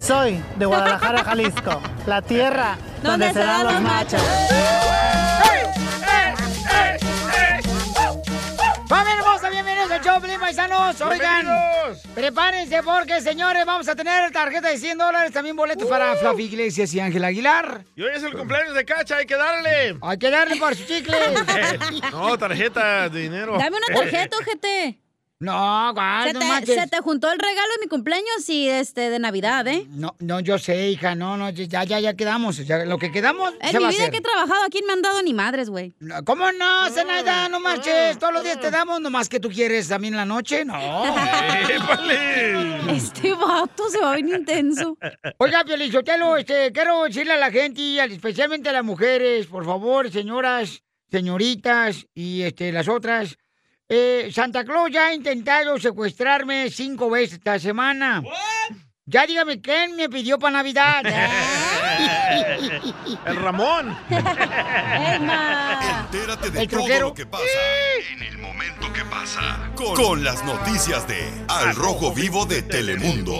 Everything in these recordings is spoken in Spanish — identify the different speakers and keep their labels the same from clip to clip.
Speaker 1: Soy de Guadalajara, Jalisco, la tierra donde, se dan los machos.
Speaker 2: ¡Familia hermosa! Bienvenidos al show, Pelín Paisanos. Oigan, prepárense porque, señores, vamos a tener tarjeta de 100 dólares, también boletos para Fluffy Iglesias y Ángel Aguilar.
Speaker 3: Y hoy ¡Uh! es el cumpleaños de Cacha, hay que darle.
Speaker 2: Hay que darle por su chicle.
Speaker 3: no, tarjeta de dinero. Eh,
Speaker 4: Dame una tarjeta, ojete.
Speaker 2: No,
Speaker 4: Se
Speaker 2: guay, Ah, no
Speaker 4: te,
Speaker 2: manches.
Speaker 4: se te juntó el regalo de mi cumpleaños y este de Navidad, ¿eh?
Speaker 2: No, no, yo sé, hija, no, no, ya, ya, ya quedamos. ya, lo que quedamos
Speaker 4: En
Speaker 2: se
Speaker 4: mi
Speaker 2: va a
Speaker 4: vida
Speaker 2: hacer.
Speaker 4: que he trabajado, aquí me han dado ni madres, güey?
Speaker 2: No, ¿Cómo no, Zenaida?
Speaker 4: Ah,
Speaker 2: No marches. Todos los días te damos, nomás que tú quieres también la noche. No.
Speaker 4: Este vato se va bien intenso.
Speaker 2: Oiga, Pielichotelo, este, quiero decirle a la gente, y al- especialmente a las mujeres, por favor, señoras, señoritas y este, las otras. eh, Santa Claus ya ha intentado secuestrarme cinco veces esta semana. Ya dígame, ¿quién me pidió para Navidad?
Speaker 3: El Ramón.
Speaker 5: Entérate de
Speaker 2: El
Speaker 5: todo
Speaker 2: troquero.
Speaker 5: lo que pasa en el momento que pasa con, con las noticias de Al Rojo Vivo de Telemundo.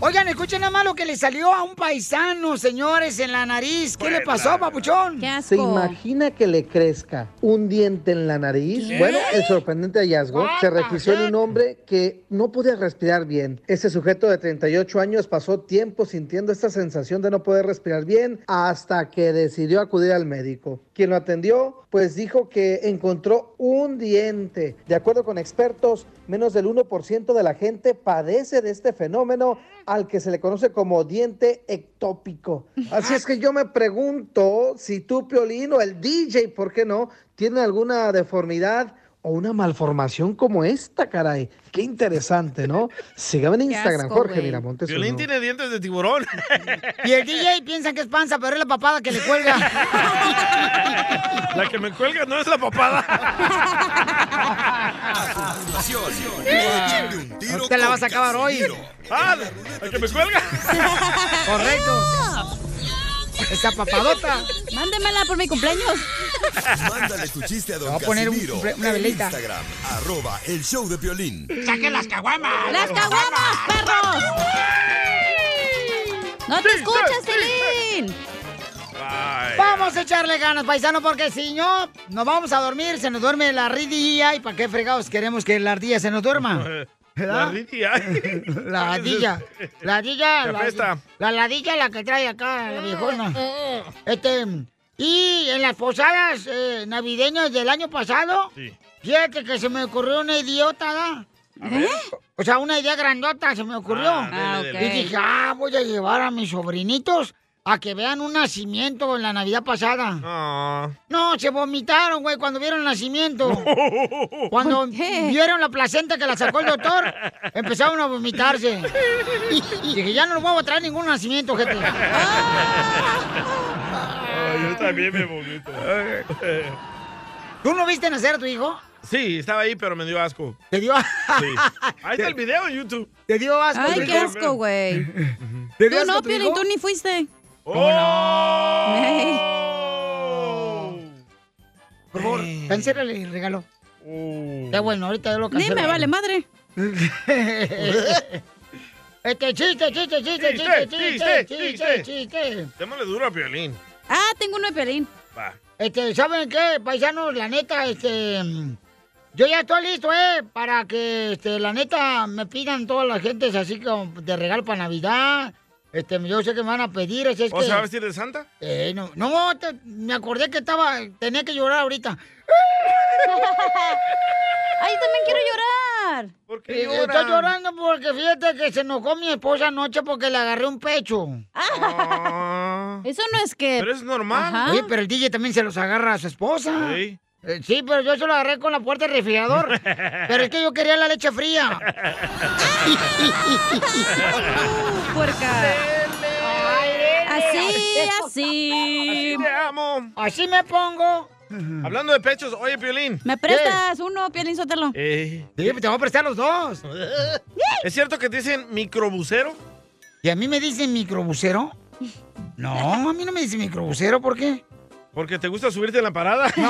Speaker 2: Oigan, escuchen nada más lo que le salió a un paisano, señores, en la nariz. ¿Qué le
Speaker 3: Pues
Speaker 2: pasó, papuchón?
Speaker 6: ¿Se imagina que le crezca un diente en la nariz?
Speaker 2: ¿Qué?
Speaker 6: Bueno, el sorprendente hallazgo se registró en un hombre que no podía respirar bien. Este sujeto de 38 años pasó tiempo sintiendo esta sensación de no poder respirar bien hasta que decidió acudir al médico. Quien lo atendió, pues dijo que encontró un diente. De acuerdo con expertos, menos del 1% de la gente padece de este fenómeno al que se le conoce como diente ectópico. Así es que yo me pregunto si tú, Piolín, o el DJ, ¿por qué no? ¿Tiene alguna deformidad o una malformación como esta, caray? Qué interesante, ¿no? Sígame en
Speaker 3: Qué
Speaker 6: Instagram,
Speaker 3: asco,
Speaker 6: Jorge
Speaker 3: güey.
Speaker 6: Miramontes.
Speaker 3: Violín
Speaker 6: uno.
Speaker 3: tiene dientes de tiburón.
Speaker 2: Y el DJ piensa que es panza, pero es la papada que le cuelga.
Speaker 3: La que me cuelga no es la papada.
Speaker 5: Échate un tiro
Speaker 2: Te la vas a
Speaker 5: con
Speaker 2: acabar hoy.
Speaker 3: ¡Ah! ¡La que me cuelga!
Speaker 2: Correcto. Esa papadota.
Speaker 4: Mándemela por mi cumpleaños.
Speaker 5: Casimiro. Mándale tu chiste a don
Speaker 2: voy a poner un
Speaker 5: Casimiro
Speaker 2: cumple- una
Speaker 5: en
Speaker 2: velita.
Speaker 5: Instagram, arroba el show de Piolín.
Speaker 2: ¡Saque las caguamas!
Speaker 4: ¡Las caguamas, perros! ¡No te escuchas, Pelín!
Speaker 2: Vamos a echarle ganas, paisano, porque si no, nos vamos a dormir, se nos duerme la ardilla. ¿Y para qué fregados queremos que la ardilla se nos duerma?
Speaker 3: La ardilla.
Speaker 2: La ardilla. La ardilla.
Speaker 3: Te
Speaker 2: La,
Speaker 3: apesta.
Speaker 2: la ladilla la que trae acá, la viejona. Este, y en las posadas eh, navideñas del año pasado,
Speaker 3: Sí.
Speaker 2: fíjate que se me ocurrió una idiota, ¿da? ¿Eh?
Speaker 3: ver.
Speaker 2: O sea, una idea grandota se me ocurrió.
Speaker 3: Ah, dele, dele.
Speaker 2: Y dije, ah, voy a llevar a mis sobrinitos a que vean un nacimiento en la Navidad pasada.
Speaker 3: Ah.
Speaker 2: No, se vomitaron, güey, cuando vieron el nacimiento. Cuando vieron la placenta que la sacó el doctor, empezaron a vomitarse. Dije, ya no les voy a traer ningún nacimiento, gente.
Speaker 3: Ay, yo también me vomito.
Speaker 2: ¿Tú no viste nacer a tu hijo?
Speaker 3: Sí, estaba ahí, pero me dio asco.
Speaker 2: ¿Te dio asco?
Speaker 3: Sí. Ahí está el video en YouTube.
Speaker 2: ¿Te dio asco?
Speaker 4: Ay,
Speaker 2: tu
Speaker 4: qué
Speaker 2: hijo?
Speaker 4: asco, güey.
Speaker 2: ¿Te
Speaker 4: Tú no,
Speaker 2: tu hijo?
Speaker 4: Piolín, tú ni fuiste.
Speaker 2: ¿Cómo no?
Speaker 3: Oh.
Speaker 4: Ey.
Speaker 2: Por favor, cancélale el regalo. Está bueno, ahorita yo lo
Speaker 4: Ni
Speaker 2: cancelo.
Speaker 4: me vale madre.
Speaker 2: Este chiste, chiste, chiste, chiste, chiste, chiste, chiste.
Speaker 3: Démosle duro a Piolín.
Speaker 4: Ah, tengo uno de Pelín.
Speaker 3: Va.
Speaker 2: Este, ¿saben qué, paisanos? La neta, este... mm, Yo ya estoy listo, ¿eh? Para que, este, la neta, me pidan todas las gentes así como de regalo para Navidad. Este, yo sé que me van a pedir, así es
Speaker 3: ¿O
Speaker 2: que...
Speaker 3: se va a vestir de santa?
Speaker 2: Eh, no, no te- me acordé que estaba... Tenía que llorar ahorita.
Speaker 4: ¡Ay, también quiero llorar!
Speaker 3: ¿Por
Speaker 2: Eh, Estoy llorando porque fíjate que se enojó mi esposa anoche porque le agarré un pecho.
Speaker 4: Eso no es que...
Speaker 3: Pero es normal.
Speaker 4: Ajá.
Speaker 2: Oye, pero el DJ también se los agarra a su esposa.
Speaker 3: Sí.
Speaker 2: Eh, sí, pero yo se lo agarré con la puerta del refrigerador. pero es que yo quería la leche fría.
Speaker 4: Puerca. Así,
Speaker 3: Así
Speaker 4: así.
Speaker 3: te amo.
Speaker 2: Así me pongo.
Speaker 3: Hablando de pechos, oye, Piolín.
Speaker 4: ¿Me prestas uno, Piolín Sotelo?
Speaker 3: eh,
Speaker 2: Sí, pues te voy a prestar los dos.
Speaker 3: ¿Es cierto que te dicen microbusero?
Speaker 2: ¿Y a mí me dicen microbusero? No, a mí no me dicen microbusero, ¿por qué?
Speaker 3: Porque te gusta subirte en la parada.
Speaker 4: Qué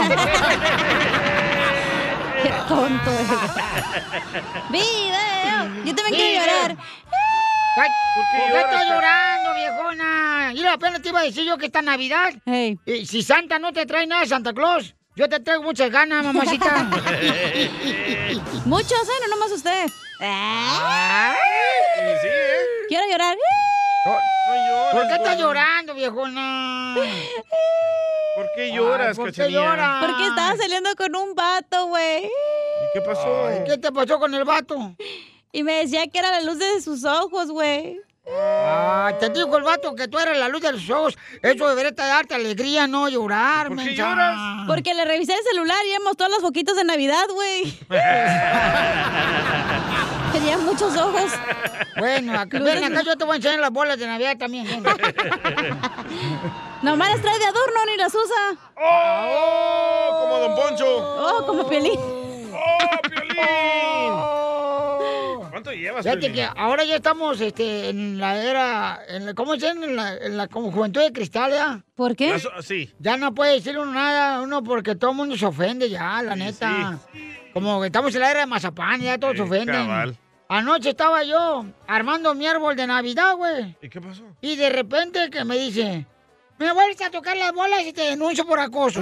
Speaker 4: tonto eres. ¡Video! Yo también quiero
Speaker 2: Video.
Speaker 4: llorar.
Speaker 2: Ay, ¿Por qué
Speaker 3: lloras,
Speaker 2: estás
Speaker 3: Cacha?
Speaker 2: Pues llorando, viejona? Mira, apenas te iba a decir yo que esta Navidad. Y si Santa no te trae nada de Santa Claus, yo te traigo muchas ganas, mamacita.
Speaker 4: Muchos, ¿eh? No nomás usted.
Speaker 3: Y sí, ¿eh?
Speaker 4: Eh. Quiero llorar.
Speaker 2: ¿Por qué estás llorando, viejona?
Speaker 3: ¿Por qué lloras,
Speaker 2: Ay, ¿por qué
Speaker 3: Cachanilla?
Speaker 2: lloras?
Speaker 4: Porque estaba saliendo con un vato, güey.
Speaker 3: ¿Y qué pasó?
Speaker 2: Ay, ¿Qué te pasó con el vato?
Speaker 4: Y me decía que era la luz de sus ojos, güey.
Speaker 2: Ah, te dijo el vato que tú eres la luz de los ojos. Eso debería darte alegría, no llorar,
Speaker 3: ¿Por qué
Speaker 2: mensa.
Speaker 3: lloras?
Speaker 4: Porque le revisé el celular y éramos todos los foquitos de Navidad, güey. Tenía muchos ojos.
Speaker 2: Bueno, acá,
Speaker 4: Luces.
Speaker 2: ven acá, yo te voy a enseñar las bolas de Navidad también. ven.
Speaker 4: Nomás las trae de adorno, ni las usa.
Speaker 3: ¡Oh! Como Don Poncho.
Speaker 4: Oh, como Piolín.
Speaker 3: ¡Oh, Piolín!
Speaker 2: Oh.
Speaker 3: ¿Cuánto llevas,
Speaker 2: Fíjate
Speaker 3: Piolín?
Speaker 2: que ah, ahora ya estamos este, en la era, en la- ¿cómo dicen? En la, en la como juventud de cristal, ¿ya?
Speaker 4: ¿Por qué?
Speaker 3: Las- Sí.
Speaker 2: Ya no puede decir uno nada, uno porque todo el mundo se ofende ya, la neta. Como que estamos en la era de mazapán, ya todos
Speaker 3: Sí,
Speaker 2: se ofenden.
Speaker 3: cabal.
Speaker 2: Anoche estaba yo armando mi árbol de Navidad, güey.
Speaker 3: ¿Y qué pasó?
Speaker 2: Y de repente que me dice, me vuelves a tocar las bolas y te denuncio por acoso.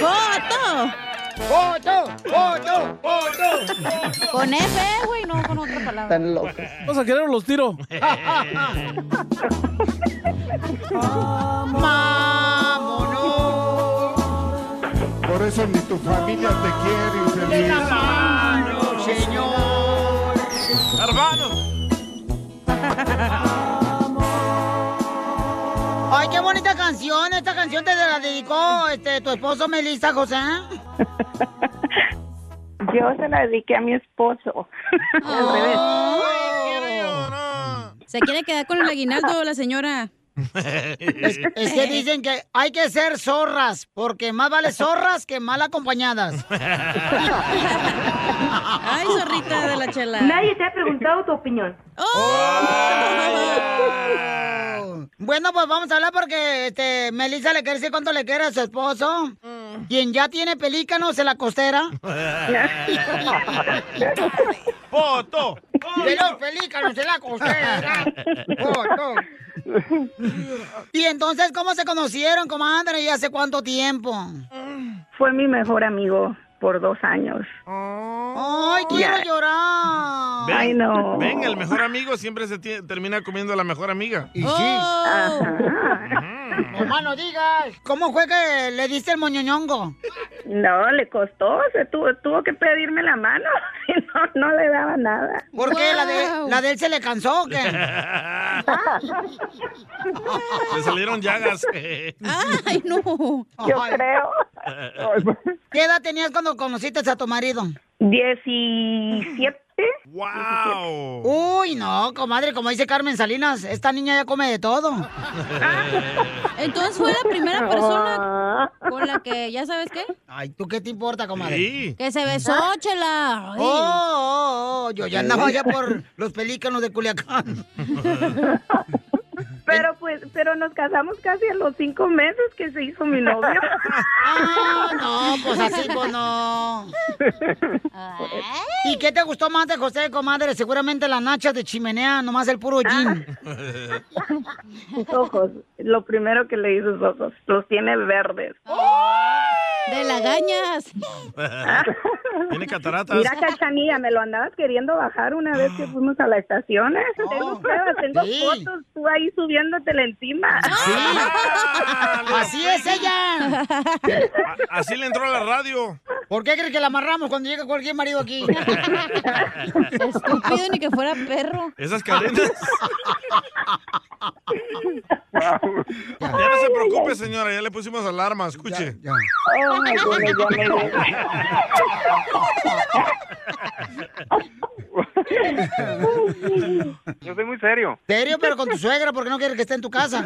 Speaker 4: ¡Foto!
Speaker 2: ¡Foto! ¡Foto! ¡Foto!
Speaker 4: Con F, güey, no con otra palabra.
Speaker 6: Tan locos.
Speaker 7: Vamos a querer los tiro.
Speaker 2: ¡Vámonos!
Speaker 8: Por eso ni tu familia te quiere,
Speaker 2: ¡De la
Speaker 8: infeliz.
Speaker 2: mano, señor!
Speaker 3: ¡Hermano!
Speaker 2: Ay, qué bonita canción. Esta canción te la dedicó este, tu esposo Melissa José.
Speaker 9: Yo se la dediqué a mi esposo. Al revés.
Speaker 4: Se quiere quedar con el aguinaldo, la señora.
Speaker 2: Es, es que dicen que hay que ser zorras, porque más vale zorras que mal acompañadas.
Speaker 4: Ay, zorrita de la chela.
Speaker 9: Nadie te ha preguntado tu opinión.
Speaker 2: Bueno, pues vamos a hablar porque este, Melissa le quiere decir cuánto le quiere a su esposo.
Speaker 3: Mm.
Speaker 2: Quien ya tiene pelícanos en la costera.
Speaker 3: ¡Foto!
Speaker 2: De los pelícanos en la costera. Foto. Y entonces, ¿cómo se conocieron, comadre? ¿Y hace cuánto tiempo?
Speaker 3: Mm.
Speaker 9: Fue mi mejor amigo por dos años.
Speaker 2: ¡Ay, quiero
Speaker 9: Ya.
Speaker 2: llorar!
Speaker 9: Ay, no.
Speaker 3: Ven, el mejor amigo siempre se tie- termina comiendo a la mejor amiga.
Speaker 2: Y
Speaker 4: ¡Oh!
Speaker 9: Ajá.
Speaker 2: Mamá,
Speaker 3: Mm.
Speaker 2: no digas. ¿Cómo fue que le diste el moñoñongo?
Speaker 9: No, le costó, se tuvo, tuvo que pedirme la mano, si no, no le daba nada.
Speaker 2: ¿Por qué? ¿La de,
Speaker 4: Wow.
Speaker 2: la de él se le cansó o qué?
Speaker 3: Le salieron llagas.
Speaker 4: ¡Ay, no!
Speaker 9: Yo
Speaker 2: Ay.
Speaker 9: creo.
Speaker 2: ¿Qué edad tenías cuando conociste a tu marido?
Speaker 9: Diecisiete.
Speaker 3: ¡Wow!
Speaker 2: Uy, no, comadre, como dice Carmen Salinas, esta niña ya come de todo.
Speaker 4: Entonces fue la
Speaker 9: Ah.
Speaker 4: primera persona con la que, ¿ya sabes qué?
Speaker 2: Ay, ¿tú qué te importa, comadre?
Speaker 3: Sí.
Speaker 4: Que se besó, chela. Ay.
Speaker 2: Oh, oh, oh, yo ya andaba ya por los pelícanos de Culiacán.
Speaker 9: Pero pues, pero nos casamos casi a los cinco meses que se hizo mi novio.
Speaker 2: Ah, no, pues así, pues no. ¿Y qué te gustó más de José, comadre? Seguramente las nachas de chimenea, nomás el
Speaker 9: Ah.
Speaker 2: puro gin.
Speaker 9: Sus ojos, lo primero que le di sus ojos, los tiene verdes.
Speaker 2: Ah,
Speaker 4: De lagañas.
Speaker 3: Tiene cataratas.
Speaker 9: Mira, Cachanilla, me lo andabas queriendo bajar una vez que fuimos a la estación. ¿eh? Tengo pruebas, tengo
Speaker 2: Ah. Sí.
Speaker 9: fotos, tú ahí subiéndotela encima.
Speaker 2: Sí.
Speaker 3: Ah,
Speaker 2: Así es ella.
Speaker 3: a- Así le entró a la radio.
Speaker 2: ¿Por qué crees que la amarramos cuando llega cualquier marido aquí?
Speaker 4: Estúpido ni que fuera perro.
Speaker 3: Esas cadenas. Ya no se preocupe, señora, ya le pusimos alarma, escuche.
Speaker 9: Oh, my goodness, ya me dio.
Speaker 10: Yo soy muy serio.
Speaker 2: Serio, pero con tu suegra, porque no quieres que esté en tu casa.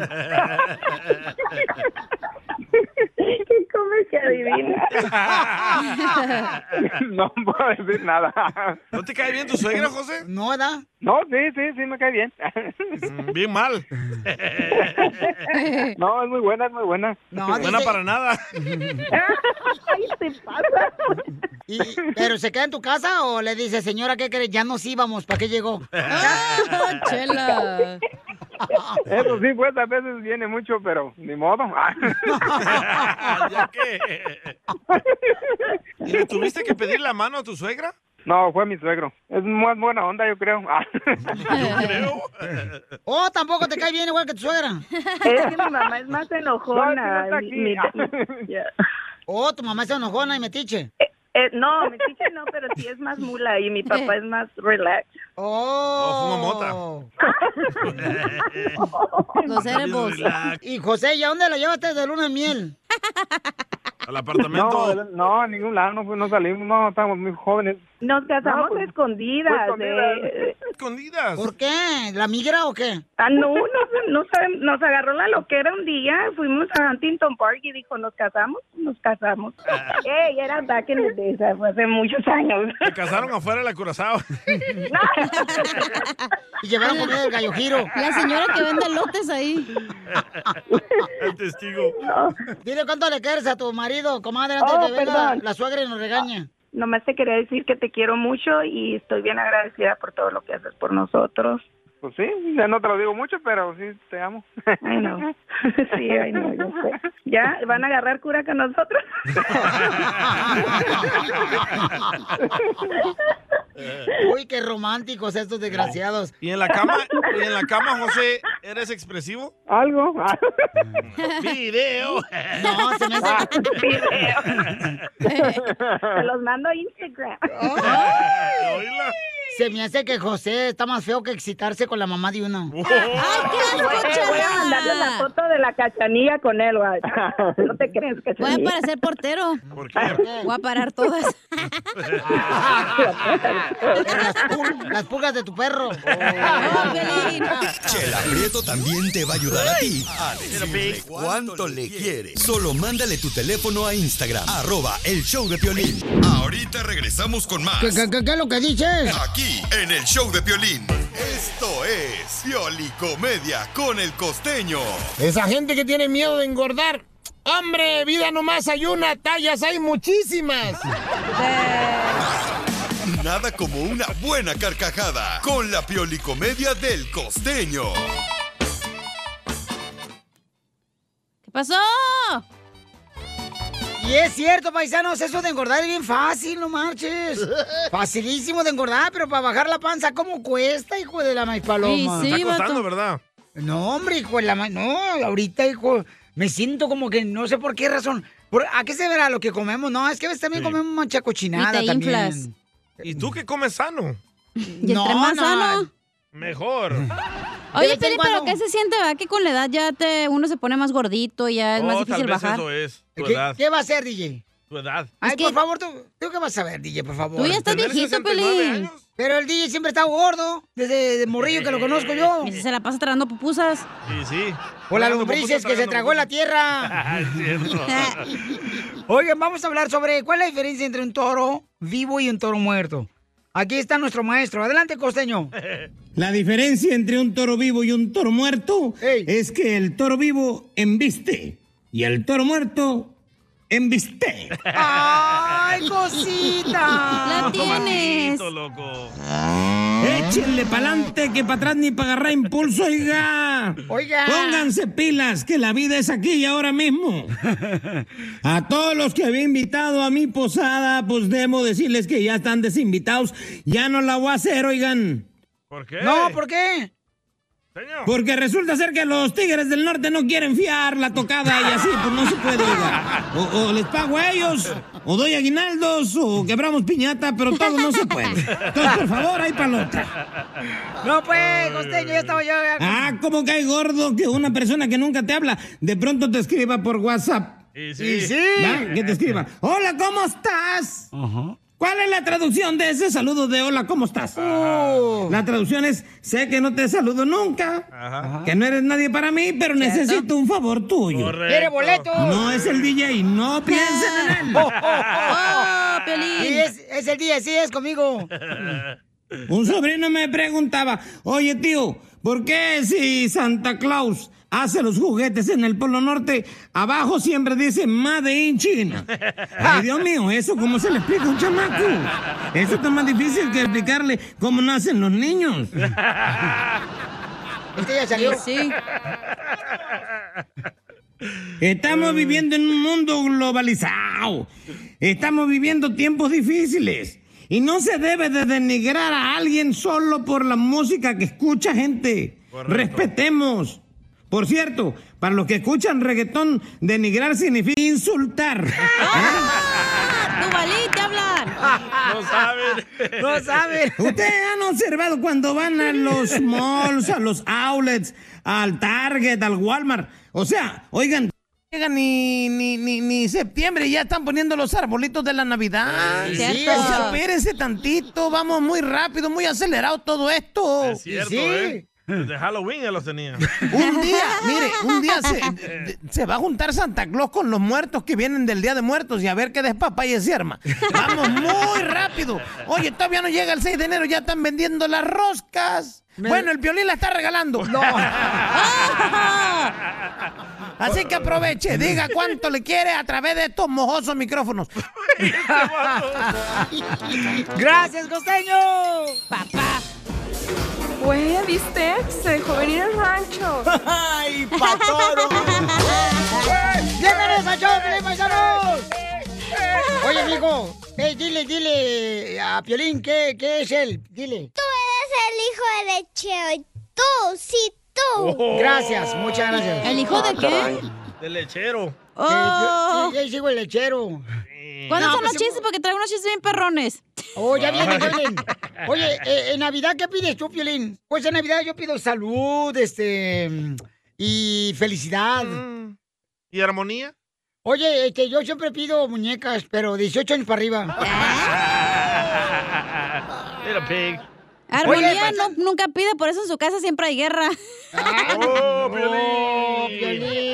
Speaker 9: Qué comercial divina.
Speaker 7: no puedo decir nada.
Speaker 3: ¿No te cae bien tu suegra, José?
Speaker 2: No, ¿verdad?
Speaker 7: No, sí, sí, sí me cae bien.
Speaker 3: Mm, Bien mal.
Speaker 7: no, es muy buena, es muy buena.
Speaker 3: No, buena
Speaker 7: dice-
Speaker 3: para nada.
Speaker 2: Ay, te pasa. ¿Pero se queda en tu casa o le dice, señora, qué crees? Ya nos íbamos, ¿para qué llegó?
Speaker 7: chela. Eso sí, pues a veces viene mucho, pero ni modo.
Speaker 3: ¿Ya qué? ¿Y le tuviste que pedir la mano a tu suegra?
Speaker 7: No, fue mi suegro. Es más buena onda, yo creo.
Speaker 2: Oh, tampoco te cae bien igual que tu suegra.
Speaker 9: Es que mi mamá es más enojona.
Speaker 2: No, es que no está aquí.
Speaker 9: Mi- mi- ya.
Speaker 2: Oh, tu mamá es enojona y metiche.
Speaker 9: Eh, no, mi chicha no, pero sí es más mula y mi papá es más relax.
Speaker 2: Oh. Los
Speaker 3: cerebros. Relax.
Speaker 2: Y José, ¿y a dónde la llevaste de luna de miel?
Speaker 3: Al apartamento.
Speaker 7: No, no, a ningún lado, no, fui- no salimos, no, estábamos muy jóvenes. pues,
Speaker 9: Nos casamos escondidas.
Speaker 7: fue escondidas.
Speaker 9: eh.
Speaker 3: ¿Escondidas?
Speaker 2: ¿Por qué? ¿La migra o qué?
Speaker 9: Ah, no, nos, nos, nos agarró la loquera un día. Fuimos a Huntington Park y dijo, ¿nos casamos? Nos casamos. Ey, era back in the days, fue hace muchos años.
Speaker 3: Se casaron afuera de la Curazao.
Speaker 2: Y llevaron comida del gallo giro.
Speaker 4: La señora que vende
Speaker 2: oh.
Speaker 4: lotes ahí.
Speaker 3: El testigo.
Speaker 2: Dile cuánto le quieres a tu marido, comadre, antes
Speaker 9: Oh,
Speaker 2: que venga
Speaker 9: perdón.
Speaker 2: la suegra y nos regañe.
Speaker 9: Nomás te quería decir que te quiero mucho y estoy bien agradecida por todo lo que haces por nosotros.
Speaker 7: Pues sí, ya no te lo digo mucho, pero sí, te amo.
Speaker 9: Ay, no. Sí, ay, no, yo sé. Ya, van a agarrar cura con nosotros.
Speaker 2: Uy, qué románticos estos desgraciados.
Speaker 3: ¿Y en la cama, y en la cama José, eres expresivo?
Speaker 7: Algo.
Speaker 3: ¡Video!
Speaker 2: No, se me
Speaker 9: Ah.
Speaker 2: hace... Ah.
Speaker 9: Te los mando a Instagram.
Speaker 2: Oh. Se me hace que José está más feo que excitarse con la mamá de uno.
Speaker 9: Voy, voy a mandarle la foto de la cachanilla con él, guay. No te crees,
Speaker 4: Voy a
Speaker 9: cachanilla.
Speaker 4: parecer portero.
Speaker 3: ¿Por
Speaker 4: Voy a parar todas.
Speaker 2: Las, pul- las pulgas de tu perro.
Speaker 5: Chela Prieto también te va a ayudar a ti a decirle cuánto le quiere. Solo mándale tu teléfono a Instagram, arroba el show de Piolín. Ahorita regresamos con más.
Speaker 2: ¿Qué, qué, qué- qué es lo que dices?
Speaker 5: Aquí, en el show de Piolín. Esto es Piolicomedia con el costeño.
Speaker 11: Esa gente que tiene miedo de engordar. Hombre, vida nomás hay una, tallas hay muchísimas.
Speaker 5: Nada como una buena carcajada con la Piolicomedia del costeño.
Speaker 4: ¿Qué pasó?
Speaker 2: Y es cierto, paisanos, eso de engordar es bien fácil, no marches. Facilísimo de engordar, pero para bajar la panza, ¿cómo cuesta, hijo de la maíz paloma?
Speaker 3: Sí, sí, Está costando, vato. ¿verdad?
Speaker 2: No, hombre, hijo de la ma- No, ahorita, hijo, me siento como que no sé por qué razón. Por- ¿A qué se verá lo que comemos? No, es que a veces también comemos mucha cochinada
Speaker 3: Y te
Speaker 2: también.
Speaker 3: inflas. ¿Y tú que comes sano?
Speaker 2: No,
Speaker 4: entre más
Speaker 2: no.
Speaker 4: sano.
Speaker 3: Mejor.
Speaker 4: Oye, Pili, pero ¿qué se siente? ¿verdad? Que con la edad ya te, uno se pone más gordito y ya es más
Speaker 3: Oh,
Speaker 4: difícil
Speaker 3: tal vez
Speaker 4: bajar.
Speaker 3: eso es. Tu
Speaker 2: ¿Qué,
Speaker 3: edad.
Speaker 2: qué va a hacer, DJ?
Speaker 3: Tu edad.
Speaker 2: Ay, por favor, ¿tú, tú qué vas a ver, DJ, por favor?
Speaker 4: Tú ya estás ¿Tener viejito, 69 Pelín. años?
Speaker 2: Pero el DJ siempre está gordo, desde de morrillo que lo conozco yo.
Speaker 4: Y se la pasa tragando pupusas.
Speaker 3: Sí, sí.
Speaker 2: O las lombrices que se tragó en la tierra.
Speaker 3: Ah, es cierto.
Speaker 2: Oigan, vamos a hablar sobre cuál es la diferencia entre un toro vivo y un toro muerto. Aquí está nuestro maestro. Adelante, costeño.
Speaker 10: La diferencia entre un toro vivo y un toro muerto es que el toro vivo embiste y el toro muerto embiste.
Speaker 2: ¡Ay, cosita!
Speaker 4: La tienes.
Speaker 10: Échenle pa'lante que para atrás ni para agarrar impulso, oiga.
Speaker 2: Oiga.
Speaker 10: Pónganse pilas que la vida es aquí y ahora mismo. A todos los que había invitado a mi posada, pues debo decirles que ya están desinvitados. Ya no la voy a hacer, oigan.
Speaker 3: ¿Por qué?
Speaker 10: No,
Speaker 2: ¿por qué?
Speaker 10: Porque resulta ser que los tigres del norte no quieren fiar la tocada y así, pues no se puede. oiga. O, o les pago a ellos, o doy aguinaldos, o quebramos piñata, pero todo no se puede. Entonces, por favor, hay palota.
Speaker 2: No, pues, costeño, ya estaba yo.
Speaker 10: Ah, ¿cómo cae gordo que una persona que nunca te habla de pronto te escriba por WhatsApp?
Speaker 3: Y
Speaker 10: ¿Va? Que te escriba. Hola, ¿cómo estás? ¿Cuál es la traducción de ese saludo de hola, ¿cómo estás? La traducción es, sé que no te saludo nunca, que no eres nadie para mí, pero necesito un favor tuyo.
Speaker 2: ¿Quiere boletos?
Speaker 10: No es el DJ, no piensen en él.
Speaker 2: Sí, es, es el día, sí, es conmigo.
Speaker 10: Un sobrino me preguntaba, oye tío, ¿por qué si Santa Claus hace los juguetes en el Polo Norte, abajo siempre dice Made in China? Ay, Dios mío, ¿eso cómo se le explica a un chamaco? Eso está más difícil que explicarle cómo nacen los niños.
Speaker 2: Este ya salió.
Speaker 10: Estamos
Speaker 2: Mm.
Speaker 10: viviendo en un mundo globalizado. Estamos viviendo tiempos difíciles. Y no se debe de denigrar a alguien solo por la música que escucha gente. Respetemos. Por cierto, para los que escuchan reggaetón, denigrar significa insultar.
Speaker 4: ¡Tu valí te hablar!
Speaker 3: No saben.
Speaker 10: Ustedes han observado cuando van a los malls, a los outlets, al Target, al Walmart. O sea, oigan, llega ni, ni, ni, ni septiembre y ya están poniendo los arbolitos de la Navidad.
Speaker 2: Sí,
Speaker 10: Sí,
Speaker 2: cierto.
Speaker 10: o sea, espérense tantito, vamos muy rápido, muy acelerado todo esto.
Speaker 3: Es cierto, ¿eh? Desde Halloween ya los tenía.
Speaker 2: Uh.
Speaker 10: Un día, mire, un día se, de- se va a juntar Santa Claus con los muertos que vienen del Día de Muertos y a ver qué despapalle se arma. Vamos muy rápido. Oye, todavía no llega el 6 de enero, ya están vendiendo las roscas. Bueno, el violín la está regalando. Así que aproveche, diga cuánto le quiere a través de estos mojosos micrófonos.
Speaker 2: Gracias, costeño.
Speaker 4: Papá.
Speaker 9: Güey, ¿viste? Se dejó venir al rancho.
Speaker 2: ¡Ay, patoro! ¡Bienvenidos a Show, Piolín, Paisanos! Oye, amigo, eh, dile, dile a Piolín, ¿qué, qué es él? Dile.
Speaker 12: Tú eres el hijo de Cheo. Tú, sí, tú.
Speaker 2: Oh. Gracias, muchas gracias.
Speaker 12: ¿El hijo de qué?
Speaker 3: De lechero.
Speaker 2: Sí, Eh, yo, sí, sigo el lechero.
Speaker 4: ¿Cuándo
Speaker 2: No,
Speaker 4: Oh. son
Speaker 2: pues,
Speaker 4: los chistes? Porque traigo unos chistes bien perrones.
Speaker 2: Oh, ya viene, ya viene. Oye, eh, en Navidad, ¿qué pides tú, Piolín? Pues en Navidad yo pido salud, este, y felicidad.
Speaker 3: ¿Y armonía?
Speaker 2: Oye, este, yo siempre pido muñecas, pero 18 años para arriba.
Speaker 3: Little pig.
Speaker 4: Armonía
Speaker 2: Oye, pues,
Speaker 4: no, nunca pide, por eso en su casa siempre hay guerra.
Speaker 3: ¡Oh, Piolín!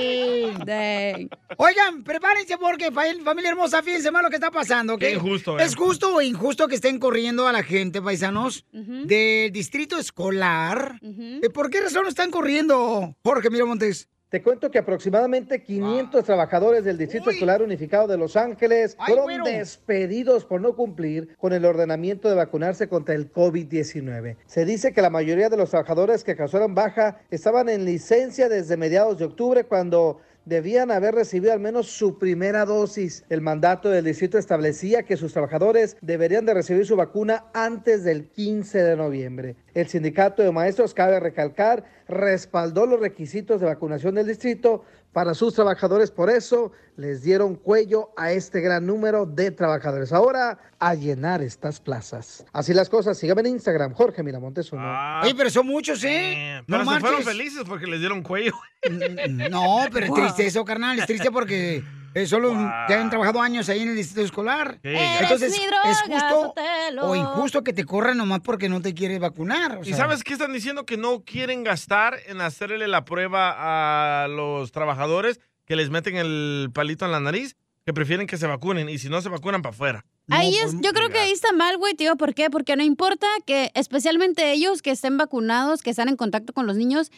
Speaker 2: Oigan, prepárense porque, fa- familia hermosa, fíjense más lo que está pasando. ¿ok?
Speaker 3: Qué injusto, ¿eh?
Speaker 2: ¿Es justo o injusto que estén corriendo a la gente, paisanos, del distrito escolar? ¿Eh, ¿Por qué razón lo están corriendo, Jorge Miramontes?
Speaker 6: Te cuento que aproximadamente 500 trabajadores del Distrito Escolar Unificado de Los Ángeles
Speaker 2: Ay,
Speaker 6: fueron
Speaker 2: güero.
Speaker 6: despedidos por no cumplir con el ordenamiento de vacunarse contra el COVID-19. Se dice que la mayoría de los trabajadores que causaron baja estaban en licencia desde mediados de octubre cuando debían haber recibido al menos su primera dosis. El mandato del distrito establecía que sus trabajadores deberían de recibir su vacuna antes del 15 de noviembre. El sindicato de maestros, cabe recalcar, respaldó los requisitos de vacunación del distrito para sus trabajadores, por eso les dieron cuello a este gran número de trabajadores. Ahora a llenar estas plazas. Así las cosas, síganme en Instagram, Jorge Miramontes uno.
Speaker 2: Ah.
Speaker 3: Ah,
Speaker 2: Oye, pero son muchos, ¿eh?
Speaker 3: Pero
Speaker 2: No
Speaker 3: se fueron
Speaker 2: marches.
Speaker 3: felices porque les dieron cuello.
Speaker 2: No, pero es triste eso, carnal. Es triste porque eh, solo ya han trabajado años ahí en el distrito escolar.
Speaker 3: Sí. Eres
Speaker 2: Entonces,
Speaker 3: mi
Speaker 2: ¿es
Speaker 3: droga,
Speaker 2: justo
Speaker 3: Sotelo.
Speaker 2: o injusto que te corran nomás porque no te quieres vacunar? O
Speaker 3: ¿Y
Speaker 2: sea,
Speaker 3: sabes qué están diciendo? Que no quieren gastar en hacerle la prueba a los trabajadores que les meten el palito en la nariz, que prefieren que se vacunen y si no se vacunan para afuera.
Speaker 4: ahí es, yo creo que ahí está mal, güey, tío. ¿Por qué? Porque no importa que, especialmente ellos que estén vacunados, que están en contacto con los niños,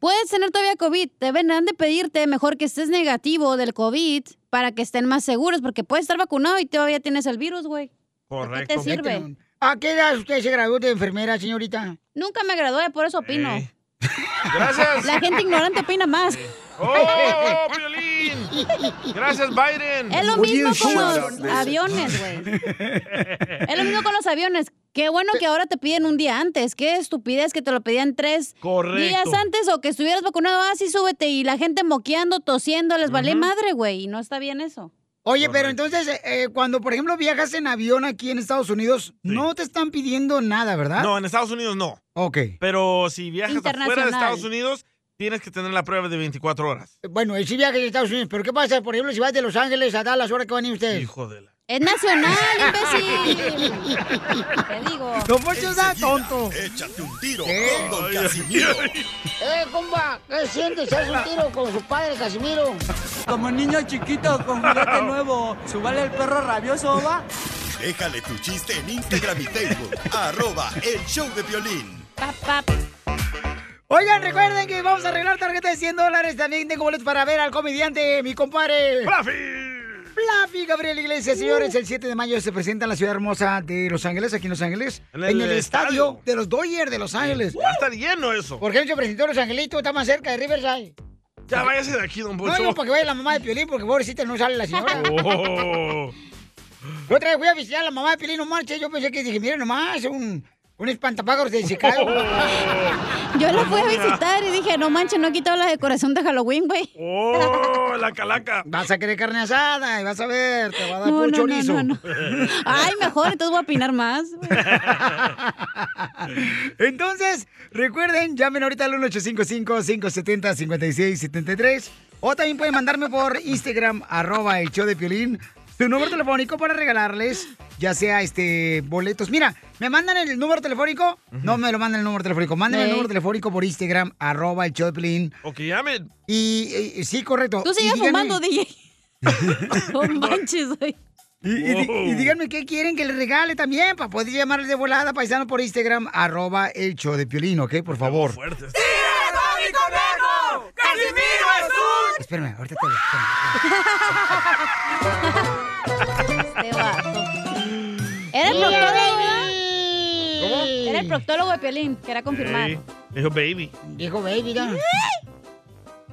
Speaker 4: puedes tener todavía COVID. Deben han de pedirte mejor que estés negativo del COVID para que estén más seguros, porque puedes estar vacunado y todavía tienes el virus, güey. ¿Qué
Speaker 3: Correcto.
Speaker 4: te sirve?
Speaker 2: ¿A qué edad usted se graduó de enfermera, señorita?
Speaker 4: Nunca me gradué, por eso opino.
Speaker 3: Eh. Gracias. Eh.
Speaker 4: La gente ignorante opina más.
Speaker 3: ¡Oh, Violín! Gracias, Biden.
Speaker 4: Es lo mismo con los aviones, güey. Es lo mismo con los aviones. Qué bueno que ahora te piden un día antes. Qué estupidez que te lo pedían tres
Speaker 3: Correcto.
Speaker 4: días antes o que estuvieras vacunado. Ah, sí, súbete. Y la gente moqueando, tosiendo, les vale madre, güey. Y no está bien eso.
Speaker 2: Oye, pero entonces, eh, cuando por ejemplo viajas en avión aquí en Estados Unidos, no te están pidiendo nada, ¿verdad?
Speaker 3: No, en Estados Unidos no.
Speaker 2: Ok.
Speaker 3: Pero si viajas afuera de
Speaker 2: Internacional.
Speaker 3: Estados Unidos, tienes que tener la prueba de 24 horas.
Speaker 2: Bueno, eh, sí viajas en Estados Unidos, pero ¿qué pasa, por ejemplo, si vas de Los Ángeles a Dallas, ¿ahora qué van a ir ustedes?
Speaker 3: Hijo de la...
Speaker 4: Es nacional, imbécil. Te digo.
Speaker 2: Don Poncho está tonto.
Speaker 5: Échate un tiro con Don Casimiro.
Speaker 2: ¡Eh, compa! ¿Qué sientes? ¿Haz un tiro con su padre, Casimiro?
Speaker 13: Como niño chiquito con juguete nuevo, ¿subale el perro rabioso, va?
Speaker 5: Déjale tu chiste en Instagram y Facebook. arroba el show de violín.
Speaker 2: Oigan, recuerden que vamos a arreglar tarjeta de 100 dólares. También tengo boletos para ver al comediante, mi compadre.
Speaker 3: ¡Fluffy! Uh.
Speaker 2: Fluffy Gabriel Iglesias, señores, el 7 de mayo se presenta en la ciudad hermosa de Los Ángeles, aquí en Los Ángeles, en
Speaker 3: En el
Speaker 2: el, estadio,
Speaker 3: estadio.
Speaker 2: de los Dodgers de Los Ángeles.
Speaker 3: Va a estar lleno eso.
Speaker 2: Porque él se presentó en Los Angelitos, está más cerca de Riverside.
Speaker 3: Ya váyase de aquí, don
Speaker 2: No,
Speaker 3: Poncho.
Speaker 2: digo para que vaya la mamá de Piolín, porque pobrecita no sale la señora.
Speaker 3: Oh.
Speaker 2: La otra vez fui a visitar a la mamá de Piolín, no marche, yo pensé que dije, mira nomás, un, un espantapájaros de Chicago.
Speaker 4: Yo la fui a visitar y dije, no manches, no he quitado la decoración de Halloween, güey.
Speaker 3: ¡Oh, la calaca!
Speaker 2: Vas a querer carne asada y vas a ver, te va a dar
Speaker 4: No,
Speaker 2: puro
Speaker 4: no,
Speaker 2: chorizo.
Speaker 4: no, no, Ay, mejor, entonces voy a opinar más.
Speaker 2: Entonces, recuerden, llamen ahorita al 1855-570-5673. O también pueden mandarme por Instagram, arroba el show de Piolín, su número telefónico para regalarles, ya sea este boletos. Mira, ¿me mandan el número telefónico? No me lo mandan el número telefónico. Mándenme el
Speaker 3: Ey.
Speaker 2: número telefónico por Instagram, arroba el show de Piolín.
Speaker 3: O que llamen.
Speaker 2: Y, y- sí, correcto.
Speaker 4: Tú sigues
Speaker 2: Y díganme-
Speaker 4: fumando, DJ. No manches, güey.
Speaker 2: y, y di- y díganme qué quieren que les regale también para poder llamarles de volada paisano por Instagram, arroba el show de Piolín, ¿ok? Por favor.
Speaker 13: mi conejo! ¡Casimiro es un!
Speaker 2: Espérame, ahorita te lo...
Speaker 4: Era el
Speaker 13: Mira,
Speaker 4: proctólogo, ¿verdad? Era el proctólogo de Piolín, que era confirmado.
Speaker 3: Ey, Dijo baby.
Speaker 2: Dijo, baby, ya.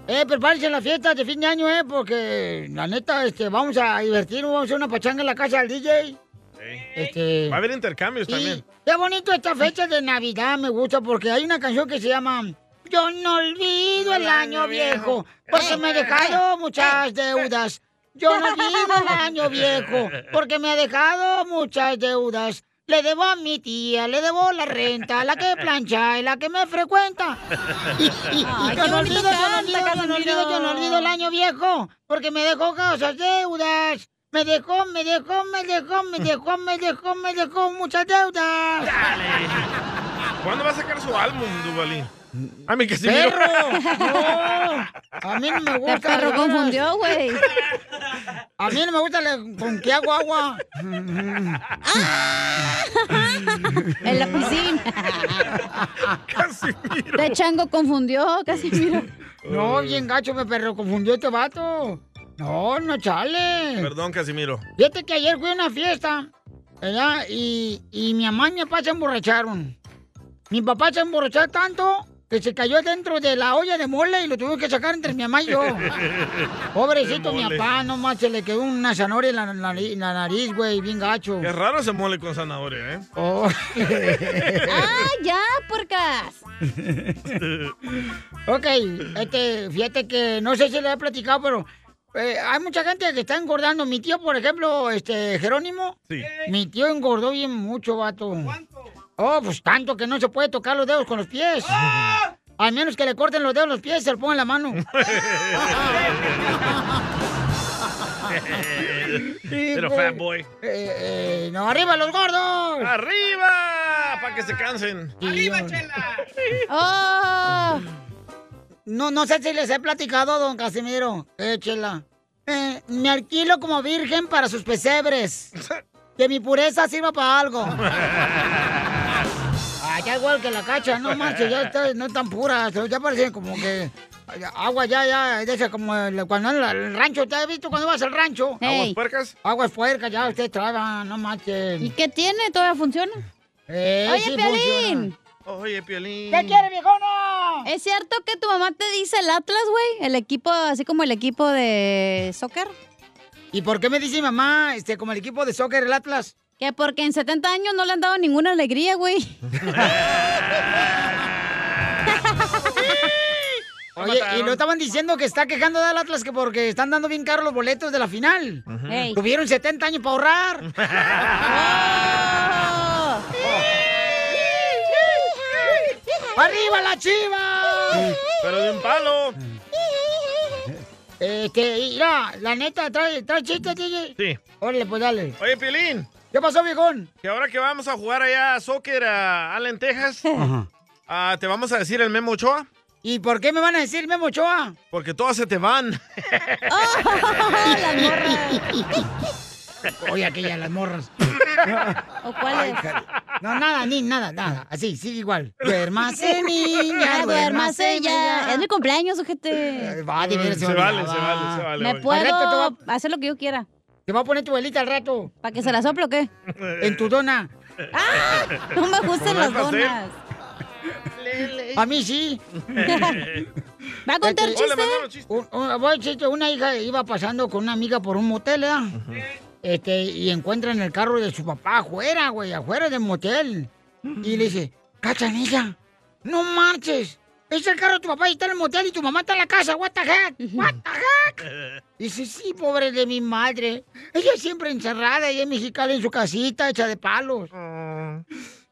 Speaker 2: Eh, prepárense en la fiesta de fin de año, eh, porque la neta, este, vamos a divertirnos, vamos a hacer una pachanga en la casa del DJ. Este...
Speaker 3: Va a haber intercambios
Speaker 2: Y
Speaker 3: también.
Speaker 2: qué bonito esta fecha de Navidad, me gusta, porque hay una canción que se llama Yo no olvido el año viejo, porque me he dejado muchas deudas. Yo no olvido el año viejo, porque me ha dejado muchas deudas. Le debo a mi tía, le debo la renta, la que plancha y la que me frecuenta.
Speaker 13: Ay,
Speaker 2: yo
Speaker 13: qué
Speaker 2: no
Speaker 13: bonito
Speaker 2: olvido, yo no
Speaker 13: canta,
Speaker 2: olvido, yo no olvido, yo no
Speaker 13: Casimiro.
Speaker 2: olvido el año viejo, porque me dejó causas deudas. Me dejó, me dejó, me dejó, me dejó, me dejó, me dejó muchas deudas.
Speaker 3: ¿Cuándo va a sacar su álbum, Duvalín? A mi que sí.
Speaker 2: Mm. ¡Perro! No, a mí no me gusta.
Speaker 4: Te perro confundió, güey.
Speaker 2: A mí no me gusta la- con qué hago agua.
Speaker 4: En la piscina. Te chango confundió, Casimiro.
Speaker 2: No, bien gacho, me perro confundió este vato. No, no chale.
Speaker 3: Perdón, Casimiro.
Speaker 2: Fíjate que ayer fui a una fiesta, ¿verdad? Y, y mi mamá y mi papá se emborracharon. Mi papá se emborrachó tanto que se cayó dentro de la olla de mole y lo tuve que sacar entre mi mamá y yo. Pobrecito,
Speaker 3: De
Speaker 2: mi
Speaker 3: mole.
Speaker 2: papá, nomás se le quedó una zanahoria en la, nari- en la nariz, güey, bien gacho.
Speaker 3: Qué raro se mole con zanahoria, ¿eh?
Speaker 2: Oh.
Speaker 4: ¡Ah, ya, porcas!
Speaker 2: Ok, este, fíjate que no sé si le he platicado, pero eh, hay mucha gente que está engordando. Mi tío, por ejemplo, este, Jerónimo.
Speaker 3: Sí.
Speaker 2: Mi tío engordó bien mucho, vato. ¿Cuánto? Oh, pues tanto que no se puede tocar los dedos con los pies. Al menos que le corten los dedos los pies y se le pongan la mano.
Speaker 3: Pero fat boy.
Speaker 2: Eh, eh, no, arriba los gordos.
Speaker 3: ¡Arriba! Para que se cansen.
Speaker 2: ¡Arriba, chela!
Speaker 4: Oh.
Speaker 2: No, no sé si les he platicado, don Casimiro. Eh, chela. Eh, me alquilo como virgen para sus pesebres. Que mi pureza sirva para algo. Ay, ya igual que la cacha, no manches, ya está- no es tan pura, se- ya parece como que agua ya, ya, de esa como el- cuando en la- el rancho, ¿te has visto cuando vas al rancho?
Speaker 4: Ey. ¿Aguas
Speaker 3: puercas?
Speaker 2: Aguas puercas, ya usted traba, no manches.
Speaker 4: ¿Y qué tiene? ¿Todavía funciona?
Speaker 2: Eh,
Speaker 4: Oye,
Speaker 2: sí
Speaker 4: Piolín.
Speaker 3: Oye, Piolín.
Speaker 2: viejona?
Speaker 4: ¿Es cierto que tu mamá te dice el Atlas, güey? El equipo, así como el equipo de soccer.
Speaker 2: ¿Y por qué me dice mi mamá, este, como el equipo de soccer, el Atlas?
Speaker 4: Que porque en 70 años no le han dado ninguna alegría, güey.
Speaker 2: Oye, y lo estaban diciendo que está quejando del Atlas que porque están dando bien caros los boletos de la final.
Speaker 4: Ey.
Speaker 2: Tuvieron 70 años para ahorrar. ¡Arriba la chiva!
Speaker 3: Pero de un palo.
Speaker 2: Eh, Este, mira, la neta, trae, trae chiste, DJ.
Speaker 3: Sí.
Speaker 2: Órale, pues dale.
Speaker 3: Oye, Pilín.
Speaker 2: ¿Qué pasó, viejón?
Speaker 3: Que ahora que vamos a jugar allá a soccer a Allen, Texas, ah, te vamos a decir el Memo Ochoa.
Speaker 2: ¿Y por qué me van a decir Memo Ochoa?
Speaker 3: Porque todas se te van.
Speaker 4: Oh,
Speaker 2: las morras. Oye, aquella, las morras.
Speaker 4: ¿O cuál es?
Speaker 2: No, nada, ni nada, nada. Así, sí, igual. Duérmase, niña, duérmase ya.
Speaker 4: Es mi cumpleaños, ojete.
Speaker 2: Va, de veras,
Speaker 3: Se
Speaker 2: va a
Speaker 3: vale,
Speaker 2: olvidar,
Speaker 3: se
Speaker 2: va.
Speaker 3: vale, se vale,
Speaker 4: Me
Speaker 3: güey.
Speaker 4: puedo
Speaker 2: Al rato
Speaker 4: hacer lo que yo quiera.
Speaker 2: Te va a poner tu velita al rato.
Speaker 4: ¿Para que se la sople o qué?
Speaker 2: En tu dona.
Speaker 4: ¡Ah! No me gustan las donas.
Speaker 2: A mí sí.
Speaker 4: ¿Va a contar
Speaker 2: Este,
Speaker 4: chiste?
Speaker 2: Un- un- voy a chiste. Una hija iba pasando con una amiga por un motel, ¿verdad? Este, y encuentra en el carro de su papá afuera, güey, afuera del motel. Y le dice, cachanilla, no marches. Es el carro de tu papá y está en el motel y tu mamá está en la casa. What the heck? What the heck? Y dice, sí, pobre de mi madre. Ella siempre encerrada, ella en Mexicali en su casita, hecha de palos.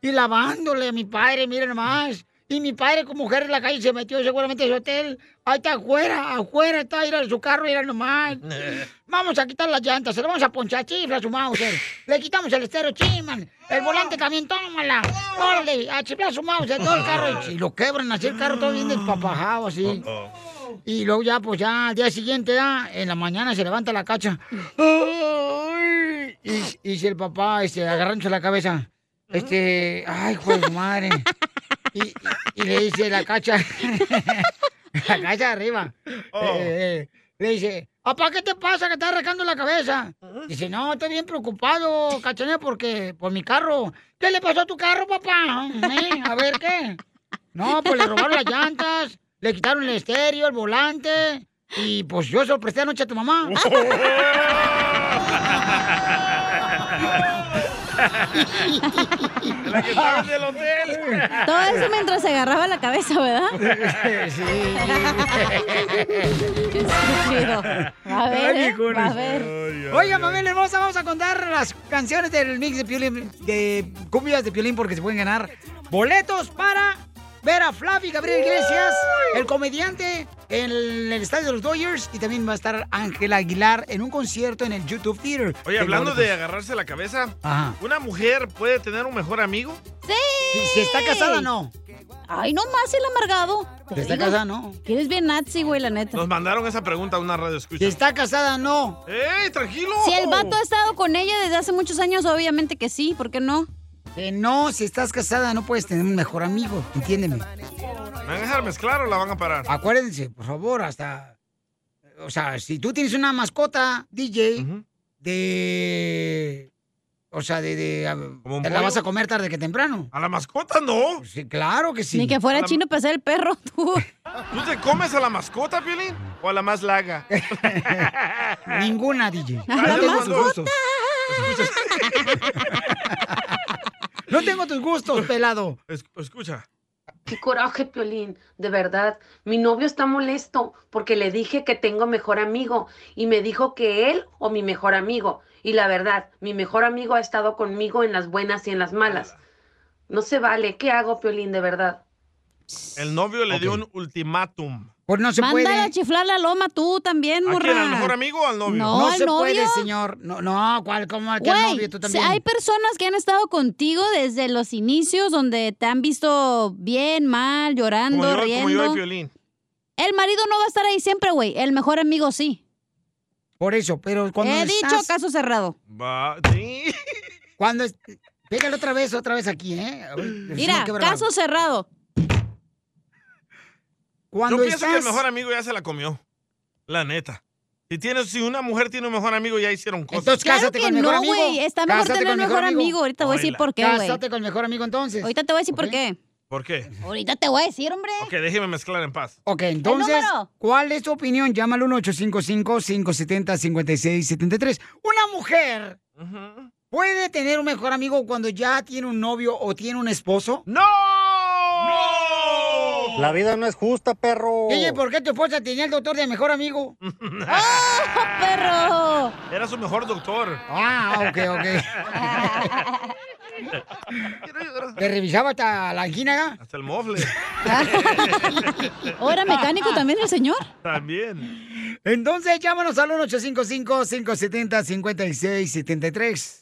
Speaker 2: Y lavándole a mi padre, miren más. Y mi padre con mujer en la calle se metió seguramente a su hotel. Ahí está afuera, afuera está, ir a su carro, ir nomás. Vamos a quitar las llantas, se le vamos a ponchar, chifla su Mauser. Le quitamos el estero, chiman. El volante también, tómala. Órale, a chiflar su Mauser, todo el carro. Y lo quebran así, el carro todo bien despapajado así. Y luego ya, pues ya, al día siguiente, ya, en la mañana se levanta la cacha. ¡Ay! Y, y si el papá, este, agarrándose la cabeza, este, ay, juez de madre. Y, y- y le dice la cacha, la cacha arriba.
Speaker 4: Oh.
Speaker 2: eh, eh, le dice, papá, ¿qué te pasa que estás arrancando la cabeza? Dice, no, estoy bien preocupado, cachanilla, porque, por mi carro. ¿Qué le pasó a tu carro, papá? ¿Eh? A ver, ¿qué? No, pues le robaron las llantas, le quitaron el estéreo, el volante, y pues yo se lo presté anoche a tu mamá.
Speaker 12: Oh.
Speaker 3: La que estaba en el hotel.
Speaker 4: Todo eso mientras se agarraba la cabeza, ¿verdad?
Speaker 2: Sí.
Speaker 4: Qué estúpido. Va a ver, eh, va a ver.
Speaker 2: Oiga, familia hermosa, vamos a contar las canciones del mix de Piolín, de cumbias de Piolín, porque se pueden ganar boletos para ver a Flavi Gabriel Iglesias, el comediante, en el estadio de los Dodgers, y también va a estar Ángela Aguilar en un concierto en el YouTube Theater.
Speaker 3: Oye,
Speaker 2: Tengo
Speaker 3: hablando de
Speaker 2: boletos.
Speaker 3: agarrarse la cabeza,
Speaker 2: Ajá.
Speaker 3: ¿una mujer puede tener un mejor amigo?
Speaker 4: ¡Sí!
Speaker 2: Si está casada, no.
Speaker 4: Ay, no más el amargado.
Speaker 3: Si está casada, no.
Speaker 4: Quieres bien nazi, güey, la neta.
Speaker 3: Nos mandaron esa pregunta a una radio escucha.
Speaker 2: está casada, no.
Speaker 3: ¡Ey, tranquilo!
Speaker 4: Si el vato ha estado con ella desde hace muchos años, obviamente que sí, ¿por qué no?
Speaker 2: Que no, si estás casada no puedes tener un mejor amigo, entiéndeme.
Speaker 3: ¿Me van a dejar mezclar o la van a parar?
Speaker 2: Acuérdense, por favor, hasta... O sea, si tú tienes una mascota, DJ, de... O sea, de... de- a-
Speaker 3: un
Speaker 2: te la
Speaker 3: pollo?
Speaker 2: vas a comer tarde que temprano. Pues
Speaker 3: ¿A la mascota no?
Speaker 2: Sí, claro que sí.
Speaker 4: Ni que fuera
Speaker 3: A la-
Speaker 4: chino para ser el perro, tú.
Speaker 3: ¿Tú te comes a la mascota, Pilín? ¿O a la más larga?
Speaker 2: Ninguna, DJ.
Speaker 3: A la
Speaker 2: No tengo tus
Speaker 3: mascota.
Speaker 2: gustos. No tengo tus gustos, pelado.
Speaker 3: Escucha.
Speaker 14: Qué coraje, Piolín, de verdad. Mi novio está molesto porque le dije que tengo mejor amigo y me dijo que él o mi mejor amigo. Y la verdad, mi mejor amigo ha estado conmigo en las buenas y en las malas. No se vale. ¿Qué hago, Piolín, de verdad?
Speaker 3: El novio le dio un ultimátum.
Speaker 2: Pues no se
Speaker 4: Mándala
Speaker 2: puede.
Speaker 4: a chiflar la loma tú también,
Speaker 3: ¿A
Speaker 4: morra.
Speaker 3: quién? ¿Al mejor amigo o al novio?
Speaker 4: No, al
Speaker 2: se
Speaker 4: novio.
Speaker 2: puede, señor. No, no, ¿cuál? ¿Cómo? ¿Qué
Speaker 4: Güey,
Speaker 2: novio? Tú
Speaker 4: si
Speaker 2: también.
Speaker 4: hay personas que han estado contigo desde los inicios, donde te han visto bien, mal, llorando,
Speaker 3: Como yo, como yo
Speaker 4: riendo.
Speaker 3: y Piolín.
Speaker 4: el marido no va a estar ahí siempre, güey. El mejor amigo sí.
Speaker 2: Por eso, pero cuando
Speaker 4: He
Speaker 2: estás...
Speaker 4: dicho caso cerrado.
Speaker 3: Va, sí.
Speaker 2: Cuando es... Pégale otra vez, otra vez aquí, ¿eh? A ver,
Speaker 4: Mira,
Speaker 2: decime qué bravo.
Speaker 4: caso cerrado.
Speaker 2: Cuando
Speaker 3: Yo pienso que el
Speaker 2: estás-
Speaker 3: mejor amigo ya se la comió. La neta. Si, tienes, si una mujer tiene un mejor amigo, ya hicieron cosas.
Speaker 2: Entonces,
Speaker 4: Claro que no, güey. Está mejor tener un mejor amigo. Ahorita voy a decir
Speaker 3: Oíla.
Speaker 4: por qué, güey.
Speaker 2: Cásate con el mejor amigo entonces.
Speaker 4: Ahorita te voy a decir por qué.
Speaker 3: ¿Por qué?
Speaker 4: Ahorita te voy a decir, hombre.
Speaker 3: Ok, déjeme mezclar en paz.
Speaker 2: Ok, entonces,
Speaker 4: número?
Speaker 2: ¿cuál es tu opinión? Llama al 1-855-570-5673. Una mujer puede tener un mejor amigo cuando ya tiene un novio o tiene un esposo.
Speaker 3: ¡No! ¡No!
Speaker 15: La vida no es justa, perro.
Speaker 2: Oye, ¿por qué tu esposa tenía el doctor de mejor amigo?
Speaker 4: perro! ¡Ah,
Speaker 3: Era su mejor doctor.
Speaker 2: Ah, ok, ok. Le revisaba hasta la angina. ah?
Speaker 3: Hasta el mofle.
Speaker 4: ¿O era mecánico también el señor?
Speaker 3: También.
Speaker 2: Entonces, llámanos al 1-855-570-5673.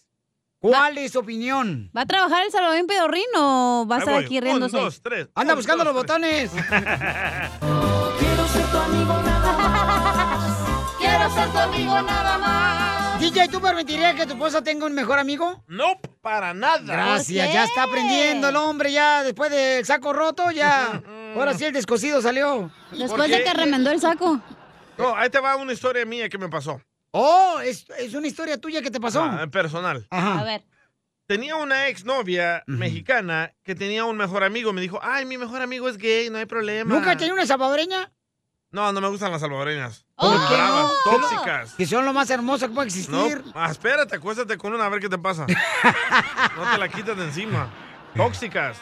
Speaker 2: ¿Cuál es tu opinión?
Speaker 4: ¿Va a trabajar el Salvador Pedorrín o va a
Speaker 2: Ahí
Speaker 4: estar
Speaker 2: voy.
Speaker 4: aquí riéndose?
Speaker 2: Un, dos, tres. Anda Un, buscando dos, los tres.
Speaker 15: Quiero ser tu amigo nada más. Quiero ser tu amigo nada más.
Speaker 2: DJ, ¿tú permitirías que tu esposa tenga un mejor amigo?
Speaker 3: No, para nada.
Speaker 2: Gracias,
Speaker 3: ¿Por qué?
Speaker 2: ya está aprendiendo el hombre, ya después del saco roto, ya. Ahora sí el descosido salió.
Speaker 3: Después de que remendó
Speaker 4: el saco.
Speaker 3: No, ahí te va una historia mía que me pasó.
Speaker 2: Oh, es, es una historia tuya que te pasó.
Speaker 3: Ah, personal.
Speaker 2: Ajá.
Speaker 4: A ver.
Speaker 3: Tenía una exnovia mexicana que tenía un mejor amigo. Me dijo, ay, mi mejor amigo es gay, no hay problema.
Speaker 2: ¿Nunca has tenido una salvadoreña?
Speaker 3: No, no me gustan las salvadoreñas.
Speaker 2: ¿Por
Speaker 3: Son
Speaker 2: qué
Speaker 3: bravas,
Speaker 2: no?
Speaker 3: Tóxicas.
Speaker 2: Que son lo más hermoso que puede
Speaker 3: No,
Speaker 2: existir.
Speaker 3: ah, espérate, acuéstate con una a ver qué te pasa. No te la quitas de encima. Tóxicas.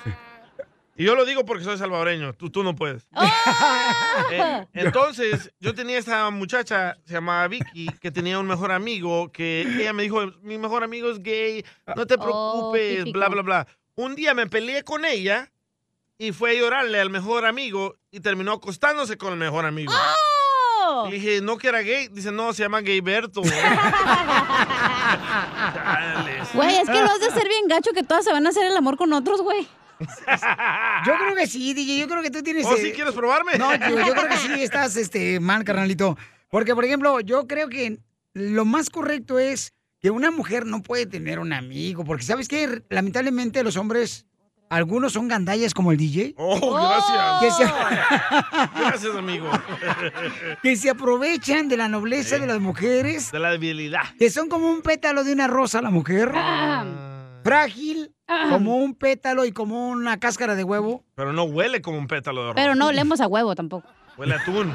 Speaker 3: Y yo lo digo porque soy salvadoreño. Tú, tú no puedes. Eh, entonces, yo tenía esta muchacha, se llamaba Vicky, que tenía un mejor amigo, que ella me dijo, mi mejor amigo es gay,
Speaker 4: Ah,
Speaker 3: no te
Speaker 15: Oh,
Speaker 3: preocupes,
Speaker 15: típico.
Speaker 3: bla, bla, bla. Un día me peleé con ella y fue a llorarle al mejor amigo y terminó acostándose con el mejor amigo.
Speaker 4: ¡Oh!
Speaker 3: Le dije, no que era gay. Dice, no, se llama Gayberto. Chales.
Speaker 4: Güey, es que lo has de hacer bien gacho que todas se van a hacer el amor con otros, güey.
Speaker 2: Yo creo que sí, DJ, yo creo que tú tienes...
Speaker 3: ¿Oh,
Speaker 2: eh,
Speaker 3: sí quieres probarme?
Speaker 2: No, yo, yo creo que sí estás este, mal, carnalito. Porque, por ejemplo, yo creo que lo más correcto es que una mujer no puede tener un amigo. Porque, ¿sabes qué? Lamentablemente, los hombres, algunos son gandallas como el DJ.
Speaker 3: Oh, gracias.
Speaker 2: Que se,
Speaker 3: Gracias, amigo.
Speaker 2: que se aprovechan de la nobleza de las mujeres.
Speaker 3: De la debilidad.
Speaker 2: Que son como un pétalo de una rosa la mujer.
Speaker 4: Ah.
Speaker 2: Frágil, como un pétalo y como una cáscara de huevo.
Speaker 3: Pero no huele como un pétalo de rosa.
Speaker 4: Pero no olemos a huevo tampoco.
Speaker 3: Huele a atún.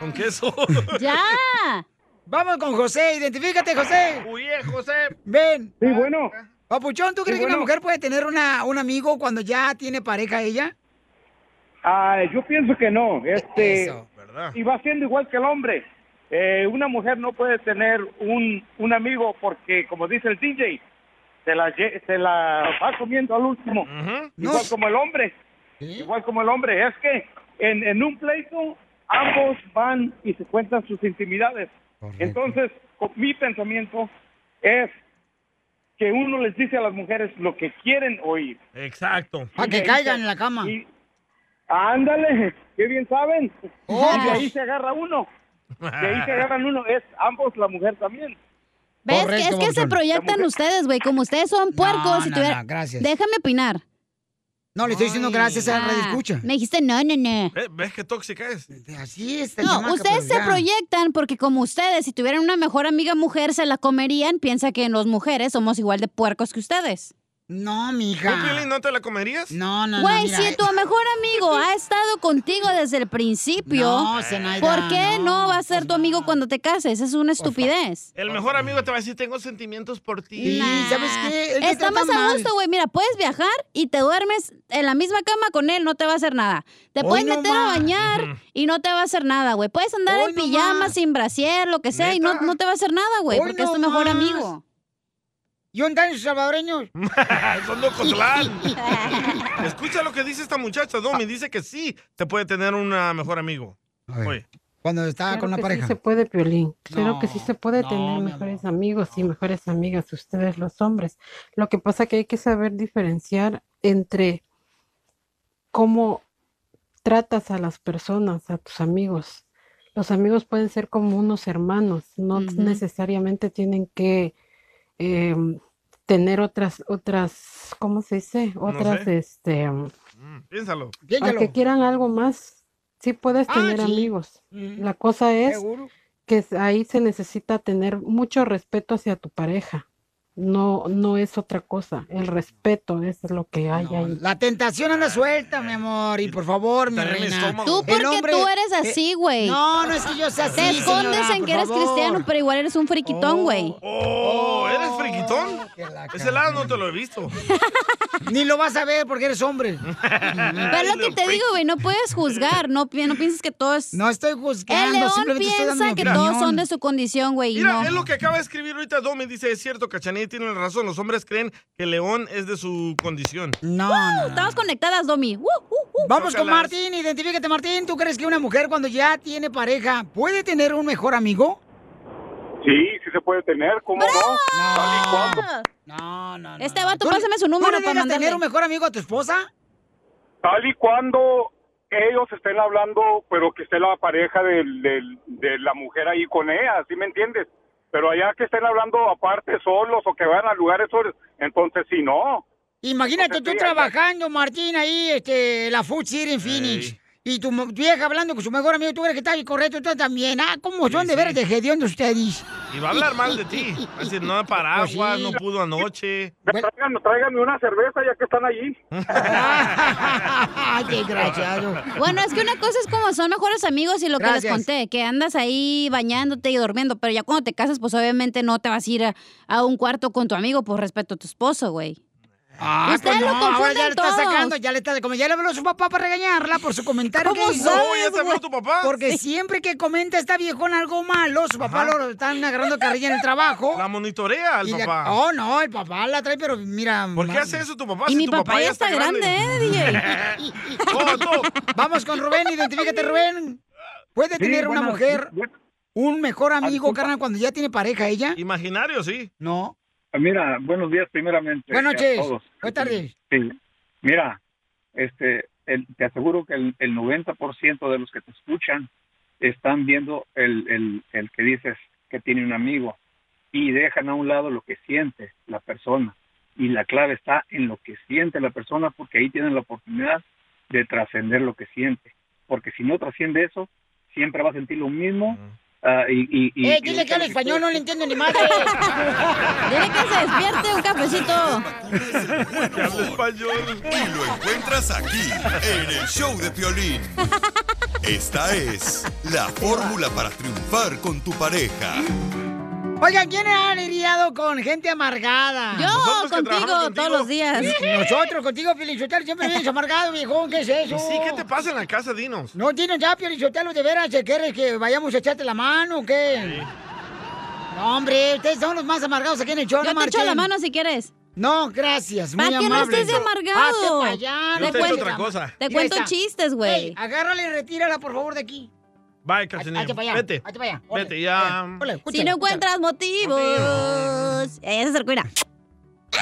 Speaker 3: Con queso.
Speaker 4: ¡Ya!
Speaker 2: Vamos con José, identifícate, José.
Speaker 3: Huye, José.
Speaker 2: Ven.
Speaker 16: Sí, bueno.
Speaker 2: Papuchón, ¿tú
Speaker 16: Sí,
Speaker 2: crees que una
Speaker 16: bueno.
Speaker 2: mujer puede tener una, un amigo cuando ya tiene pareja ella?
Speaker 16: Ah, yo pienso que no. Este,
Speaker 2: Eso.
Speaker 16: Y va siendo igual que el hombre. Eh, una mujer no puede tener un, un amigo porque, como dice el DJ, se la, lle- se la va comiendo al último. Igual como el hombre. Igual como el hombre. Es que en, en un pleito ambos van y se cuentan sus intimidades. Entonces, co- mi pensamiento es que uno les dice a las mujeres lo que quieren oír.
Speaker 3: Exacto.
Speaker 2: Para que caigan en la cama.
Speaker 16: Ándale, qué bien saben.
Speaker 2: Oh,
Speaker 16: y de ahí
Speaker 2: pues.
Speaker 16: se agarra uno. De ahí se agarran uno. Es ambos, la mujer también.
Speaker 4: ¿Ves?
Speaker 16: Correcto,
Speaker 4: es que se
Speaker 16: Papuchón.
Speaker 4: proyectan ustedes, güey. Como ustedes son puercos, si
Speaker 2: no,
Speaker 4: tuviera-
Speaker 2: no, gracias.
Speaker 4: Déjame opinar. Ah,
Speaker 2: No, le estoy diciendo gracias a la radio escucha.
Speaker 4: Me dijiste no, no, no.
Speaker 3: ¿Ves, Eh, ves qué tóxica es?
Speaker 2: Así es.
Speaker 4: No, ustedes se proyectan porque como ustedes, si tuvieran una mejor amiga mujer, se la comerían. Piensa que las mujeres somos igual de puercos que ustedes.
Speaker 2: No,
Speaker 3: ¿Tú, Piolín, no te la comerías?
Speaker 2: No, eh.
Speaker 4: Güey, si tu mejor amigo ha estado contigo desde el principio,
Speaker 3: No, Zenaida,
Speaker 4: ¿por qué no, va a
Speaker 2: pues
Speaker 4: ser tu amigo cuando te cases? Es una estupidez.
Speaker 3: El mejor amigo te va a decir, tengo sentimientos por ti.
Speaker 4: Nah. Está más a gusto, güey. Mira, puedes viajar y te duermes en la misma cama con él, no te va a hacer nada. Te
Speaker 2: Hoy
Speaker 4: puedes
Speaker 2: no
Speaker 4: meter a
Speaker 2: más.
Speaker 4: bañar y no te va a hacer nada, güey. Puedes andar en pijama, sin brasier, lo que sea, y no, no te va a hacer nada, güey,
Speaker 2: Hoy
Speaker 4: porque es
Speaker 2: no
Speaker 4: tu mejor
Speaker 2: más.
Speaker 4: amigo.
Speaker 2: ¿Y dónde están los salvadoreños?
Speaker 3: Son de Ocotlán. Escucha lo que dice esta muchacha, Domi. Dice que sí te puede tener un ah, mejor amigo. Oye.
Speaker 2: Cuando está
Speaker 17: Claro
Speaker 2: con la
Speaker 17: que
Speaker 2: pareja.
Speaker 17: Sí se puede, Piolín. Claro que sí
Speaker 2: No,
Speaker 17: se puede
Speaker 2: no,
Speaker 17: tener
Speaker 2: mi
Speaker 17: mejores amigos y mejores amigas ustedes los hombres. Lo que pasa que hay que saber diferenciar entre cómo tratas a las personas, a tus amigos. Los amigos pueden ser como unos hermanos, no
Speaker 18: Ujú.
Speaker 17: necesariamente tienen que em, tener otras, otras, ¿cómo se dice? Otras,
Speaker 18: sé.
Speaker 17: este, em,
Speaker 3: mm, Piénsalo.
Speaker 17: aunque quieran algo más, sí puedes
Speaker 18: Ah,
Speaker 17: tener
Speaker 18: sí. Mm,
Speaker 17: amigos. La cosa es
Speaker 18: Seguro.
Speaker 17: que s- ahí se necesita tener mucho respeto hacia tu pareja. No, no es otra cosa. El respeto es lo que hay ahí.
Speaker 2: La tentación anda suelta, mi amor. Y por favor, mi
Speaker 17: También el
Speaker 2: reina.
Speaker 17: estómago. Tú
Speaker 2: El
Speaker 4: Porque
Speaker 2: hombre-
Speaker 4: tú eres
Speaker 2: eh,
Speaker 4: así, güey.
Speaker 2: no, no es que yo sea así.
Speaker 4: Te escondes
Speaker 2: señora,
Speaker 4: en
Speaker 2: por
Speaker 4: que eres
Speaker 2: favor.
Speaker 4: cristiano, pero igual eres un friquitón, güey.
Speaker 3: Oh, ¿eres friquitón? Ese lado no te lo he visto.
Speaker 2: Ni lo vas a ver porque eres hombre.
Speaker 4: Pero es lo que te digo, güey, no puedes juzgar, no, pi- no pienses que todo es...
Speaker 2: No estoy
Speaker 4: El
Speaker 2: juzgando,
Speaker 4: león
Speaker 2: simplemente estoy dando
Speaker 4: piensa
Speaker 2: mi
Speaker 4: que
Speaker 2: opinión.
Speaker 4: todos son de su condición, güey, y
Speaker 3: Mira,
Speaker 4: no.
Speaker 3: es lo que acaba de escribir ahorita Domi. Dice, es cierto, Cachanilla ahí tienen razón. Los hombres creen que León es de su condición.
Speaker 2: No.
Speaker 4: Uh, Estamos conectadas, Domi. Uh, uh,
Speaker 2: uh. Vamos con
Speaker 3: Chócalas.
Speaker 2: Martín, identifícate Martín. ¿Tú crees que una mujer cuando ya tiene pareja puede tener un mejor amigo?
Speaker 18: Sí, sí se puede tener, ¿cómo no? Tal y cual.
Speaker 4: No, no, no. Este vato,
Speaker 2: ¿Tú le-
Speaker 4: pásame su
Speaker 2: tú le
Speaker 4: número para
Speaker 2: dejas
Speaker 4: mandarle.
Speaker 2: tener un mejor amigo a tu esposa?
Speaker 18: Tal y cuando ellos estén hablando, pero que esté la pareja del- del- de la mujer ahí con ella, ¿sí me entiendes? Pero allá que estén hablando aparte solos o que vayan a lugares solos, entonces sí, no.
Speaker 2: Imagínate tú
Speaker 18: sí, allá-
Speaker 2: trabajando, Martín, ahí, este, la Food City en Phoenix. Y tu mo- vieja hablando con su mejor amigo, tú crees que está correcto, tú también. Ah, ¿cómo son de veras de hediondo ustedes?
Speaker 3: Y va a hablar mal de ti. Va a decir, no,
Speaker 2: Pues
Speaker 3: paraguas, no pudo anoche.
Speaker 18: Tráiganme, tráiganme una cerveza ya que están allí.
Speaker 2: Ay, desgraciado.
Speaker 4: Bueno, es que una cosa es como son mejores amigos y lo que
Speaker 2: Gracias.
Speaker 4: les conté, que andas ahí bañándote y durmiendo, pero ya cuando te casas, pues obviamente no te vas a ir a, a un cuarto con tu amigo por respeto a tu esposo, güey.
Speaker 2: Ah,
Speaker 4: Ustedes
Speaker 2: pues no,
Speaker 4: lo
Speaker 2: ahora ya
Speaker 4: confunden
Speaker 2: le está
Speaker 4: todos.
Speaker 2: sacando, ya le está, como ya le habló su papá para regañarla por su comentario.
Speaker 4: ¿Cómo
Speaker 2: que hizo.
Speaker 4: sabes, No, ya te habló
Speaker 2: güey.
Speaker 4: tu papá.
Speaker 2: Porque
Speaker 4: Sí.
Speaker 2: siempre que comenta esta viejona algo malo, su papá lo están agarrando carrilla en el trabajo.
Speaker 3: La monitorea al
Speaker 2: Y la-
Speaker 3: papá.
Speaker 2: oh, no, el papá la trae, pero mira.
Speaker 3: ¿Por qué
Speaker 2: ma-
Speaker 3: hace eso tu papá? si tu
Speaker 4: eh,
Speaker 2: Vamos con Rubén, identifícate, Rubén. ¿Puede
Speaker 3: Sí,
Speaker 2: tener una
Speaker 3: bueno,
Speaker 2: mujer un mejor amigo, carnal, cuando ya tiene pareja ella?
Speaker 3: Imaginario, sí.
Speaker 2: No.
Speaker 18: Mira, buenos días primeramente.
Speaker 2: Buenas
Speaker 18: a
Speaker 2: noches.
Speaker 18: todos.
Speaker 2: Buenas tardes.
Speaker 18: Sí. Mira, este, el- te aseguro que el, el 90% de los que te escuchan están viendo el, el- el que dices que tiene un amigo y dejan a un lado lo que siente la persona. Y la clave está en lo que siente la persona porque ahí tienen la oportunidad de trascender lo que siente. Porque si no trasciende eso, siempre va a sentir lo mismo. ah, y, y- y-
Speaker 2: eh,
Speaker 18: y
Speaker 2: dile que
Speaker 18: ahorita
Speaker 2: al
Speaker 18: lo
Speaker 2: español no le entiendo ni madre.
Speaker 4: Dile que se despierte un cafecito.
Speaker 5: Y lo encuentras aquí, en el show de Piolín. Esta es la fórmula para triunfar con tu pareja.
Speaker 2: Oigan, ¿quién ha lidiado con gente amargada?
Speaker 4: Yo, Nosotros que contigo, trabajamos todos contigo. los días.
Speaker 2: Nosotros contigo, Felicitelo, siempre vienes amargado, viejón, ¿qué es eso?
Speaker 3: Sí, ¿qué te pasa en la casa, Dinos?
Speaker 2: No tienes ya, Felicitelo, de veras, ¿se quieres que vayamos a echarte la mano o qué? No, hombre, ustedes son los más amargados aquí en el show,
Speaker 4: Yo
Speaker 2: no
Speaker 4: te echo
Speaker 2: marchen.
Speaker 4: la mano si quieres.
Speaker 2: No, gracias, muy
Speaker 4: ¿Para qué no
Speaker 2: amable.
Speaker 4: estés de
Speaker 2: Hazte
Speaker 4: amargado?
Speaker 2: pa' allá,
Speaker 3: Yo
Speaker 2: no
Speaker 3: te echo
Speaker 2: cuentes.
Speaker 3: otra cosa.
Speaker 4: Te
Speaker 2: Mira,
Speaker 4: cuento
Speaker 2: ahí está.
Speaker 4: chistes, güey.
Speaker 2: Ey, agárrala y retírala, por favor, de aquí.
Speaker 3: Bye,
Speaker 2: Hazte
Speaker 3: Cachanilla.
Speaker 2: para allá.
Speaker 3: Vete.
Speaker 2: Hazte para allá. Órale,
Speaker 3: Vete ya.
Speaker 2: órale,
Speaker 4: si
Speaker 2: escúchala,
Speaker 4: no
Speaker 2: escúchala.
Speaker 4: encuentras motivos. Ella se acercó, mira.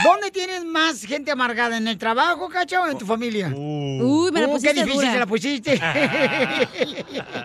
Speaker 2: ¿Dónde tienes más gente amargada? ¿En el trabajo, cacha, o en tu familia? Uh,
Speaker 4: Uy, me la pusiste
Speaker 2: qué difícil
Speaker 4: dura.
Speaker 2: se la pusiste.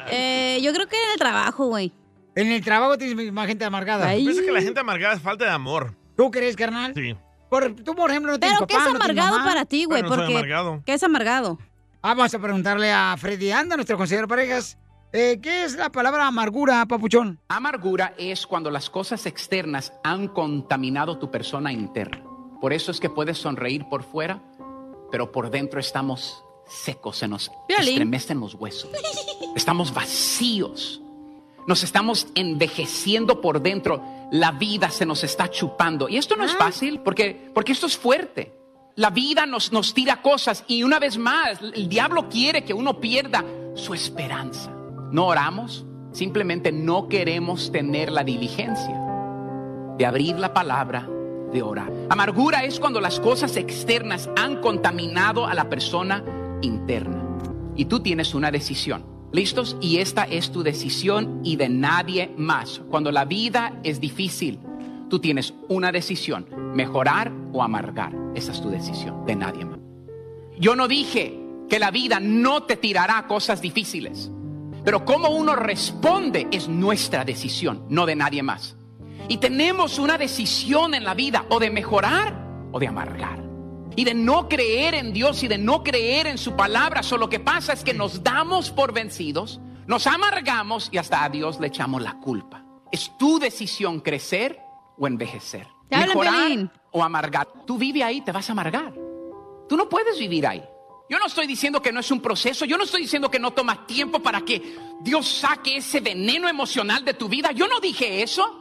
Speaker 4: Eh, yo creo que en el trabajo, güey.
Speaker 2: en el trabajo tienes más gente amargada.
Speaker 3: Yo Pienso que la gente amargada es falta de amor.
Speaker 2: ¿Tú crees, carnal?
Speaker 3: Sí.
Speaker 2: Por- tú, por ejemplo, no tienes
Speaker 4: Pero ¿qué
Speaker 2: papá,
Speaker 4: es
Speaker 2: no tienes
Speaker 4: amargado
Speaker 2: mamá.
Speaker 4: para ti, güey?
Speaker 3: Pero no soy
Speaker 4: Porque
Speaker 3: amargado.
Speaker 4: ¿Qué es amargado?
Speaker 2: Ah, vamos a preguntarle a Freddy Anda, nuestro consejero de parejas. eh, ¿Qué es la palabra amargura, papuchón?
Speaker 19: Amargura es cuando las cosas externas han contaminado tu persona interna. Por eso es que puedes sonreír por fuera, pero por dentro estamos secos, se nos estremecen los huesos. Estamos vacíos. Nos estamos envejeciendo por dentro. La vida se nos está chupando. Y esto no
Speaker 2: Ah.
Speaker 19: es fácil porque, porque esto es fuerte. La vida nos, nos tira cosas y una vez más, el diablo quiere que uno pierda su esperanza. No oramos, simplemente no queremos tener la diligencia de abrir la palabra, de orar. Amargura es cuando las cosas externas han contaminado a la persona interna. Y tú tienes una decisión. ¿Listos? Y esta es tu decisión y de nadie más. Cuando la vida es difícil, tú tienes una decisión. Mejorar o amargar. Esa es tu decisión, de nadie más. Yo no dije que la vida no te tirará cosas difíciles. Pero cómo uno responde es nuestra decisión, no de nadie más. Y tenemos una decisión en la vida, o de mejorar o de amargar. Y de no creer en Dios y de no creer en su palabra. Solo lo que pasa es que nos damos por vencidos, nos amargamos y hasta a Dios le echamos la culpa. Es tu decisión crecer o envejecer.
Speaker 4: Te hablan,
Speaker 19: Mejorar
Speaker 4: Piolín.
Speaker 19: o amargar. Tú vive ahí, te vas a amargar. Tú no puedes vivir ahí. Yo no estoy diciendo que no es un proceso, yo no estoy diciendo que no tomas tiempo para que Dios saque ese veneno emocional de tu vida. Yo no dije eso.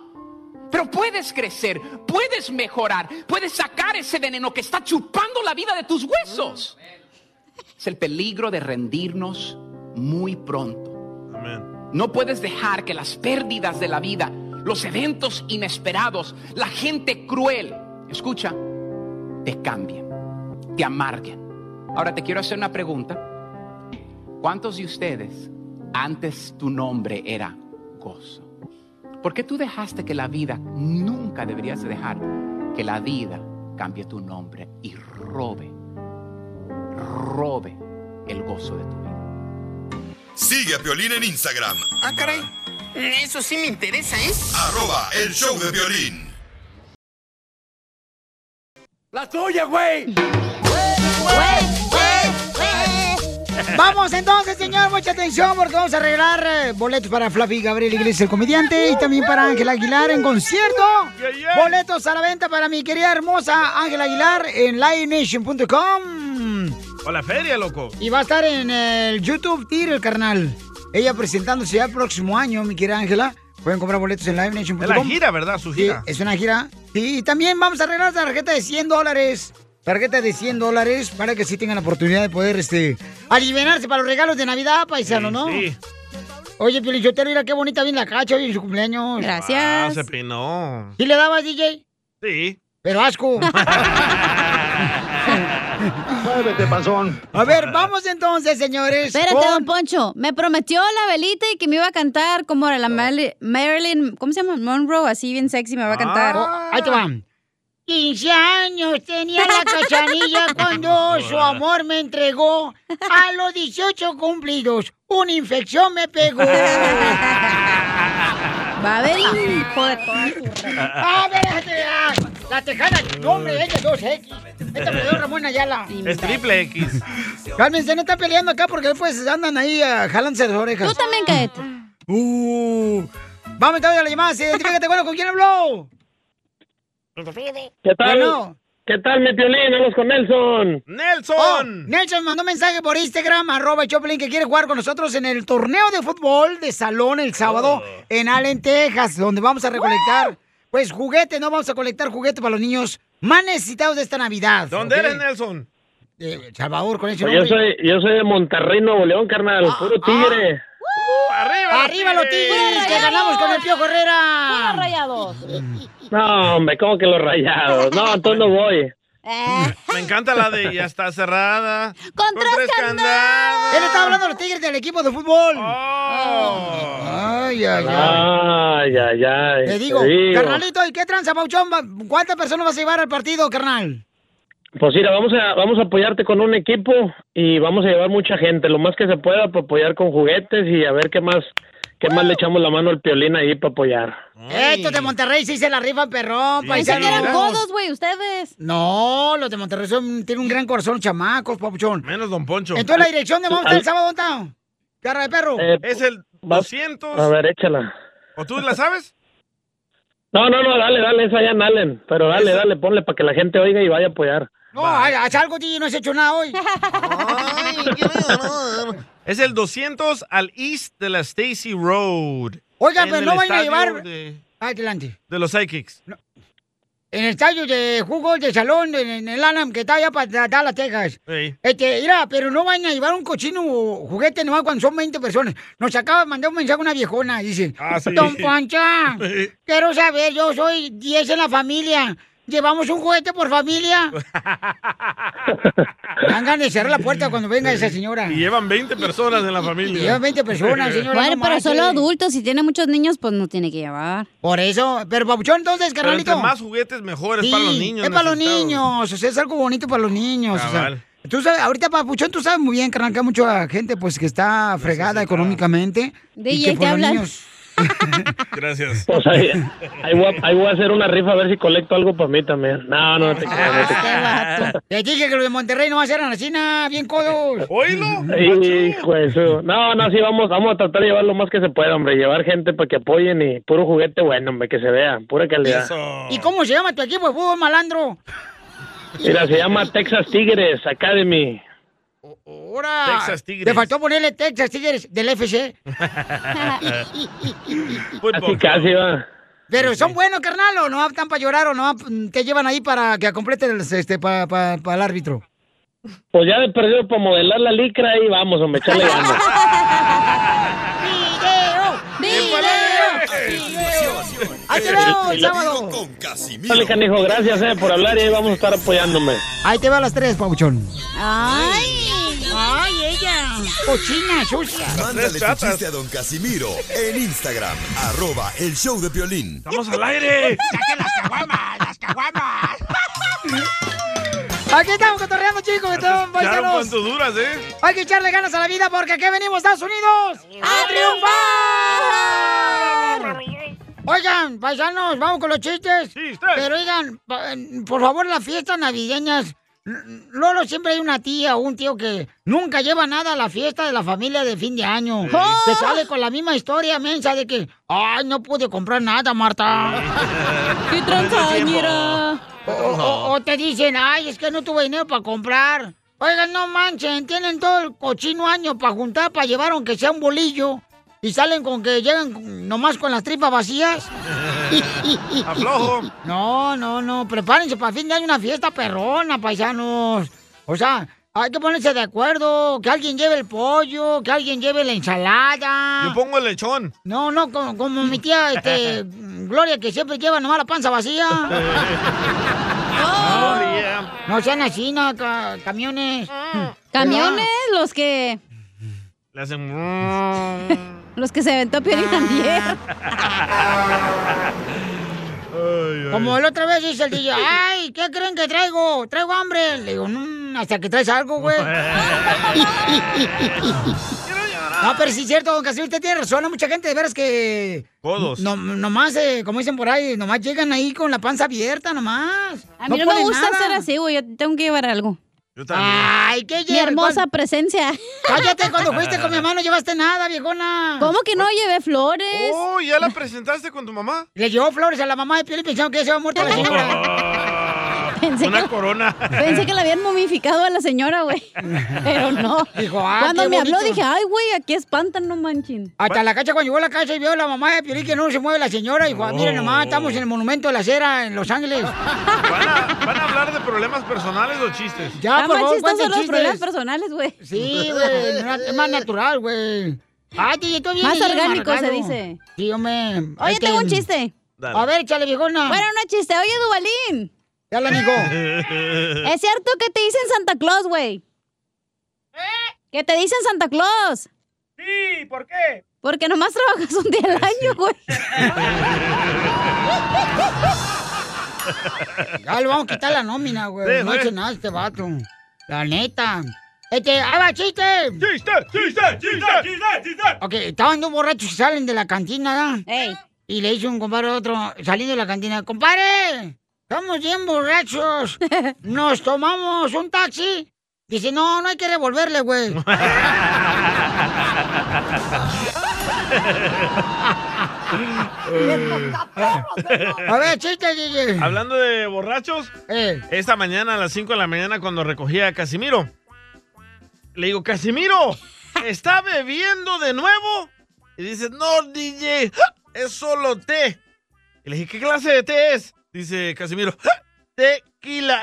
Speaker 19: Pero puedes crecer, puedes mejorar, puedes sacar ese veneno que está chupando la vida de tus huesos. Es el peligro de rendirnos muy pronto. No puedes dejar que las pérdidas de la vida, los eventos inesperados, la gente cruel, escucha, te cambian, te amarguen. Ahora te quiero hacer una pregunta. ¿Cuántos de ustedes antes tu nombre era gozo? ¿Por qué tú dejaste que la vida, nunca deberías de dejar que la vida cambie tu nombre y robe, robe el gozo de tu vida?
Speaker 5: Sigue a Piolín en Instagram.
Speaker 10: Ah, caray. Eso sí me interesa, ¿eh? ¿es?
Speaker 5: Arroba el show de violín.
Speaker 10: ¡La tuya, güey!
Speaker 2: Vamos entonces, señor, mucha atención porque vamos a arreglar eh, boletos para Flappy Gabriel Iglesias, el comediante, y también para Ángela Aguilar en concierto. Boletos a la venta para mi querida hermosa Ángela Aguilar en livenation.com.
Speaker 3: O la feria, loco.
Speaker 2: Y va a estar en el YouTube Tiro el carnal. Ella presentándose ya el próximo año, mi querida Ángela. Pueden comprar boletos en livenation.com.
Speaker 3: Es la gira, ¿verdad? Su
Speaker 2: Sí,
Speaker 3: gira.
Speaker 2: es una gira. Sí, Y también vamos a arreglar la tarjeta de 100 dólares. Tarjeta de 100 dólares para que sí tengan la oportunidad de poder este, aliviarse para los regalos de Navidad, paisano, ¿no?
Speaker 3: sí.
Speaker 2: Oye, Pilichotero, mira qué bonita viene la cacha hoy en su cumpleaños.
Speaker 3: Ah, se peinó.
Speaker 2: ¿Sí le dabas, DJ?
Speaker 3: Sí.
Speaker 2: Pero asco.
Speaker 16: Muévete, panzón.
Speaker 2: A ver, vamos entonces, señores.
Speaker 4: Espérate,
Speaker 2: con-
Speaker 4: don Poncho. Me prometió la velita y que me iba a cantar como
Speaker 2: Oh.
Speaker 4: la Maril- Marilyn, ¿cómo se llama? Monroe, así bien sexy me va a cantar.
Speaker 2: Oh, ahí te va. 15 años tenía la cachanilla cuando su amor me entregó. A los 18 cumplidos, una infección me pegó.
Speaker 4: Va a haber hijo de
Speaker 2: A ver, este, ah, la tejana, no, hombre, es de 2X. Esta me dio Ramón Ayala.
Speaker 3: Es triple X.
Speaker 2: Cálmense, no está peleando acá porque después andan ahí ah, jalándose las orejas. Tú
Speaker 4: también cállate.
Speaker 2: Uh, vamos entonces a la llamada. Identifícate, bueno, ¿con quién habló?
Speaker 20: ¿Qué tal?
Speaker 2: Bueno.
Speaker 20: ¿Qué tal, mi piolín? Vamos con Nelson.
Speaker 3: ¡Nelson!
Speaker 2: Oh, Nelson mandó mensaje por Instagram, arroba Choplin, que quiere jugar con nosotros en el torneo de fútbol de salón el sábado en Allen, Texas, donde vamos a recolectar, pues, juguete, ¿no? Vamos a colectar juguete para los niños más necesitados de esta Navidad.
Speaker 3: ¿Dónde
Speaker 2: ¿ok?
Speaker 3: eres, Nelson?
Speaker 2: Salvador, con ese
Speaker 20: Pues yo
Speaker 2: nombre. Ah,
Speaker 20: soy, yo soy de Monterrey, Nuevo León, carnal. puro tigre.
Speaker 2: ¡Arriba, los tigres! ¡Que ganamos con el Piojo Herrera!
Speaker 4: rayados!
Speaker 20: No, hombre, ¿cómo que los rayados? No, entonces no voy.
Speaker 3: Me encanta la de ya está cerrada.
Speaker 4: ¡Con
Speaker 3: Eh, tres candados!
Speaker 2: Él estaba hablando de los tigres del equipo de fútbol. Ay, ay, ay.
Speaker 20: Ay, ay, ay.
Speaker 2: Te digo, carnalito, ¿y qué tranza, Pauchón? ¿Cuántas personas vas a llevar al partido, carnal?
Speaker 20: Pues mira, vamos a, vamos a apoyarte con un equipo y vamos a llevar mucha gente, lo más que se pueda, para apoyar con juguetes y a ver qué más, qué más le echamos la mano al piolín ahí para apoyar.
Speaker 2: Estos de Monterrey sí se la rifan, perrón,
Speaker 4: Pensé
Speaker 2: paisano.
Speaker 4: que eran codos, güey, ustedes.
Speaker 2: No, los de Monterrey son, tienen un gran corazón, chamacos, papuchón.
Speaker 3: Menos Don Poncho.
Speaker 2: Entonces, la dirección de vamos a estar el sábado, ¿dónde Carra de perro.
Speaker 3: Es el 200.
Speaker 20: A ver, échala.
Speaker 3: ¿O tú la sabes?
Speaker 20: No, no, no, dale, dale, esa ya en Allen, pero dale,
Speaker 3: Esa.
Speaker 20: dale, ponle para que la gente oiga y vaya a apoyar.
Speaker 2: No, haz algo, tío, no has hecho nada hoy.
Speaker 3: Es el 200 al east de la Stacy Road.
Speaker 2: Oiga,
Speaker 3: En
Speaker 2: pero
Speaker 3: el
Speaker 2: no vayan a
Speaker 3: estadio
Speaker 2: llevar-
Speaker 3: De,
Speaker 2: Adelante.
Speaker 3: de los Psychics.
Speaker 2: En el estadio de jugos de salón, en, en el Alam, que está allá para Dallas, Texas.
Speaker 3: Ey.
Speaker 2: Este, mira, pero no vayan a llevar un cochino juguete nomás cuando son 20 personas. Nos acaba de mandar un mensaje una viejona, dice.
Speaker 15: Ah, sí.
Speaker 2: Don Pancha, quiero saber, yo soy 10 en la familia. ¿Llevamos un juguete por familia? Hagan de cerrar la puerta cuando venga esa señora.
Speaker 3: Y llevan 20 personas en la familia.
Speaker 2: Llevan 20 personas, señora.
Speaker 4: Bueno,
Speaker 2: no
Speaker 4: pero
Speaker 2: marche.
Speaker 4: solo adultos. Si tiene muchos niños, pues no tiene que llevar.
Speaker 2: Por eso. Pero, Papuchón, entonces,
Speaker 3: Pero entre
Speaker 2: carnalito.
Speaker 3: más juguetes, mejor. Es para los
Speaker 2: Sí,
Speaker 3: niños.
Speaker 2: Es para los
Speaker 3: necesitados.
Speaker 2: niños, o sea, es algo bonito para los niños. o sea.
Speaker 3: Cabal.
Speaker 2: tú sabes, ahorita, Papuchón, tú sabes muy bien, carnal, que hay mucha gente pues que está fregada económicamente. y que
Speaker 4: DJ, ¿qué
Speaker 2: por los
Speaker 4: hablas?
Speaker 2: niños-
Speaker 3: Gracias.
Speaker 20: Pues ahí, ahí, voy a, ahí voy a hacer una rifa a ver si colecto algo para mí también. No, no, no te
Speaker 2: Ah,
Speaker 20: creas, no te creas.
Speaker 2: Te dije que los de Monterrey no hacer a la China, bien codos.
Speaker 3: ¡Oílo!
Speaker 20: Hijo de su- No, no, sí, vamos, vamos a tratar de llevar lo más que se pueda, hombre. Llevar gente para que apoyen y puro juguete bueno, hombre, que se vea, pura calidad.
Speaker 2: ¿Y cómo se llama tu equipo de fútbol, malandro?
Speaker 20: Mira, se llama Texas Tigres Academy.
Speaker 2: Ahora.
Speaker 20: Texas
Speaker 2: Tigres. Te faltó ponerle Texas Tigres del FC.
Speaker 20: Pues Casi, casi va.
Speaker 2: Pero son buenos, carnal, o no aptan para llorar o no ap- te llevan ahí para que completen el, este, para el árbitro.
Speaker 20: Pues ya de perdido para modelar la licra ahí vamos, hombre, echarle ganas.
Speaker 2: ¡Video! ¡Video! Ahí te veo el sábado.
Speaker 5: Con Casimiro.
Speaker 20: Dale, canijo, gracias eh, por hablar y ahí vamos a estar apoyándome.
Speaker 2: Ahí te va a las tres, Pauchón.
Speaker 4: ¡Ay!
Speaker 2: ¡Ay, ella! ¡Cochina, sucia!
Speaker 5: Mándale tu chiste a don Casimiro en Instagram, arroba el show de violín.
Speaker 3: ¡Estamos al aire!
Speaker 2: Aquí estamos cotorreando, chicos, que estamos
Speaker 3: Claro,
Speaker 2: paisanos.
Speaker 3: cuánto duras, ¿eh?
Speaker 2: Hay que echarle ganas a la vida porque aquí venimos, Estados Unidos, a triunfar. Oigan, paisanos, vamos con los chistes. Pero oigan, pa- eh, por favor, las fiestas navideñas. L- Lolo, siempre hay una tía o un tío que nunca lleva nada a la fiesta de la familia de fin de año. Que sale con la misma historia mensa de que, ay, no pude comprar nada, Marta.
Speaker 15: ¡Qué transañera!
Speaker 2: O, o- o te dicen, ay, es que no tuve dinero para comprar. Oigan, no manchen, tienen todo el cochino año para juntar, para llevar aunque sea un bolillo. Y salen con que llegan con- nomás con las tripas vacías.
Speaker 15: Aflojo.
Speaker 2: No, no, no, prepárense para fin de año una fiesta perrona, paisanos. O sea, hay que ponerse de acuerdo, que alguien lleve el pollo, que alguien lleve la ensalada.
Speaker 3: Yo pongo el lechón.
Speaker 2: No, no, como, como mi tía este, Gloria, que siempre lleva nomás la panza vacía. No sean así, no, ca- camiones.
Speaker 4: Ah. Camiones, los que.
Speaker 3: Le hacen...
Speaker 4: Los que se aventó Piolín también.
Speaker 2: Como la otra vez dice el DJ, ay, ¿qué creen que traigo? Traigo hambre. Le digo, "Mm, hasta que traes algo, güey. No, pero sí es cierto, don Casimiro, usted tiene razón. Hay mucha gente, de veras que...
Speaker 3: Codos.
Speaker 2: No, nomás, eh, como dicen por ahí, nomás llegan ahí con la panza abierta, nomás.
Speaker 4: A mí no, me
Speaker 2: ponen
Speaker 4: gusta
Speaker 2: nada.
Speaker 4: hacer así, güey. Yo tengo que llevar algo.
Speaker 3: Yo
Speaker 2: Ay, qué
Speaker 4: Mi
Speaker 2: llevar-
Speaker 4: hermosa presencia.
Speaker 2: Cállate, cuando fuiste con mi hermano no llevaste nada, viejona.
Speaker 4: ¿Cómo que no llevé flores?
Speaker 3: Oh, ¿ya la presentaste con tu mamá?
Speaker 2: Le llevó flores a la mamá de Piolín pensando que ya se había muerto la señora.
Speaker 4: Pensé
Speaker 3: Una
Speaker 4: que-
Speaker 3: corona.
Speaker 4: Pensé que la habían momificado a la señora, güey. Pero no.
Speaker 2: Dijo, ah,
Speaker 4: Cuando
Speaker 2: qué
Speaker 4: me habló
Speaker 2: bonito.
Speaker 4: dije, ay, güey, aquí espantan, no manchen.
Speaker 2: Hasta la cacha cuando llegó a la casa y vio a la mamá de Piolín que no se mueve la señora. Y dijo, "Ah, miren nomás, estamos en el Monumento de la Cera en Los Ángeles.
Speaker 3: ¿Van a hablar de problemas personales o chistes?
Speaker 2: Ya, por favor,
Speaker 4: estos
Speaker 2: cuenten
Speaker 4: son los
Speaker 2: chistes.
Speaker 4: problemas personales, güey.
Speaker 2: Sí, güey, na- es más natural, güey. Ay, tío, tú vienes
Speaker 4: Más
Speaker 2: bien
Speaker 4: orgánico se
Speaker 2: amargado.
Speaker 4: dice.
Speaker 2: Sí, hombre.
Speaker 4: Oye,
Speaker 2: este,
Speaker 4: tengo un chiste.
Speaker 2: A ver, échale, viejona.
Speaker 4: Bueno, no chiste. Oye, Dubalín.
Speaker 2: Ya la digo.
Speaker 4: ¿Es cierto que te dicen Santa Claus, güey? ¿Qué te dicen Santa Claus?
Speaker 15: Sí, ¿por qué?
Speaker 4: Porque nomás trabajas un día
Speaker 2: Pues
Speaker 4: al año, güey.
Speaker 2: Ya le vamos a quitar la nómina, güey.
Speaker 15: Sí,
Speaker 2: no
Speaker 15: güey.
Speaker 2: hace nada este vato. La neta. Este, ¡ah, va, chiste!
Speaker 3: ¡Chiste, chiste, chiste, chiste, chiste!
Speaker 2: Ok, estaban dos borrachos que salen de la cantina, ¿verdad? Y le dice un compadre a otro, saliendo de la cantina, ¡compadre! Estamos bien borrachos. Nos tomamos un taxi. Dice, no, no hay que revolverle, güey.
Speaker 3: A
Speaker 2: ver, chiste, DJ.
Speaker 3: Hablando de borrachos,
Speaker 2: Eh.
Speaker 3: esta mañana a las 5 de la mañana cuando recogía a Casimiro, le digo, Casimiro, ¿está bebiendo de nuevo? Y dice, no, DJ, es solo té. Y le dije, ¿qué clase de té es? Dice Casimiro, tequila.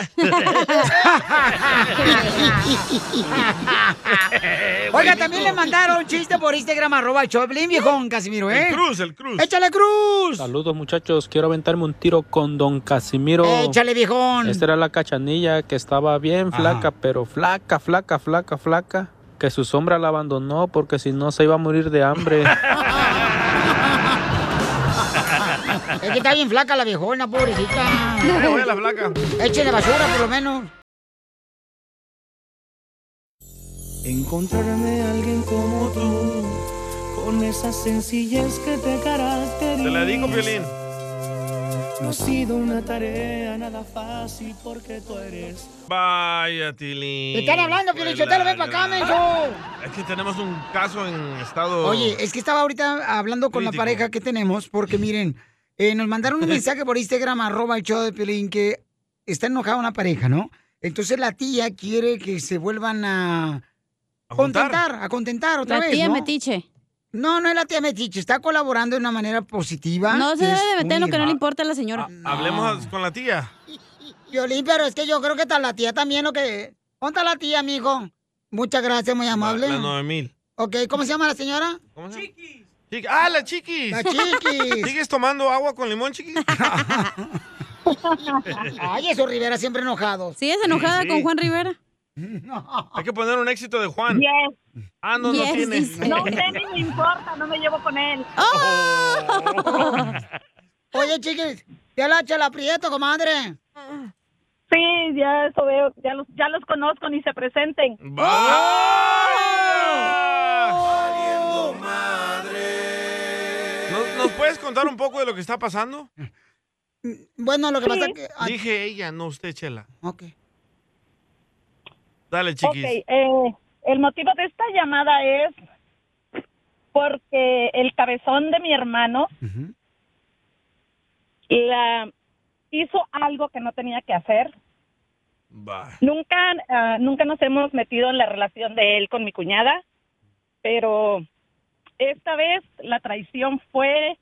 Speaker 2: Oiga, también le mandaron un chiste por Instagram, arroba el Choplin, viejón, Casimiro, ¿eh?
Speaker 1: El Cruz,
Speaker 3: el Cruz.
Speaker 2: ¡Échale Cruz!
Speaker 1: Saludos muchachos, quiero aventarme un tiro con don Casimiro.
Speaker 2: Échale, viejón.
Speaker 1: Esta era la cachanilla que estaba bien flaca, pero flaca, flaca, flaca, flaca. Que su sombra la abandonó porque si no se iba a morir de hambre.
Speaker 2: Es que está bien flaca la viejona, pobrecita.
Speaker 3: Ay, güey, la flaca.
Speaker 2: Échale basura, por lo menos.
Speaker 15: Encontrarme a alguien como tú, con esa sencillez que te caracteriza.
Speaker 3: Te la digo, Piolín.
Speaker 15: No ha sido una tarea nada fácil porque tú eres.
Speaker 3: Vaya, Tilín.
Speaker 2: Te están hablando, Piolín Sotelo, ven para acá, menso.
Speaker 3: Es que tenemos un caso en estado...
Speaker 2: Oye, es que estaba ahorita hablando con la
Speaker 3: Crítico.
Speaker 2: pareja que tenemos, porque miren, eh, nos mandaron un mensaje por Instagram, arroba el show de Piolín, que está enojada una pareja, ¿no? Entonces la tía quiere que se vuelvan a,
Speaker 4: juntar.
Speaker 2: contentar, a contentar otra
Speaker 4: La
Speaker 2: vez,
Speaker 4: tía
Speaker 2: ¿no?
Speaker 4: metiche.
Speaker 2: No, no es la tía Metiche, está colaborando de una manera positiva.
Speaker 4: No se
Speaker 2: Es
Speaker 4: debe de meter en lo que no le
Speaker 2: unir.
Speaker 4: importa a la señora.
Speaker 3: Ah, Hablemos con la tía.
Speaker 2: Violín, pero es que yo creo que está la tía también, lo que... ¿Dónde está la tía, mijo? Muchas gracias, muy amable.
Speaker 3: La 9000.
Speaker 2: Ok, ¿cómo se llama la señora?
Speaker 3: ¿Cómo se llama? Chiqui- Ah, la chiquis.
Speaker 2: La chiquis.
Speaker 3: ¿Sigues tomando agua con limón, chiquis?
Speaker 2: Ay, eso Rivera siempre enojado.
Speaker 4: ¿Sigues
Speaker 3: enojada Sí, sí. con Juan
Speaker 4: Rivera?
Speaker 3: Hay que poner un éxito de Juan. Ah, no, no
Speaker 9: Yes,
Speaker 3: tiene.
Speaker 9: dice. No sé, ni me importa, no me llevo con él.
Speaker 3: ¡Oh!
Speaker 2: Oye, chiquis, ya la echa la prieto, comadre.
Speaker 9: Sí, ya eso veo, ya los, ya los conozco ni se presenten. ¡Oh!
Speaker 3: ¿Nos, nos puedes contar un poco de lo que está pasando?
Speaker 2: Bueno, lo que pasa que... ah,
Speaker 3: Dije ella, no usted, Chela.
Speaker 2: Ok.
Speaker 3: Dale, chiquis.
Speaker 9: Ok, eh, el motivo de esta llamada es porque el cabezón de mi hermano la- hizo algo que no tenía que hacer. Nunca, ah, nunca nos hemos metido en la relación de él con mi cuñada, pero esta vez la traición fue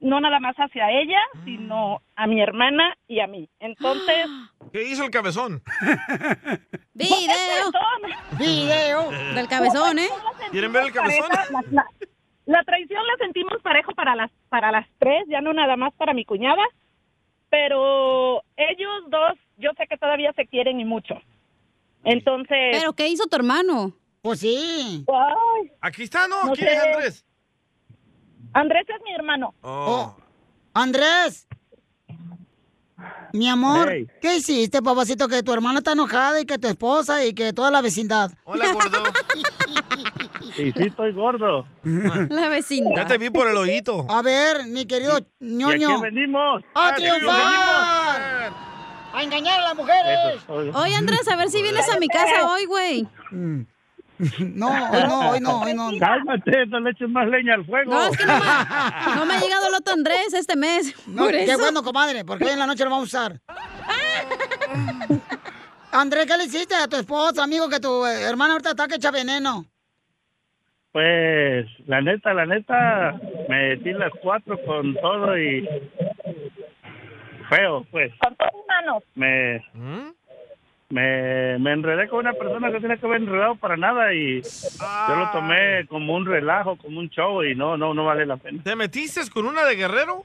Speaker 9: no nada más hacia ella, sino a mi hermana y a mí. Entonces,
Speaker 3: ¿Qué hizo el cabezón?
Speaker 4: ¡Video!
Speaker 2: ¡Video!
Speaker 4: Del cabezón, ¿eh?
Speaker 3: ¿Quieren ver el cabezón?
Speaker 9: pareja, La, la- la traición la sentimos parejo para las para las tres, ya no nada más para mi cuñada, pero ellos dos, yo sé que todavía se quieren y mucho. Entonces.
Speaker 4: ¿Pero qué hizo tu hermano?
Speaker 2: Pues sí.
Speaker 3: Aquí está, ¿no?
Speaker 9: No
Speaker 3: ¿Quién es
Speaker 9: sé.
Speaker 3: Andrés?
Speaker 9: Andrés es mi hermano.
Speaker 3: Oh.
Speaker 2: Andrés. Mi amor,
Speaker 9: Hey.
Speaker 2: ¿qué hiciste, papacito? Que tu hermana está enojada y que tu esposa y que toda la vecindad.
Speaker 3: Hola, gordo.
Speaker 8: Y sí estoy gordo.
Speaker 4: La vecindad.
Speaker 3: Ya te vi por el ojito.
Speaker 2: A ver, mi querido ñoño.
Speaker 8: aquí venimos.
Speaker 2: ¡A
Speaker 8: Aquí
Speaker 2: triunfar! ¡A engañar a las mujeres!
Speaker 8: Eso es todo.
Speaker 4: Oye, Andrés, a ver si vienes a mi casa hoy, güey.
Speaker 2: Mm. No, hoy no, hoy no, hoy no.
Speaker 8: Cálmate, no le eches más leña al fuego.
Speaker 4: No, es que no me, no me ha llegado el otro Andrés este mes.
Speaker 2: No,
Speaker 4: por
Speaker 2: qué
Speaker 4: eso.
Speaker 2: bueno, comadre, porque hoy en la noche lo vamos a usar. Andrés, ¿qué le hiciste a tu esposa, amigo, que tu eh, hermana ahorita está que echa veneno?
Speaker 8: Pues, la neta, la neta, me di las cuatro con todo y feo, pues.
Speaker 9: Con todas las manos.
Speaker 8: Me,
Speaker 3: ¿Mm?
Speaker 8: me, me enredé con una persona que tenía que haber enredado para nada y yo lo tomé como un relajo, como un show y no, no, no vale la pena.
Speaker 3: ¿Te metiste con una de Guerrero?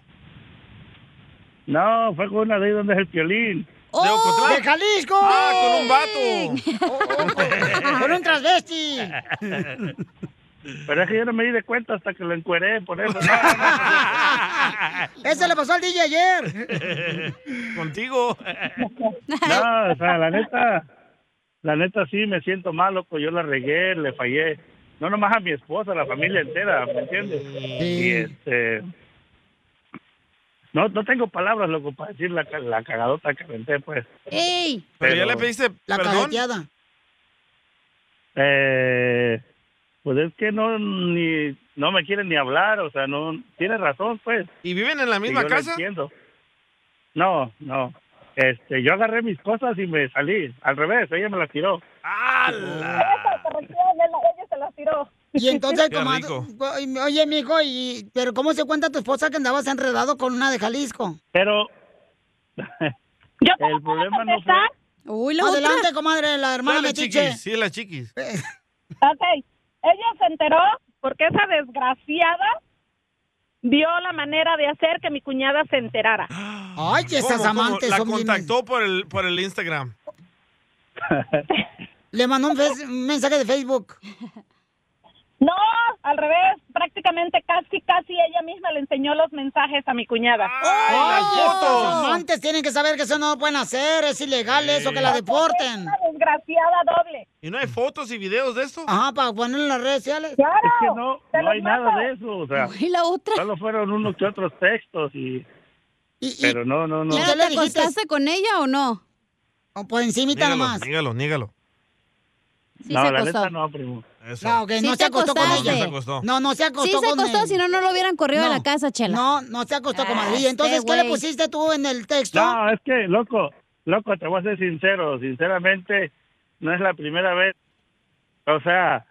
Speaker 8: No, fue con una de ahí donde es el piolín.
Speaker 3: ¿De Ocotlán?
Speaker 2: ¡De Jalisco!
Speaker 3: ¡Ah, con un vato!
Speaker 2: Con un transvesti.
Speaker 8: Pero es que yo no me di de cuenta hasta que lo encueré, por eso.
Speaker 2: Ese le pasó al DJ ayer.
Speaker 3: Contigo.
Speaker 8: No, o sea, la neta, la neta sí me siento mal, loco. Yo la regué, le fallé. No nomás a mi esposa, a la familia entera, ¿me entiendes? Y este. No, no tengo palabras, loco, para decir la, ca- la cagadota que aventé, pues.
Speaker 4: ¡Ey!
Speaker 3: Pero ya le pediste
Speaker 2: La
Speaker 3: perdón.
Speaker 2: cajeteada.
Speaker 8: Eh, pues es que no ni no me quieren ni hablar, o sea, no tiene razón, pues.
Speaker 3: ¿Y viven en la misma
Speaker 8: yo lo
Speaker 3: casa?
Speaker 8: entiendo. No, no. Este, yo agarré mis cosas y me salí. Al revés, ella me las tiró.
Speaker 9: Esa corrección, él- ella se las tiró.
Speaker 2: Y entonces,
Speaker 8: Qué
Speaker 2: comadre,
Speaker 8: rico.
Speaker 2: o- oye, mijo, y, ¿pero cómo se cuenta tu esposa que andabas enredado con una de Jalisco?
Speaker 8: Pero el problema no fue
Speaker 4: Uy,
Speaker 9: la otra.
Speaker 2: Adelante, comadre, la hermana
Speaker 3: Dale,
Speaker 2: metiche.
Speaker 3: chiquis. Sí, la chiquis.
Speaker 2: Eh,
Speaker 9: Ok, ella se enteró porque esa desgraciada vio la manera de hacer que mi cuñada se enterara.
Speaker 2: Ay,
Speaker 3: ¿Cómo, cómo? La contactó por el, por el Instagram.
Speaker 2: Le mandó un, fes- un mensaje de Facebook.
Speaker 9: No, al revés, prácticamente casi, casi ella misma le enseñó los mensajes a mi cuñada.
Speaker 2: ¡Ay, estos Oh, amantes tienen que saber que eso no lo pueden hacer, es ilegal eso, que la deporten.
Speaker 9: desgraciada doble.
Speaker 3: ¿Y no hay fotos y videos de esto?
Speaker 2: Ajá, para ponerlo Ah, en las redes sociales.
Speaker 8: es que no, no hay nada de eso, o sea.
Speaker 4: Y la otra.
Speaker 8: Solo fueron unos que otros textos y, pero no, no, no.
Speaker 4: ¿Pero te acostaste con ella o no?
Speaker 2: por pues encimita
Speaker 3: Nígalo, nígalo, nígalo.
Speaker 8: no, la neta no, primo.
Speaker 3: Eso.
Speaker 2: No, que
Speaker 4: Sí
Speaker 2: Ah, no
Speaker 4: te
Speaker 2: se acostó con
Speaker 4: acostaste.
Speaker 2: ella.
Speaker 4: No se acostó.
Speaker 2: No, no se acostó
Speaker 4: Sí se
Speaker 2: con
Speaker 4: acostó,
Speaker 2: él.
Speaker 4: si no, no lo hubieran corrido de la casa, Chela.
Speaker 2: No, no se acostó, comadre.
Speaker 4: Ah,
Speaker 2: Y entonces,
Speaker 4: este
Speaker 2: ¿qué le
Speaker 4: güey.
Speaker 2: pusiste tú en el texto?
Speaker 8: No, es que, loco, loco, te voy a ser sincero, sinceramente, no es la primera vez. O sea,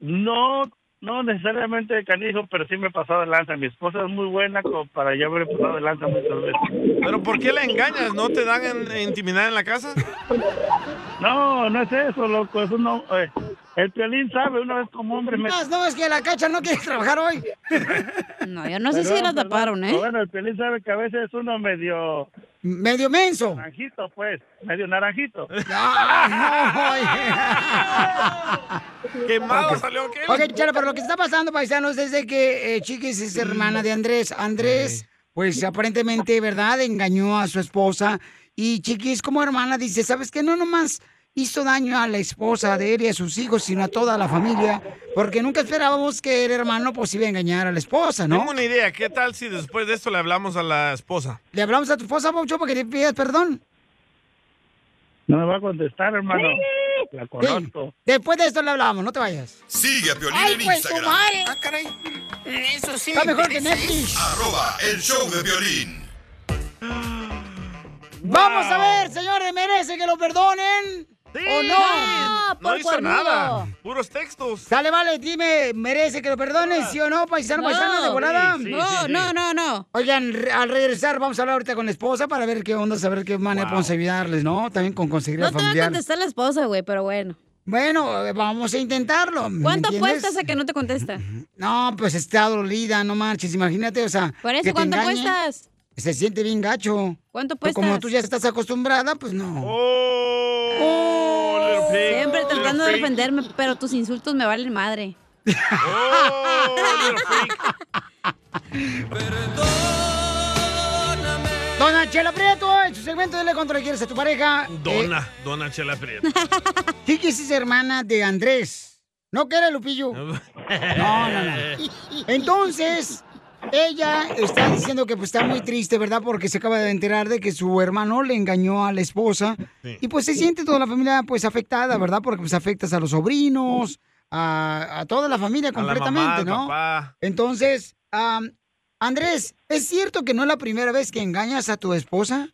Speaker 8: no, no necesariamente de canijo, pero sí me he pasado de lanza. Mi esposa es muy buena como para yo haber pasado de lanza muchas veces.
Speaker 3: ¿Pero por qué la engañas? ¿No te dan en- intimidad en la casa?
Speaker 8: No, no es eso, loco, es, un, hom- eh, El Piolín sabe, una vez como hombre me...
Speaker 2: No, es que la cacha no quiere trabajar hoy.
Speaker 4: No, yo no sé si la taparon, ¿eh?
Speaker 8: Pero bueno, el Piolín sabe que a veces es uno medio...
Speaker 2: Medio menso.
Speaker 8: Naranjito, pues. Medio naranjito.
Speaker 3: Quemado
Speaker 2: Ok.
Speaker 3: salió aquel.
Speaker 2: Ok, Chela, pero lo que está pasando, paisanos, es de que eh, Chiquis es hermana de Andrés. Andrés, pues aparentemente, ¿verdad? Engañó a su esposa. Y Chiquis, como hermana, dice, ¿sabes qué? No nomás hizo daño a la esposa de él y a sus hijos, sino a toda la familia. Porque nunca esperábamos que el hermano pues iba a engañar a la esposa, ¿no?
Speaker 3: Tengo una idea. ¿Qué tal si después de esto le hablamos a la esposa?
Speaker 2: Le hablamos a tu esposa, Paucho, para que le pidas perdón.
Speaker 8: No me va a contestar, hermano. La conozco.
Speaker 2: Después de esto le hablamos, no te vayas.
Speaker 5: Sigue a Piolín
Speaker 2: Ay,
Speaker 5: en
Speaker 2: pues,
Speaker 5: Instagram.
Speaker 2: comadre.
Speaker 10: Ah,
Speaker 15: Eso sí
Speaker 2: Está
Speaker 15: me
Speaker 2: mejor que
Speaker 10: ¿eh?
Speaker 15: interesa.
Speaker 2: Netflix.
Speaker 5: Arroba el show de violín.
Speaker 2: Vamos a ver, señores, merece que lo perdonen. ¿O no?
Speaker 3: No hizo nada. Puros textos.
Speaker 2: Dale, vale, dime, ¿merece que lo perdonen, sí o no, paisano,
Speaker 3: No.
Speaker 2: paisano de volada?
Speaker 3: Sí, sí, No, sí. no,
Speaker 2: no. Oigan, re- al regresar vamos a hablar ahorita con la esposa para ver qué onda, saber qué manera podemos ayudarles, ¿no? También con conseguir
Speaker 4: No
Speaker 2: la
Speaker 4: te va a
Speaker 2: familiar.
Speaker 4: contestar la esposa, güey, pero bueno.
Speaker 2: Bueno, eh, vamos a intentarlo. ¿me
Speaker 4: ¿Cuánto
Speaker 2: entiendes?
Speaker 4: cuesta esa que no te contesta?
Speaker 2: No, pues está dolida, no marches, imagínate, o sea.
Speaker 4: Por
Speaker 2: que
Speaker 4: eso,
Speaker 2: te
Speaker 4: ¿cuánto
Speaker 2: engañen,
Speaker 4: cuestas?
Speaker 2: Se siente bien gacho.
Speaker 4: ¿Cuánto
Speaker 2: Pero Pues Como
Speaker 4: cuestas?
Speaker 2: tú ya estás acostumbrada, pues no.
Speaker 4: Siempre tratando de defenderme, pero tus insultos me valen madre.
Speaker 2: Dona Chela Prieto, en su segmento Dile cuánto le quieres a tu pareja.
Speaker 3: Dona, dona Chela Prieto.
Speaker 2: Eh, Chiquis es hermana de Andrés. ¿No que era Lupillo? No, no, no. Entonces, ella está diciendo que pues, está muy triste, ¿verdad? Porque se acaba de enterar de que su hermano le engañó a la esposa. Y pues se siente toda la familia pues afectada, ¿verdad? Porque pues afectas a los sobrinos, a, a toda la familia
Speaker 3: la
Speaker 2: completamente,
Speaker 3: mamá, al
Speaker 2: ¿no?
Speaker 3: papá.
Speaker 2: Entonces, am, Andrés, ¿es cierto que no es la primera vez que engañas a tu esposa?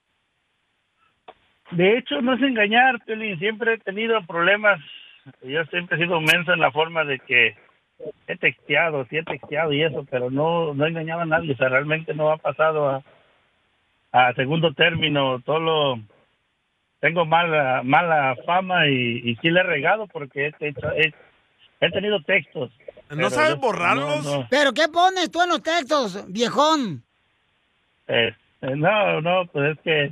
Speaker 8: De hecho, no es engañar, Piolín. Siempre he tenido problemas. Yo siempre he sido menso en la forma de que he texteado, sí he texteado y eso, pero no, no engañaba a nadie. O sea, realmente no ha pasado a, a segundo término. Solo tengo mala, mala fama y, y sí le he regado porque he, hecho- he- he tenido textos. pero yo- no, no.
Speaker 2: ¿Pero qué pones tú en los textos, viejón?
Speaker 8: Eh, eh, no, no, pues es que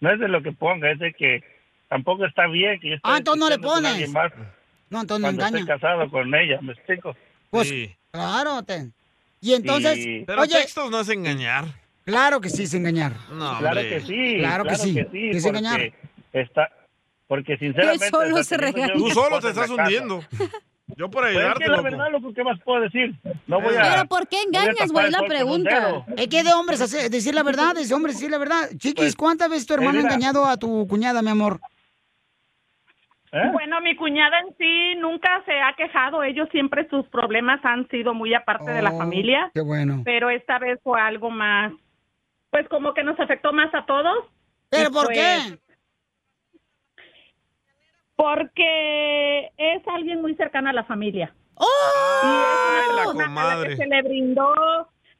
Speaker 8: no es de lo que ponga, es de que tampoco está bien que yo esté
Speaker 2: Ah, entonces no le
Speaker 8: discutiendo con alguien
Speaker 2: pones.
Speaker 8: más
Speaker 2: No, entonces no
Speaker 8: cuando estoy
Speaker 2: engaña.
Speaker 8: casado con ella, ¿me explico?
Speaker 2: Pues, Claro, ten. Y entonces,
Speaker 8: Sí.
Speaker 3: Pero
Speaker 2: oye,
Speaker 3: textos no es engañar.
Speaker 2: claro que sí es engañar.
Speaker 3: No,
Speaker 8: claro
Speaker 3: hombre.
Speaker 8: que sí,
Speaker 2: Claro que sí, es
Speaker 8: porque
Speaker 2: engañar.
Speaker 8: Está, porque sinceramente...
Speaker 2: Que solo
Speaker 8: o sea,
Speaker 2: se
Speaker 8: teniendo
Speaker 2: regaña.
Speaker 8: yo
Speaker 3: Tú
Speaker 8: mi
Speaker 3: solo
Speaker 8: esposa
Speaker 3: te
Speaker 8: en la
Speaker 3: estás
Speaker 8: casa,
Speaker 3: hundiendo. Yo por
Speaker 8: Pues es
Speaker 3: ayudarte,
Speaker 8: que la
Speaker 3: loco.
Speaker 8: verdad, loco, ¿qué más puedo decir? No voy a...
Speaker 4: Pero ¿por qué
Speaker 8: voy a
Speaker 4: engañas, güey? Es la
Speaker 8: tapar el sol con un
Speaker 4: pregunta.
Speaker 8: dedo.
Speaker 2: Es que de hombres hacer- decir la verdad, es de hombres decir la verdad. Chiquis,
Speaker 8: Pues,
Speaker 2: ¿cuántas veces tu hermano ha
Speaker 8: mira.
Speaker 2: engañado a tu cuñada, mi amor? ¿Eh?
Speaker 9: Bueno, mi cuñada en sí nunca se ha quejado. Ellos siempre sus problemas han sido muy aparte de la
Speaker 2: Oh,
Speaker 9: familia.
Speaker 2: Qué bueno.
Speaker 9: Pero esta vez fue algo más, pues como que nos afectó más a todos.
Speaker 2: ¿Pero
Speaker 9: Y
Speaker 2: por
Speaker 9: pues, Porque es alguien muy cercano a la familia.
Speaker 2: ¡Oh!
Speaker 3: ¡Ay, la
Speaker 9: A la que
Speaker 3: comadre!
Speaker 9: se le brindó,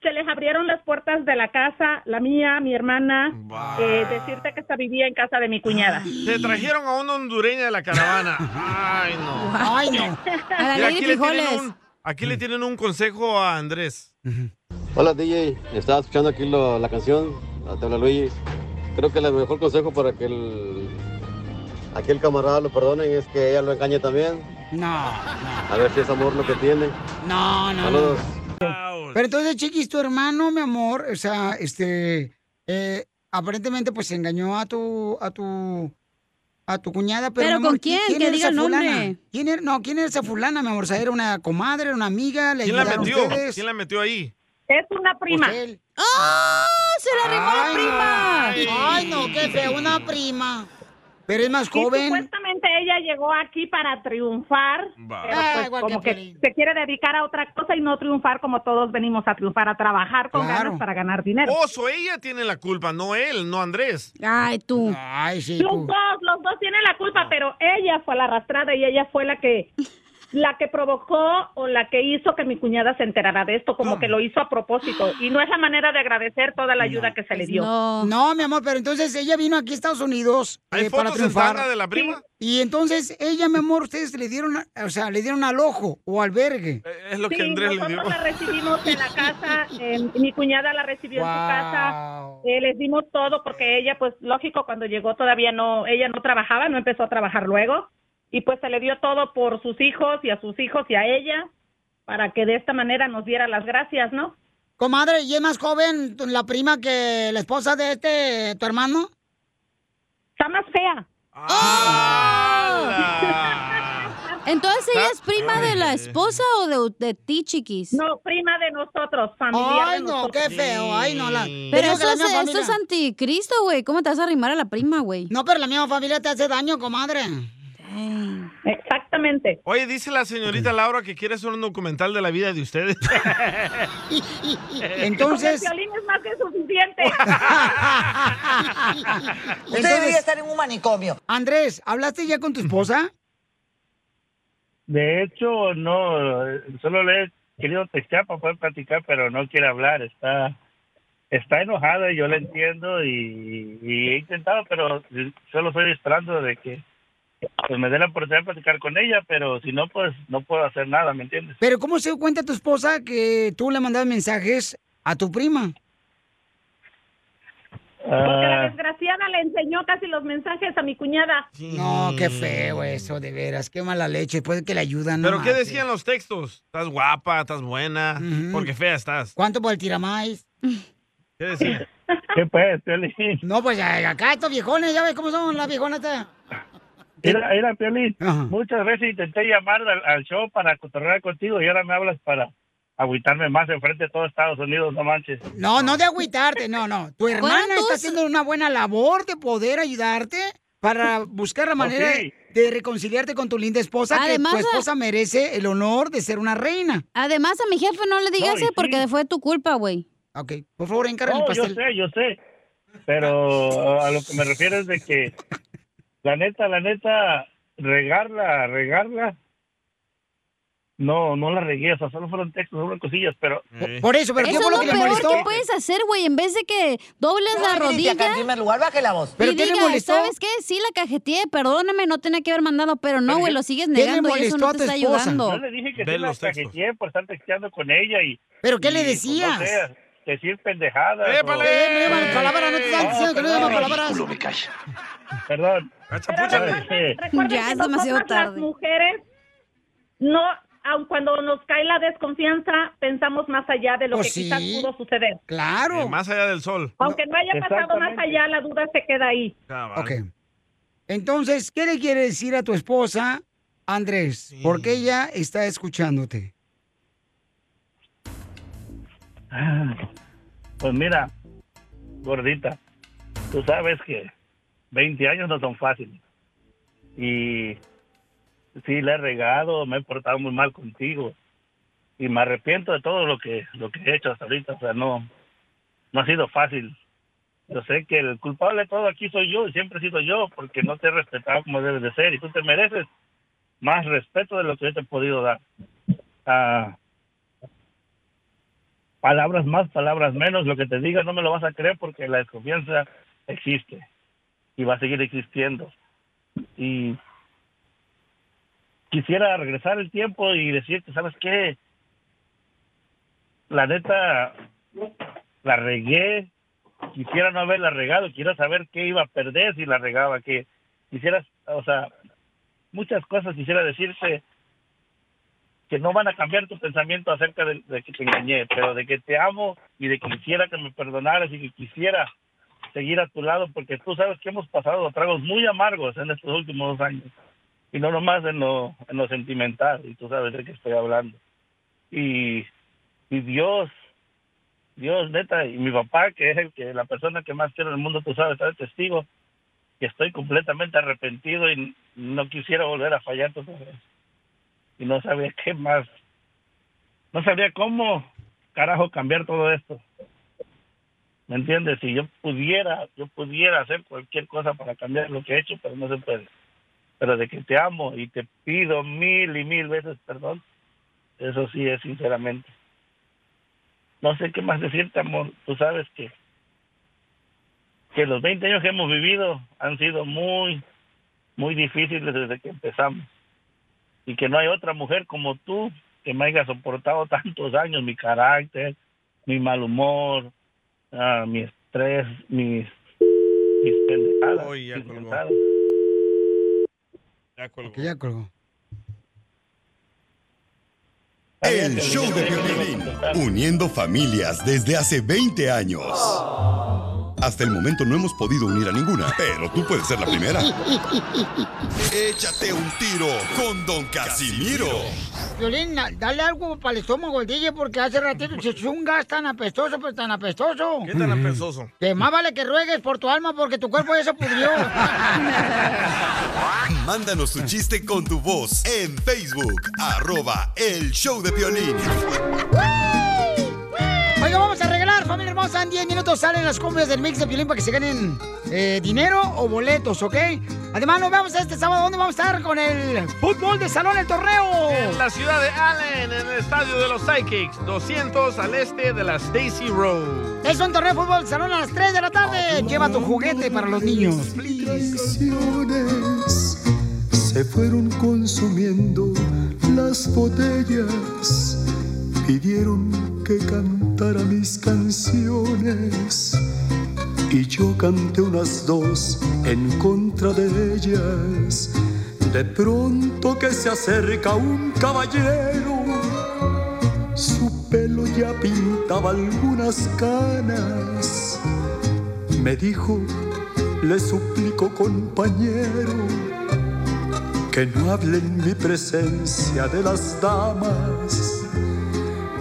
Speaker 9: se les abrieron las puertas de la casa, la mía, mi hermana, eh, decirte que esta vivía en casa de mi cuñada.
Speaker 3: Te trajeron a una hondureña de la caravana. Ay, no.
Speaker 2: Ay, no.
Speaker 3: Y aquí le, tienen un, aquí le tienen un consejo a Andrés.
Speaker 7: Hola DJ, estaba escuchando aquí lo- la canción, la tabla Luigi. Creo que el mejor consejo para que el, aquel camarada lo perdonen es que ella lo engañe también.
Speaker 2: No,
Speaker 7: A ver si es amor lo que tiene.
Speaker 2: no, no.
Speaker 7: Saludos.
Speaker 2: Pero entonces, Chiquis, tu hermano, mi amor, o sea, este, eh, aparentemente pues engañó a tu, a tu, a tu cuñada. Pero,
Speaker 4: ¿Pero
Speaker 2: mi amor,
Speaker 4: con quién? Que
Speaker 2: era
Speaker 4: diga
Speaker 2: esa
Speaker 4: el nombre.
Speaker 2: fulana? ¿Quién era, no, ¿quién era esa fulana, mi amor? O sea, era una comadre, era una amiga, le
Speaker 3: ¿Quién la
Speaker 2: ayudaron
Speaker 3: metió?
Speaker 2: ustedes.
Speaker 3: ¿Quién la metió ahí?
Speaker 9: Es una
Speaker 2: prima.
Speaker 4: ¡Ah! ¡Se la
Speaker 2: arrimó la
Speaker 4: prima!
Speaker 2: Ay, no, qué feo, una prima. Pero es más
Speaker 9: Y
Speaker 4: pues,
Speaker 2: joven.
Speaker 9: supuestamente ella llegó aquí para triunfar, pero
Speaker 2: Ah,
Speaker 9: pues
Speaker 2: igual
Speaker 9: como
Speaker 2: que
Speaker 9: que se quiere dedicar a otra cosa y no triunfar como todos venimos a triunfar, a trabajar con ganas para ganar dinero.
Speaker 2: Oh,
Speaker 3: Oso, Oh, ella tiene la culpa, no él, no Andrés.
Speaker 4: Ay, tú.
Speaker 2: Ay, sí, Ah.
Speaker 9: Los dos, los dos tienen la culpa, pero ella fue la arrastrada y ella fue la que la que provocó o la que hizo que mi cuñada se enterara de esto, como que lo hizo a propósito. Y no es la manera de agradecer toda la ayuda que se
Speaker 4: Pues
Speaker 9: le dio.
Speaker 2: No. no, mi amor, pero entonces ella vino aquí a Estados Unidos
Speaker 3: ¿Hay
Speaker 2: eh, para
Speaker 3: fotos en
Speaker 2: triunfar.
Speaker 3: tanga de la prima?
Speaker 2: Y entonces ella, mi amor, ustedes le dieron, a- o sea, le dieron alojo o albergue.
Speaker 3: Eh, Es lo
Speaker 9: Sí,
Speaker 3: que Andrés le dio.
Speaker 9: nosotros la recibimos en la casa, eh, mi cuñada la recibió en su
Speaker 2: Wow.
Speaker 9: casa, eh, les dimos todo porque ella, pues lógico, cuando llegó todavía no, ella no trabajaba, no empezó a trabajar luego y pues se le dio todo por sus hijos y a sus hijos y a ella para que de esta manera nos diera las gracias, ¿no?
Speaker 2: Comadre, ¿y es más joven tu- la prima que la esposa de este, tu hermano?
Speaker 9: Está más fea.
Speaker 4: Entonces ella es prima de la esposa o de, de ti, chiquis.
Speaker 9: No, prima de nosotros,
Speaker 4: familiar
Speaker 2: Ay, no, qué feo. Ay, no. La...
Speaker 4: Pero
Speaker 2: Digo que
Speaker 4: eso
Speaker 2: la
Speaker 4: es,
Speaker 2: misma
Speaker 4: eso
Speaker 2: familia.
Speaker 4: es anticristo, güey. ¿Cómo te vas a arrimar a la prima, güey?
Speaker 2: No, pero la misma familia te hace daño, comadre.
Speaker 9: Exactamente.
Speaker 3: Oye, dice la señorita Laura que quiere hacer un documental de la vida de ustedes.
Speaker 2: Entonces-
Speaker 9: Con el violín es más que suficiente.
Speaker 2: Usted debería estar en un manicomio. Andrés, ¿hablaste ya con tu esposa?
Speaker 8: De hecho, no, eh, solo le he querido textear para poder platicar, pero no quiere hablar, está está enojada, yo la entiendo y, y he intentado, pero solo estoy esperando de que pues, me dé la oportunidad de platicar con ella, pero si no, pues no puedo hacer nada, ¿me entiendes?
Speaker 2: Pero ¿cómo se dio cuenta tu esposa que tú le mandabas mensajes a tu prima?
Speaker 9: Porque
Speaker 3: Ah.
Speaker 9: la desgraciada le enseñó casi los mensajes a mi cuñada.
Speaker 2: No, qué feo eso, de veras. Qué mala leche. Puede que le ayudan.
Speaker 3: ¿Pero qué decían los textos? Estás guapa, estás buena, porque fea estás.
Speaker 2: ¿Cuánto por el tiramais?
Speaker 3: ¿Qué decían?
Speaker 8: ¿Qué pues,
Speaker 2: No, pues eh, acá estos viejones, ya ves cómo son las viejonas. eh. estas.
Speaker 8: Era, era Piolín. Muchas veces intenté llamar al, al show para cotorrear contigo y ahora me hablas para agüitarme más enfrente de todo Estados Unidos, no manches.
Speaker 2: No, no de agüitarte, no, no. Tu hermana
Speaker 8: ¿Cuántos?
Speaker 2: está haciendo una buena labor de poder ayudarte para buscar la manera
Speaker 8: Ok.
Speaker 2: de reconciliarte con tu linda esposa,
Speaker 4: Además,
Speaker 2: que
Speaker 4: a-
Speaker 2: tu esposa merece el honor de ser una reina.
Speaker 4: Además, a mi jefe no le digas
Speaker 2: No, y
Speaker 4: eso porque fue tu culpa, güey.
Speaker 2: Ok, por favor, encárgale
Speaker 8: No,
Speaker 2: el pastel.
Speaker 8: Yo sé, yo sé. Pero a lo que me refiero es de que, la neta, la neta, regarla, regarla. No, no la regué, o sea, solo fueron textos, solo fueron cosillas, pero...
Speaker 2: Por eso,
Speaker 4: Eso es lo peor que puedes hacer, güey. En vez de que dobles
Speaker 8: No,
Speaker 4: la
Speaker 8: grite
Speaker 4: rodilla.
Speaker 8: acá en primer lugar, baje la voz. ¿Pero
Speaker 4: y
Speaker 8: qué le
Speaker 4: diga,
Speaker 8: molestó?
Speaker 4: ¿sabes qué? Sí, la cajeteé, perdóname, no tenía que haber mandado, pero no, güey, lo sigues negando y eso no te está ayudando.
Speaker 8: Yo le dije que sí la cajeteé por estar texteando con ella y...
Speaker 2: ¿Pero qué le
Speaker 8: y, pues,
Speaker 2: decías?
Speaker 8: no sé, decir pendejadas. o-
Speaker 2: ¡Épale! Eh, no llaman palabras, no te están diciendo que no llaman
Speaker 8: perdón.
Speaker 2: palabras. Ridículo, me
Speaker 8: Perdón.
Speaker 9: Recuerden- recuerden
Speaker 4: Ya
Speaker 9: que
Speaker 4: es demasiado
Speaker 9: nosotras
Speaker 4: tarde.
Speaker 9: Las mujeres, no, aun cuando nos cae la desconfianza, pensamos más allá de lo
Speaker 3: Pues
Speaker 9: que quizás
Speaker 3: sí.
Speaker 9: pudo suceder.
Speaker 2: Claro.
Speaker 3: Eh, más allá del sol.
Speaker 9: Aunque no haya pasado más allá, la duda se queda ahí.
Speaker 3: Cabal.
Speaker 2: Ok. Entonces, ¿qué le quiere decir a tu esposa, Andrés? Porque ella está escuchándote.
Speaker 8: Pues mira, gordita, tú sabes que 20 años no son fáciles. Y sí, le he regado, me he portado muy mal contigo. Y me arrepiento de todo lo que, lo que he hecho hasta ahorita. O sea, no, no ha sido fácil. Yo sé que el culpable de todo aquí soy yo y siempre he sido yo porque no te he respetado como debes de ser y tú te mereces más respeto de lo que yo te he podido dar. Ah, palabras más, palabras menos, lo que te diga no me lo vas a creer porque la desconfianza existe y va a seguir existiendo. Y quisiera regresar el tiempo y decirte, ¿sabes qué? La neta, la regué, quisiera no haberla regado, quisiera saber qué iba a perder si la regaba, que quisiera, o sea, muchas cosas quisiera decirte que no van a cambiar tu pensamiento acerca de, de que te engañé, pero de que te amo y de que quisiera que me perdonaras y que quisiera seguir a tu lado, porque tú sabes que hemos pasado tragos muy amargos en estos últimos dos años, y no nomás en lo, en lo sentimental, y tú sabes de qué estoy hablando. Y, y Dios, Dios neta, y mi papá, que es el que la persona que más quiero en el mundo, tú sabes, está de testigo, que estoy completamente arrepentido y no quisiera volver a fallar, tú sabes y no sabía qué más, no sabía cómo carajo cambiar todo esto. ¿Me entiendes? Si yo pudiera, yo pudiera hacer cualquier cosa para cambiar lo que he hecho, pero no se puede. pero de que te amo y te pido mil y mil veces perdón, eso sí es sinceramente. No sé qué más decirte, amor. Tú sabes que, que los 20 años que hemos vivido han sido muy, muy difíciles desde que empezamos. Y que no hay otra mujer como tú que me haya soportado tantos años mi carácter, mi mal humor, ah, mi estrés, mis, mis pendejadas.
Speaker 3: Uy, ya
Speaker 8: mis
Speaker 3: colgó.
Speaker 8: pendejadas.
Speaker 3: Ya colgó.
Speaker 2: Que ya colgó.
Speaker 5: El show de Piolín, uniendo familias desde hace 20 años. Hasta el momento no hemos podido unir a ninguna, pero tú puedes ser la primera. Échate un tiro con Don Casimiro.
Speaker 2: Violín, dale algo para el estómago al DJ porque hace ratito se echó un gas tan apestoso, pero tan apestoso.
Speaker 3: ¿Qué tan apestoso?
Speaker 2: Que más vale que ruegues por tu alma porque tu cuerpo ya se pudrió.
Speaker 5: Mándanos tu chiste con tu voz en Facebook, arroba el show de Piolín.
Speaker 2: Oiga, vamos a regalar, familia hermosa. En 10 minutos salen las cumbias del mix de Piolín para que se ganen eh, dinero o boletos, ¿ok? Además, nos vemos este sábado. ¿Dónde vamos a estar? Con el fútbol de salón, el torneo.
Speaker 3: En la ciudad de Allen, en el estadio de los Psychics, 200 al este de la Stacy Road.
Speaker 2: Es un torneo de fútbol de salón a las 3 de la tarde. Lleva tu juguete para los niños.
Speaker 12: traiciones se fueron consumiendo las botellas. Pidieron que cantara mis canciones y yo canté unas dos en contra de ellas. De pronto que se acerca un caballero, su pelo ya pintaba algunas canas. Me dijo, le suplico compañero, que no hable en mi presencia de las damas.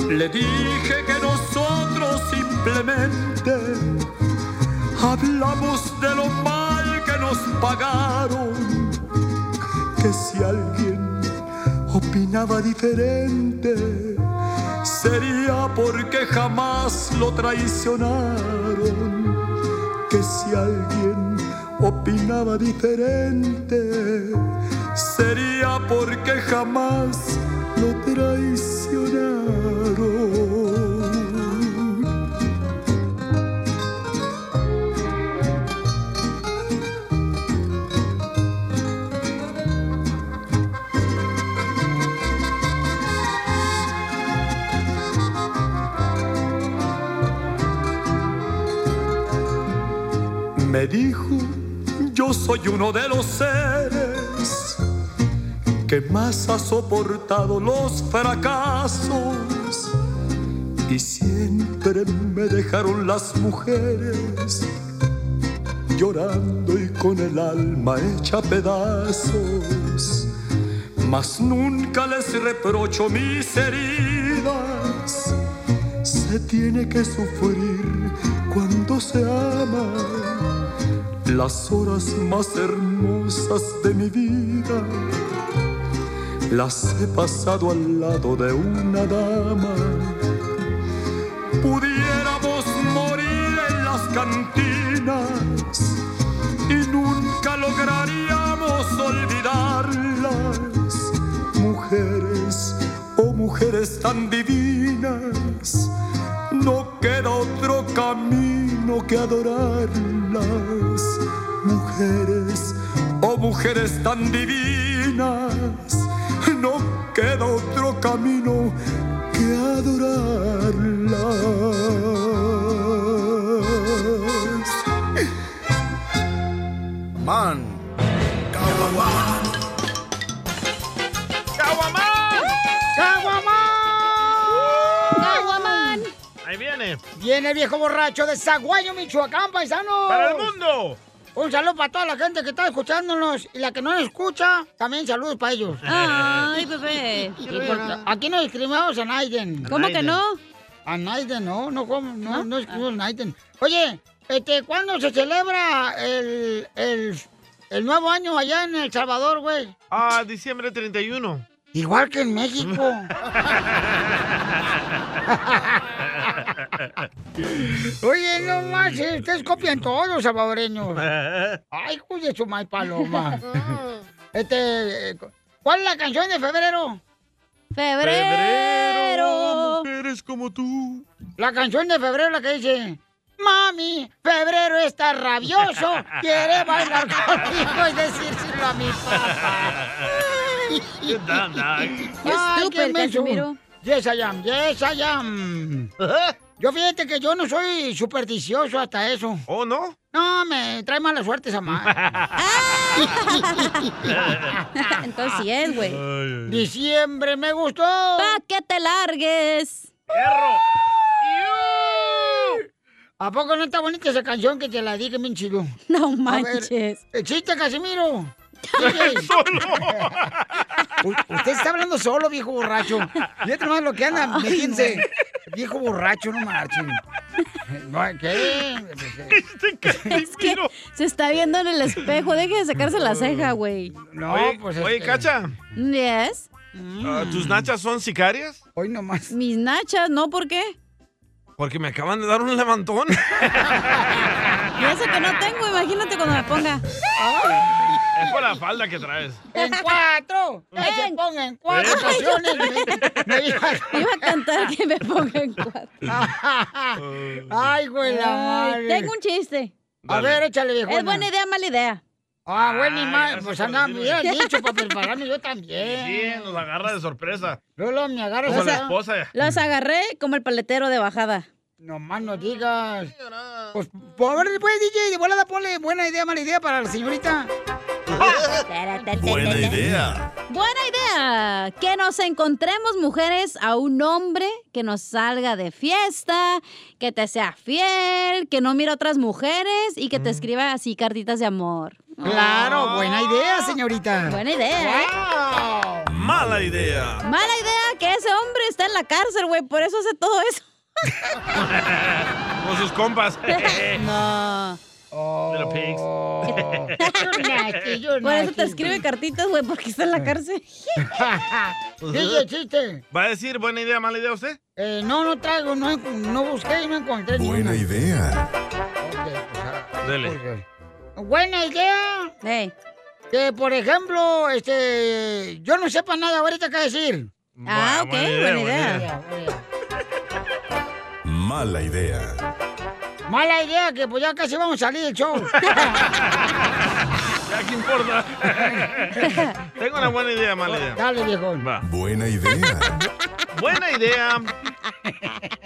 Speaker 12: Le dije que nosotros simplemente hablamos de lo mal que nos pagaron, que si alguien opinaba diferente sería porque jamás lo traicionaron que si alguien opinaba diferente, sería porque jamás lo traicionaron. Me dijo, yo soy uno de los seres que más ha soportado los fracasos y siempre me dejaron las mujeres llorando y con el alma hecha pedazos. Mas nunca les reprocho mis heridas. Se tiene que sufrir cuando se ama las horas más hermosas de mi vida las he pasado al lado de una dama. Pudiéramos morir en las cantinas y nunca lograríamos olvidarlas. Mujeres, oh mujeres tan divinas, no queda otro camino que adorarlas. Mujeres, oh mujeres tan divinas, no queda otro camino que adorarlas. Man.
Speaker 3: ¡Caguamán!
Speaker 2: ¡Caguamán!
Speaker 4: ¡Caguamán!
Speaker 3: Ahí viene.
Speaker 2: Viene el viejo borracho de Zaguayo, Michoacán, paisano.
Speaker 3: ¡Para el mundo!
Speaker 2: Un saludo para toda la gente que está escuchándonos y la que no nos escucha, también saludos para ellos.
Speaker 4: Ay, bebé.
Speaker 2: Y porque Aquí no discriminamos a Naiden.
Speaker 4: ¿Cómo que no? Ah.
Speaker 2: A Naiden, no, no, como- no, no discriminamos a Naiden. Oye, este, ¿cuándo se celebra el, el, el nuevo año allá en El Salvador, güey?
Speaker 3: Ah, diciembre 31.
Speaker 2: Igual que en México. Oye, no más, eh, ustedes copian todos, salvadoreños. Ay, cuide su mal paloma. Este, eh, ¿cuál es la canción de febrero?
Speaker 15: Febrero,
Speaker 2: mujeres como tú. La canción de febrero, la que dice, mami, febrero está rabioso, quiere bailar conmigo y decírselo a mi papá.
Speaker 15: Qué
Speaker 2: Ay, qué
Speaker 15: stupid,
Speaker 2: menso.
Speaker 15: Casimiro.
Speaker 2: Yes, I am, yes, I am. Yo fíjate que yo no soy supersticioso hasta eso. ¿Oh, no? No, me trae mala suerte esa madre.
Speaker 4: Entonces sí es, güey.
Speaker 2: Diciembre me gustó. Pa'
Speaker 4: que te largues.
Speaker 2: ¿A poco no está bonita esa canción que te la dije, bien chido? No
Speaker 4: manches.
Speaker 2: ¡Chiste, Casimiro! U- Usted está hablando solo, viejo borracho. Fíjate nomás lo que anda,
Speaker 15: Ay,
Speaker 2: fíjense. Viejo borracho, no marchen. No, ¿qué?
Speaker 4: Es que se está viendo en el espejo. Deje de sacarse la ceja, güey.
Speaker 2: No, pues, este, mm.
Speaker 3: oye, oye, Cacha,
Speaker 4: Yes.
Speaker 3: ah, ¿tus nachas son sicarias?
Speaker 2: Hoy nomás.
Speaker 4: Mis nachas, ¿no? ¿Por qué?
Speaker 3: Porque me acaban de dar un levantón.
Speaker 4: Y eso que no tengo, imagínate cuando me ponga.
Speaker 3: Es por la falda que traes. ¿Eh?
Speaker 2: ¡En cuatro! ¡Que se ponga en cuatro
Speaker 4: Ay,
Speaker 2: ocasiones!
Speaker 4: Iba a cantar que me ponga en cuatro.
Speaker 2: Ay, güey, la
Speaker 4: Ay,
Speaker 2: madre.
Speaker 4: Tengo un chiste.
Speaker 2: A Dale. ver, échale, viejona.
Speaker 4: Es buena idea, mala idea.
Speaker 2: Ah, bueno, y más, pues anda, me hubieras dicho para prepararme yo también.
Speaker 3: Sí, nos agarra de sorpresa.
Speaker 2: Lolo, me agarras
Speaker 3: Como
Speaker 4: O sea,
Speaker 3: la esposa.
Speaker 4: Los agarré como el paletero de bajada.
Speaker 2: Nomás no digas. Pues, pobre, pues, DJ, de volada ponle buena idea, mala idea para la señorita.
Speaker 5: Buena idea.
Speaker 4: Buena idea. Que nos encontremos mujeres a un hombre que nos salga de fiesta, que te sea fiel, que no mire a otras mujeres y que te escriba así cartitas de amor.
Speaker 2: Mm. Claro, buena idea, señorita.
Speaker 4: Buena idea, ¿eh?
Speaker 3: Mala idea.
Speaker 4: Mala idea que ese hombre está en la cárcel, güey, por eso hace todo eso.
Speaker 3: Con sus compas.
Speaker 4: no.
Speaker 3: Little pigs.
Speaker 4: Por eso te escribe cartitas, güey, porque está en la cárcel.
Speaker 2: DJ, Ah, chiste.
Speaker 3: ¿Va a decir buena idea, mala idea usted?
Speaker 2: Eh, no, no traigo, no, no busqué y no encontré
Speaker 5: Buena
Speaker 2: ninguna.
Speaker 5: idea.
Speaker 3: Dele.
Speaker 2: Buena idea. Que, por ejemplo, este, yo no sepa nada ahorita qué decir.
Speaker 5: Ah, Bu- ok, buena idea, buena buena idea. Mala idea.
Speaker 2: Mala idea, que pues ya casi vamos a salir del show.
Speaker 3: Ya, ¿qué importa? Tengo una buena idea, mala idea.
Speaker 2: Dale, viejón.
Speaker 5: Buena idea.
Speaker 3: Buena idea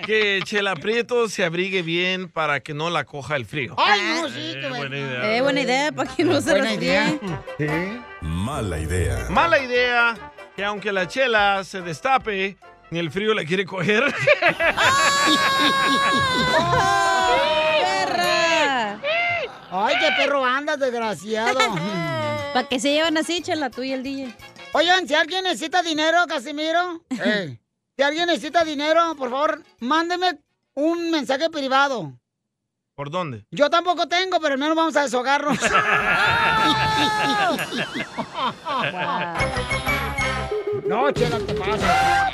Speaker 3: que Chela Prieto se abrigue bien para que no la coja el frío.
Speaker 2: Ay, no, sí,
Speaker 3: Eh, buena idea.
Speaker 4: Eh, buena idea, para que no se
Speaker 2: Buena
Speaker 4: resfríe.
Speaker 5: Mala idea.
Speaker 3: Mala idea que aunque la Chela se destape, ni el frío la quiere coger.
Speaker 4: ¡Perra!
Speaker 2: Ay, qué perro andas, desgraciado.
Speaker 4: ¿Para que se llevan así, chela, tú y el DJ?
Speaker 2: Oigan, si alguien necesita dinero, Casimiro, eh, si alguien necesita dinero, por favor, mándeme un mensaje privado.
Speaker 3: ¿Por dónde?
Speaker 2: Yo tampoco tengo, pero al menos vamos a deshogarnos. no, chela, te pasa.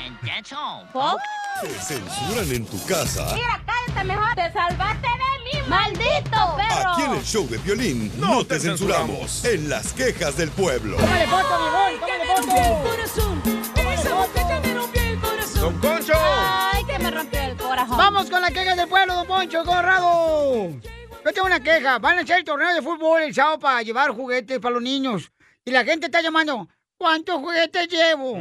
Speaker 5: Te censuran en tu casa.
Speaker 2: Ah.
Speaker 4: cállate mejor. Te salvaste de mí, maldito
Speaker 5: Aquí en el show de violín no, te censuramos. En las quejas del pueblo.
Speaker 2: ¡Tómale foto, mi ¡Tómale
Speaker 15: foto!
Speaker 3: ¡Don Concho!
Speaker 4: ¡Ay, que me rompió el corazón!
Speaker 2: Vamos con la queja del pueblo, don Poncho Corrado. Yo tengo una queja. Van a hacer el torneo de fútbol el sábado para llevar juguetes para los niños. Y la gente está llamando, ¿cuántos juguetes llevo?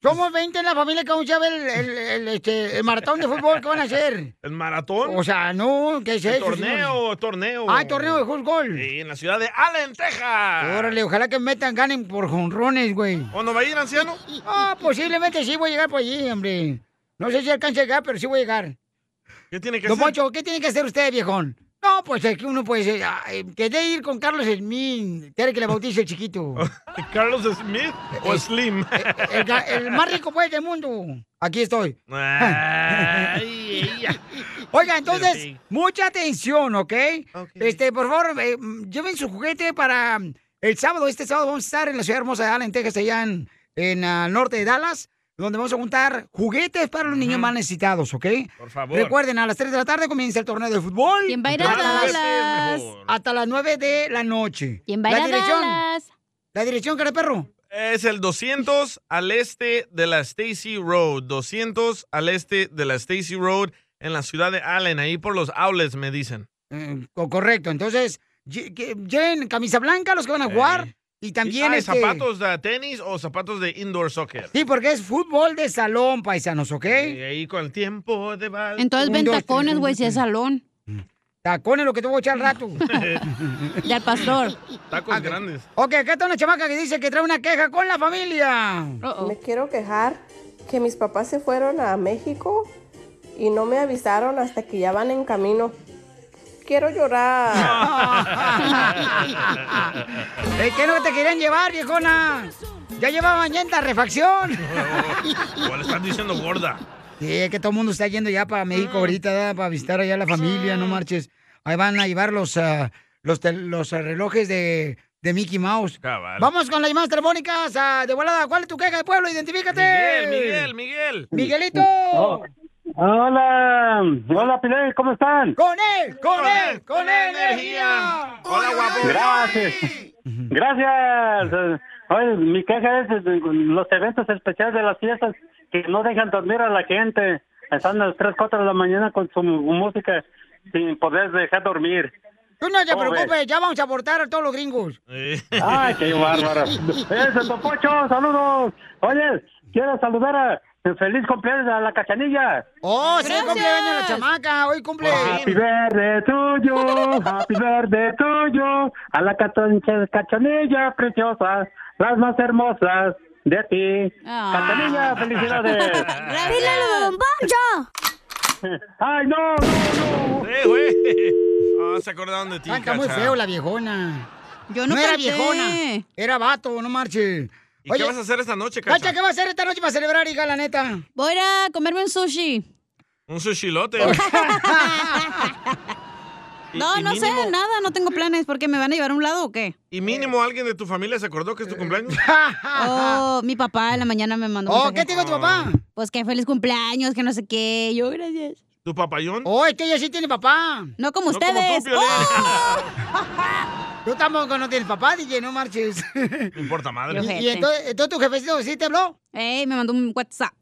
Speaker 2: Somos 20 en la familia que vamos a ver el, el- el, este, el maratón de fútbol que van a hacer.
Speaker 3: ¿El maratón?
Speaker 2: O sea, no, ¿qué es
Speaker 3: El
Speaker 2: eso?
Speaker 3: torneo, torneo.
Speaker 2: Ah, torneo de fútbol.
Speaker 3: Sí, en la ciudad de Allen, Texas.
Speaker 2: Órale, ojalá que metan, ganen por jonrones, güey.
Speaker 3: ¿O no va a ir, anciano?
Speaker 2: Ah, posiblemente sí voy a llegar por allí, hombre. No sé si alcance a llegar, pero sí voy a llegar.
Speaker 3: ¿Qué tiene que
Speaker 2: Don
Speaker 3: hacer?
Speaker 2: Poncho, ¿qué tiene que hacer usted, viejón? No, pues es que uno puede ser... ay, Que debe ir con Carlos Slim, quiere que le bautice el chiquito.
Speaker 3: ¿Carlos Smith o Slim?
Speaker 2: El, ga- el más rico, pues, del mundo. Aquí estoy.
Speaker 3: Ay,
Speaker 2: Oiga, entonces, mucha atención, ¿ok? Este, por favor, eh, mm, lleven su juguete para mm, el sábado. Este sábado vamos a estar en la ciudad hermosa de Allen, Texas, allá en, en, ah, norte de Dallas. donde vamos a juntar juguetes para los niños más necesitados, ¿ok?
Speaker 3: Por favor.
Speaker 2: Recuerden, a las 3 de la tarde comienza el torneo de fútbol.
Speaker 4: ¿Quién va a ir a
Speaker 2: Entonces,
Speaker 4: Dallas?
Speaker 2: Hasta las 9 de la noche.
Speaker 4: ¿Quién va a ir
Speaker 2: la
Speaker 4: a
Speaker 2: dirección,
Speaker 4: Dallas?
Speaker 2: La dirección, cara de perro.
Speaker 3: Es el 200 al este de la Stacy Road. 200 al este de la Stacy Road en la ciudad de Allen, ahí por los outlets, me dicen.
Speaker 2: Eh, co- correcto, entonces lle- que- lleven camisa blanca los que van a jugar y también
Speaker 3: Ah, ¿y
Speaker 2: este,
Speaker 3: zapatos de tenis o zapatos de indoor soccer?
Speaker 2: Sí, porque es fútbol de salón, paisanos, ¿ok?
Speaker 3: Y ahí con el tiempo de bal-
Speaker 4: Entonces ven tacones, güey, si es salón.
Speaker 2: Mm. Tacones, lo que te voy a echar al rato.
Speaker 4: Del pastor.
Speaker 3: Tacos grandes.
Speaker 2: Ok, acá está una chamaca que dice que trae una queja con la familia.
Speaker 21: Me quiero quejar que mis papás se fueron a México y no me avisaron hasta que ya van en camino. Quiero llorar.
Speaker 2: ¿Eh, ¿Qué no te querían llevar, viejona? Ya llevaban llanta, refacción.
Speaker 3: O le están diciendo gorda.
Speaker 2: Sí, es que todo el mundo está yendo ya para México ahorita, ¿verdad? para visitar allá a la familia, no marches. Ahí van a llevar los, ah, los, tel- los ah, relojes de, de Mickey Mouse. Vamos con las llamadas telefónicas ah, de volada. ¿Cuál es tu queja de pueblo? Identifícate.
Speaker 3: Miguel, Miguel, Miguel.
Speaker 2: Miguelito.
Speaker 22: Oh. Hola, hola Pilar, ¿cómo están?
Speaker 2: Con él, con, él, con él,
Speaker 3: energía. Hola, guapo.
Speaker 22: Gracias. Gracias. Eh, Oye, mi queja es eh, los eventos especiales de las fiestas que no dejan dormir a la gente. Están a las 3, 4 de la mañana con su música sin poder dejar dormir.
Speaker 2: Tú no te
Speaker 22: ¿Cómo ves?
Speaker 2: preocupes, ya vamos a abortar a todos los gringos.
Speaker 22: ¡Ay, qué bárbara! ¡Eh, Santo Pocho, saludos! Oye, quiero saludar a... ¡Feliz cumpleaños a la cachanilla!
Speaker 2: ¡Oh, sí,
Speaker 22: Gracias.
Speaker 2: cumpleaños la chamaca! Hoy cumple.
Speaker 22: Happy verde tuyo, happy verde tuyo, a la catoncha- cachanilla preciosa, las más hermosas de ti.
Speaker 2: Ah.
Speaker 22: Cachanilla, felicidades. Ay, no, no,
Speaker 3: no. Eh, güey. Ah, se acordaron de ti.
Speaker 2: Está muy
Speaker 3: Cacha.
Speaker 2: feo la viejona.
Speaker 4: Yo
Speaker 3: no
Speaker 2: era
Speaker 3: canté.
Speaker 2: viejona, era vato, no marche.
Speaker 3: ¿Y qué vas a hacer esta noche, Cacha?
Speaker 2: Cacha, ¿qué vas a hacer esta noche para celebrar, hija, la neta?
Speaker 4: Voy a ir a comerme un sushi.
Speaker 3: Un sushilote. Y-
Speaker 4: No,
Speaker 3: y
Speaker 4: no sé,
Speaker 3: mínimo-
Speaker 4: nada, no tengo planes. ¿Por qué me van a llevar a un lado o qué?
Speaker 3: ¿Y mínimo alguien de tu familia se acordó
Speaker 2: Eh,
Speaker 3: que es tu cumpleaños?
Speaker 4: Oh, mi papá en la mañana me mandó.
Speaker 3: Oh,
Speaker 4: mensaje.
Speaker 3: ¿qué te dijo tu papá?
Speaker 4: Pues que feliz cumpleaños, que no sé qué. Yo, gracias.
Speaker 3: ¿Tu papayón?
Speaker 2: Oh, es que ella sí tiene papá.
Speaker 4: No
Speaker 2: No como
Speaker 4: como
Speaker 2: tú,
Speaker 4: ustedes.
Speaker 2: Piolín.
Speaker 4: ¡Oh!
Speaker 2: Tú tampoco no tienes papá, DJ, no marches.
Speaker 3: No importa, madre.
Speaker 2: y y entonces, entonces tu jefecito sí te habló.
Speaker 4: Ey, me mandó un WhatsApp.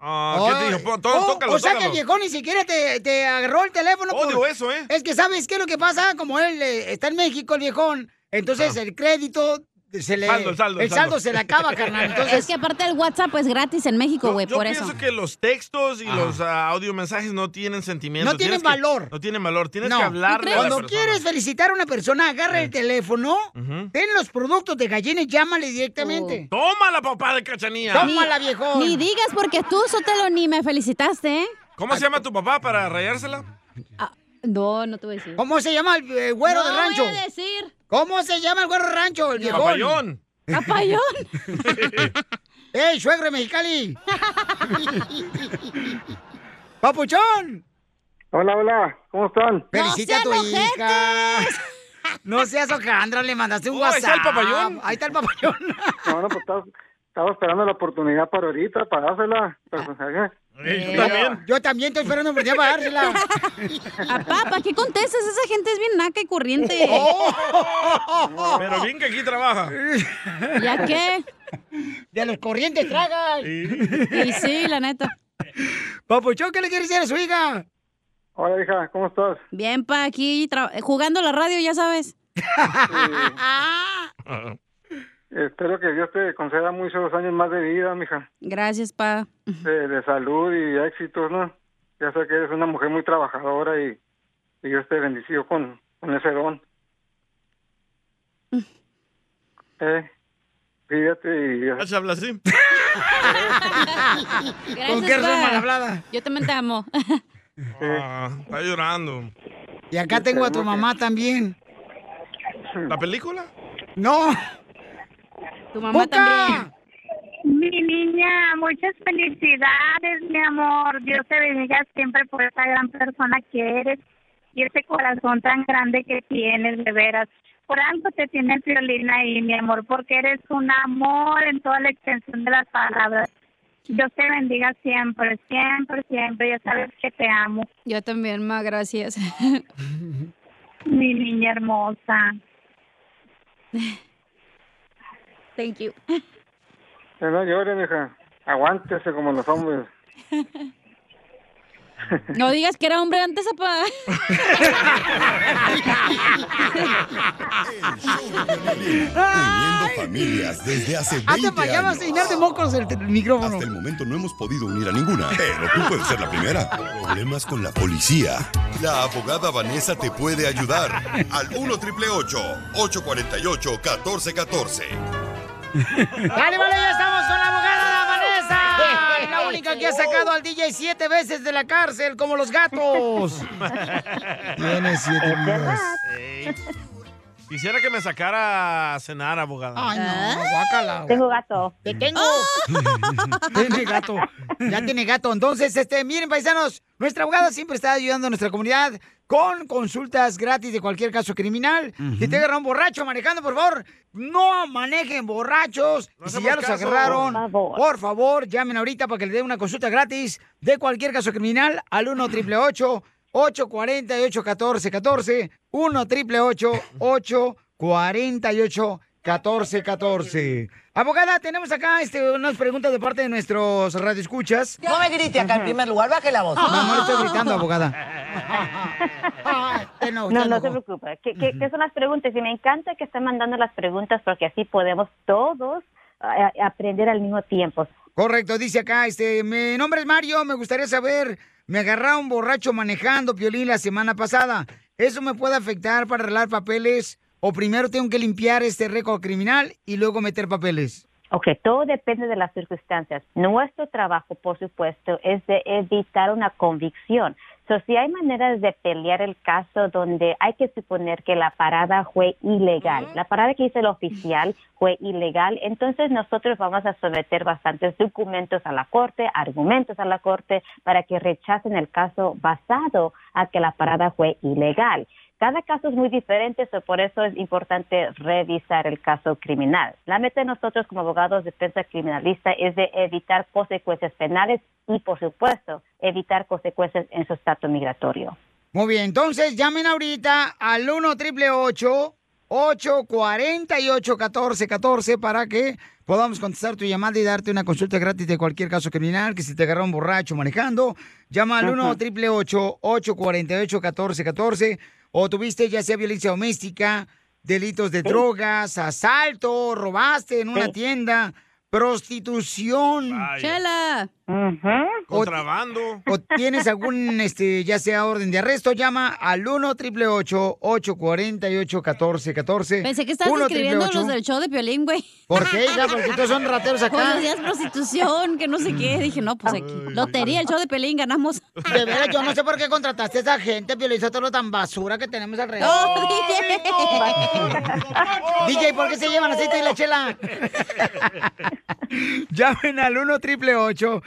Speaker 3: Ah, ¿Qué te dijo? Pon- tó-
Speaker 2: Oh,
Speaker 3: tócalo,
Speaker 2: O sea que
Speaker 3: tócalo.
Speaker 2: el viejón ni siquiera te, te agarró el teléfono.
Speaker 3: Odio eso, ¿eh?
Speaker 2: Es que, ¿sabes qué es lo que pasa? Como él eh, está en México, el viejón, entonces el crédito se le...
Speaker 3: Ah. Saldo, el saldo, el
Speaker 2: El saldo
Speaker 3: saldo.
Speaker 2: se le acaba, carnal. Entonces...
Speaker 4: es que aparte el WhatsApp es gratis en México, güey,
Speaker 3: Yo
Speaker 4: por
Speaker 3: pienso
Speaker 4: eso.
Speaker 3: que los textos y los ah, audiomensajes no tienen sentimiento.
Speaker 2: No tienen
Speaker 3: Tienes que-
Speaker 2: valor.
Speaker 3: no tienen valor. Tienes
Speaker 2: No.
Speaker 3: que hablarle a la
Speaker 2: Cuando
Speaker 3: persona.
Speaker 2: quieres felicitar a una persona, agarra el teléfono, ten los productos de gallina y llámale
Speaker 4: Oh.
Speaker 2: directamente.
Speaker 3: Tómala, papá de cachanilla.
Speaker 2: Tómala, viejo.
Speaker 4: Ni digas porque tú, Sotelo, ni me felicitaste, ¿eh? Ah,
Speaker 3: ¿Cómo se llama tu papá para rayársela?
Speaker 4: No, no te voy a decir.
Speaker 2: ¿Cómo se llama el eh, güero
Speaker 4: No
Speaker 2: del rancho?
Speaker 4: voy a decir.
Speaker 2: ¿Cómo se llama el güero del rancho, el viejo?
Speaker 3: Papayón.
Speaker 4: Papayón.
Speaker 2: ¡Ey, suegro de Mexicali! ¡Papuchón!
Speaker 22: Hola, hola, Ah, ¿cómo están?
Speaker 2: Felicita a tu hija. No seas hojandra, le mandaste un
Speaker 22: Oh, ahí está
Speaker 2: WhatsApp.
Speaker 22: el papayón.
Speaker 2: Ahí está el papayón.
Speaker 22: No, no, pues estaba, estaba esperando la oportunidad para ahorita, para dársela. Pero, pues, ajá.
Speaker 2: Eh, Yo también estoy esperando un oportunidad para dársela.
Speaker 4: Papá, ¿para qué contestas? Esa gente es bien naca y corriente.
Speaker 2: Oh,
Speaker 3: Pero bien que aquí trabaja.
Speaker 4: ¿Ya qué?
Speaker 2: De los corrientes tragan.
Speaker 4: Y sí, la neta.
Speaker 2: Papuchón, ¿qué le quieres decir a su hija?
Speaker 22: Hola, hija, ¿cómo estás?
Speaker 4: Bien, pa, aquí tra- jugando la radio, ya sabes.
Speaker 22: Espero que Dios te conceda muchos años más de vida, mija.
Speaker 4: Gracias, pa.
Speaker 22: De, de salud y éxitos, ¿no? Ya sé que eres una mujer muy trabajadora y, y Dios te bendició con, con ese don. Eh, fíjate y...
Speaker 3: Se habla así.
Speaker 4: Gracias,
Speaker 2: ¿Con qué
Speaker 4: pa.
Speaker 2: razón mal hablada?
Speaker 4: Yo también te amo.
Speaker 3: Ah, está llorando.
Speaker 2: Y acá tengo a tu mamá también.
Speaker 3: ¿La película?
Speaker 2: ¡No!
Speaker 4: Tu
Speaker 2: mamá también.
Speaker 23: Mi niña, muchas felicidades, mi amor. Dios te bendiga siempre por esta gran persona que eres y ese corazón tan grande que tienes, de veras. Por algo te tiene Violina ahí, mi amor, porque eres un amor en toda la extensión de las palabras. Dios te bendiga siempre, siempre, siempre. Ya sabes que te amo.
Speaker 4: Yo también, ma, gracias.
Speaker 23: Mi niña hermosa.
Speaker 4: Thank you.
Speaker 6: Eh, No llore, mija. Aguántese como los hombres.
Speaker 4: No digas que era hombre antes, papá.
Speaker 5: Uniendo familias desde hace
Speaker 2: Hazte
Speaker 5: 20
Speaker 2: pa' allá, vas a
Speaker 5: años.
Speaker 2: llenar de mocos el, el micrófono.
Speaker 5: Hasta el momento no hemos podido unir a ninguna, pero tú puedes ser la primera. Problemas con la policía. La abogada Vanessa te puede ayudar al 1 triple 848 1414.
Speaker 2: Dale, vale, ya estamos con la abogada Vanessa. La única que ha sacado al DJ siete veces de la cárcel, como los gatos.
Speaker 3: Tiene
Speaker 2: siete vidas.
Speaker 3: Quisiera que me sacara a cenar, abogada.
Speaker 2: Ay, no, guácala.
Speaker 3: Tengo
Speaker 2: gato. Te tengo. tiene gato. Ya tiene gato. Entonces, este, miren, paisanos, nuestra abogada siempre está ayudando a nuestra comunidad con consultas gratis de cualquier caso criminal. Si te agarraron borracho manejando, por favor, no manejen borrachos. Y si ya
Speaker 15: hacemos
Speaker 2: los
Speaker 15: caso.
Speaker 2: agarraron,
Speaker 15: Por
Speaker 2: por favor, llamen ahorita para que le dé una consulta gratis de cualquier caso criminal al 1 888 848 1414 1 888 848 1414 Abogada, tenemos acá este, unas preguntas de parte de nuestros radioescuchas.
Speaker 15: No me grite acá en primer lugar, baje la voz.
Speaker 2: No, no le estoy gritando, abogada.
Speaker 24: Ah, No,
Speaker 2: te
Speaker 24: no, se preocupe. ¿Qué, qué, qué son las preguntas? Y me encanta que estén mandando las preguntas porque así podemos todos ah, ah, aprender al mismo tiempo.
Speaker 2: Correcto, dice acá, este, mi nombre es Mario, me gustaría saber, me agarraron borracho manejando Piolín la semana pasada. ¿Eso me puede afectar para arreglar papeles o primero tengo que limpiar este récord criminal y luego meter papeles?
Speaker 24: Ok, todo depende de las circunstancias. Nuestro trabajo, por supuesto, es de evitar una convicción. So, si hay maneras de pelear el caso donde hay que suponer que la parada fue ilegal, la parada que hizo el oficial fue ilegal, entonces nosotros vamos a someter bastantes documentos a la corte, argumentos a la corte, para que rechacen el caso basado a que la parada fue ilegal. Cada caso es muy diferente, so por eso es importante revisar el caso criminal. La meta de nosotros como abogados de defensa criminalista es de evitar consecuencias penales y, por supuesto, evitar consecuencias en su estatus migratorio.
Speaker 2: Muy bien, entonces llamen ahorita al 1 triple 848 1414 para que podamos contestar tu llamada y darte una consulta gratis de cualquier caso criminal, que si te agarraron borracho manejando, llama al
Speaker 1: Ajá.
Speaker 2: 1 triple 848 1414 o tuviste ya sea violencia doméstica, delitos de drogas, asalto, robaste en una tienda, prostitución.
Speaker 4: Chela.
Speaker 2: Contrabando. O, tienes algún, este, ya sea orden de arresto, llama al 1 triple 848 1414
Speaker 4: Pensé que estabas escribiendo los del show de Piolín, güey.
Speaker 2: ¿Por qué, hija? Porque todos son rateros acá.
Speaker 4: Pues decías prostitución, que no sé qué. Dije, no, pues aquí. Lotería, el show de Piolín, ganamos.
Speaker 2: De veras, yo no sé por qué contrataste a esa gente, todo tan basura que tenemos alrededor.
Speaker 4: No, DJ.
Speaker 2: DJ, ¿por qué se llevan aceite y la chela? Llamen al 1 triple 848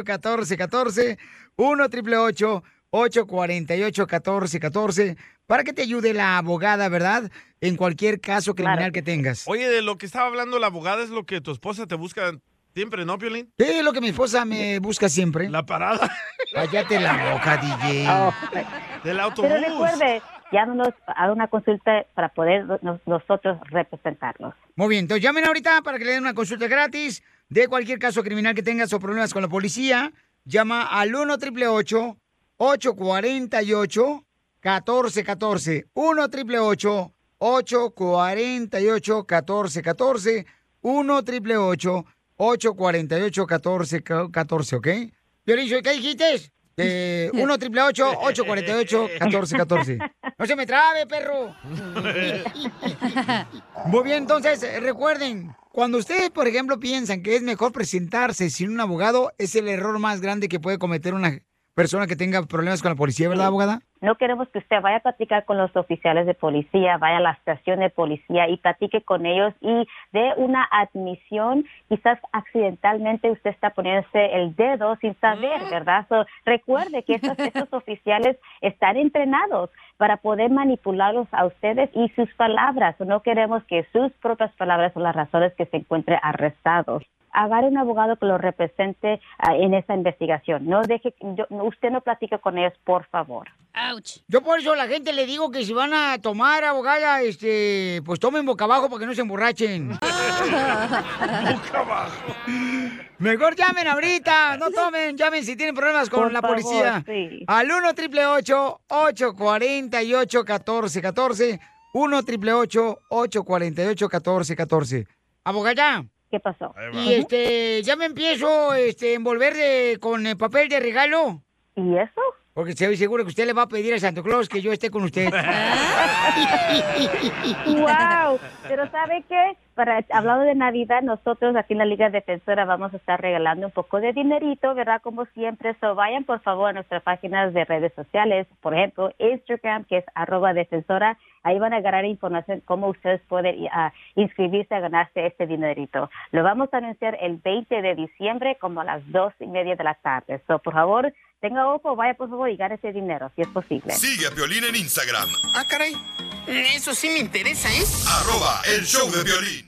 Speaker 2: 1414 1 triple 848 1414 para que te ayude la abogada, ¿verdad? En cualquier caso criminal que tengas.
Speaker 3: Oye, de lo que estaba hablando la abogada es lo que tu esposa te busca siempre, ¿no, Piolín?
Speaker 2: Sí, es lo que mi esposa me busca siempre. La
Speaker 3: parada.
Speaker 2: Cállate la boca, DJ.
Speaker 24: Oh.
Speaker 3: Del autobús.
Speaker 24: Pero recuerde, llámanos a una consulta para poder nos- nosotros representarlos.
Speaker 2: Muy bien, entonces llamen ahorita para que le den una consulta gratis de cualquier caso criminal que tengas o problemas con la policía. Llama al 1 888 848 1414 1 888 848 1414 1 888 848 1414 ¿ok? Violincio, ¿qué dijiste? Eh, 1 888 848 1414 No se me trabe, perro. Muy bien, entonces eh, recuerden, cuando ustedes, por ejemplo, piensan que es mejor presentarse sin un abogado, es el error más grande que puede cometer una persona que tenga problemas con la policía, ¿verdad, abogada?
Speaker 24: No queremos que usted vaya a platicar con los oficiales de policía, vaya a la estación de policía y platique con ellos y dé una admisión. Quizás accidentalmente usted está poniéndose el dedo sin saber, ¿verdad? So, recuerde que estos, estos oficiales están entrenados para poder manipularlos a ustedes y sus palabras. No queremos que sus propias palabras son las razones que se encuentre arrestados. agarre un abogado que lo represente ah, en esa investigación. No deje, yo- no, usted no platique con ellos, por favor.
Speaker 2: Yo por eso a la gente le digo que si van a tomar abogada, este, pues tomen boca abajo para que no se emborrachen. Mejor llamen ahorita, no tomen, llamen si tienen problemas con
Speaker 15: Por
Speaker 2: la
Speaker 15: favor,
Speaker 2: policía.
Speaker 15: sí.
Speaker 2: Al 1 triple 848 1414 1 triple 848 1414 Abogada.
Speaker 24: ¿Qué pasó?
Speaker 2: Y este, ya me empiezo este envolver de- con el papel de regalo.
Speaker 24: ¿Y eso?
Speaker 2: Porque estoy seguro que usted le va a pedir a Santo Claus que yo esté con usted.
Speaker 24: wow, pero ¿sabe qué? Para hablando de Navidad, nosotros aquí en la Liga Defensora vamos a estar regalando un poco de dinerito, ¿verdad? Como siempre, so vayan por favor a nuestras páginas de redes sociales, por ejemplo, Instagram, que es arroba defensora, ahí van a agarrar información cómo ustedes pueden ah, inscribirse a ganarse este dinerito. Lo vamos a anunciar el 20 de diciembre como a las dos y media de la tarde. So, por favor, tenga ojo, vaya por favor y gane ese dinero, si es posible.
Speaker 5: Sigue a Piolín en Instagram,
Speaker 13: Ah, caray. Eso sí me interesa, ¿eh?
Speaker 5: arroba el show de Piolín.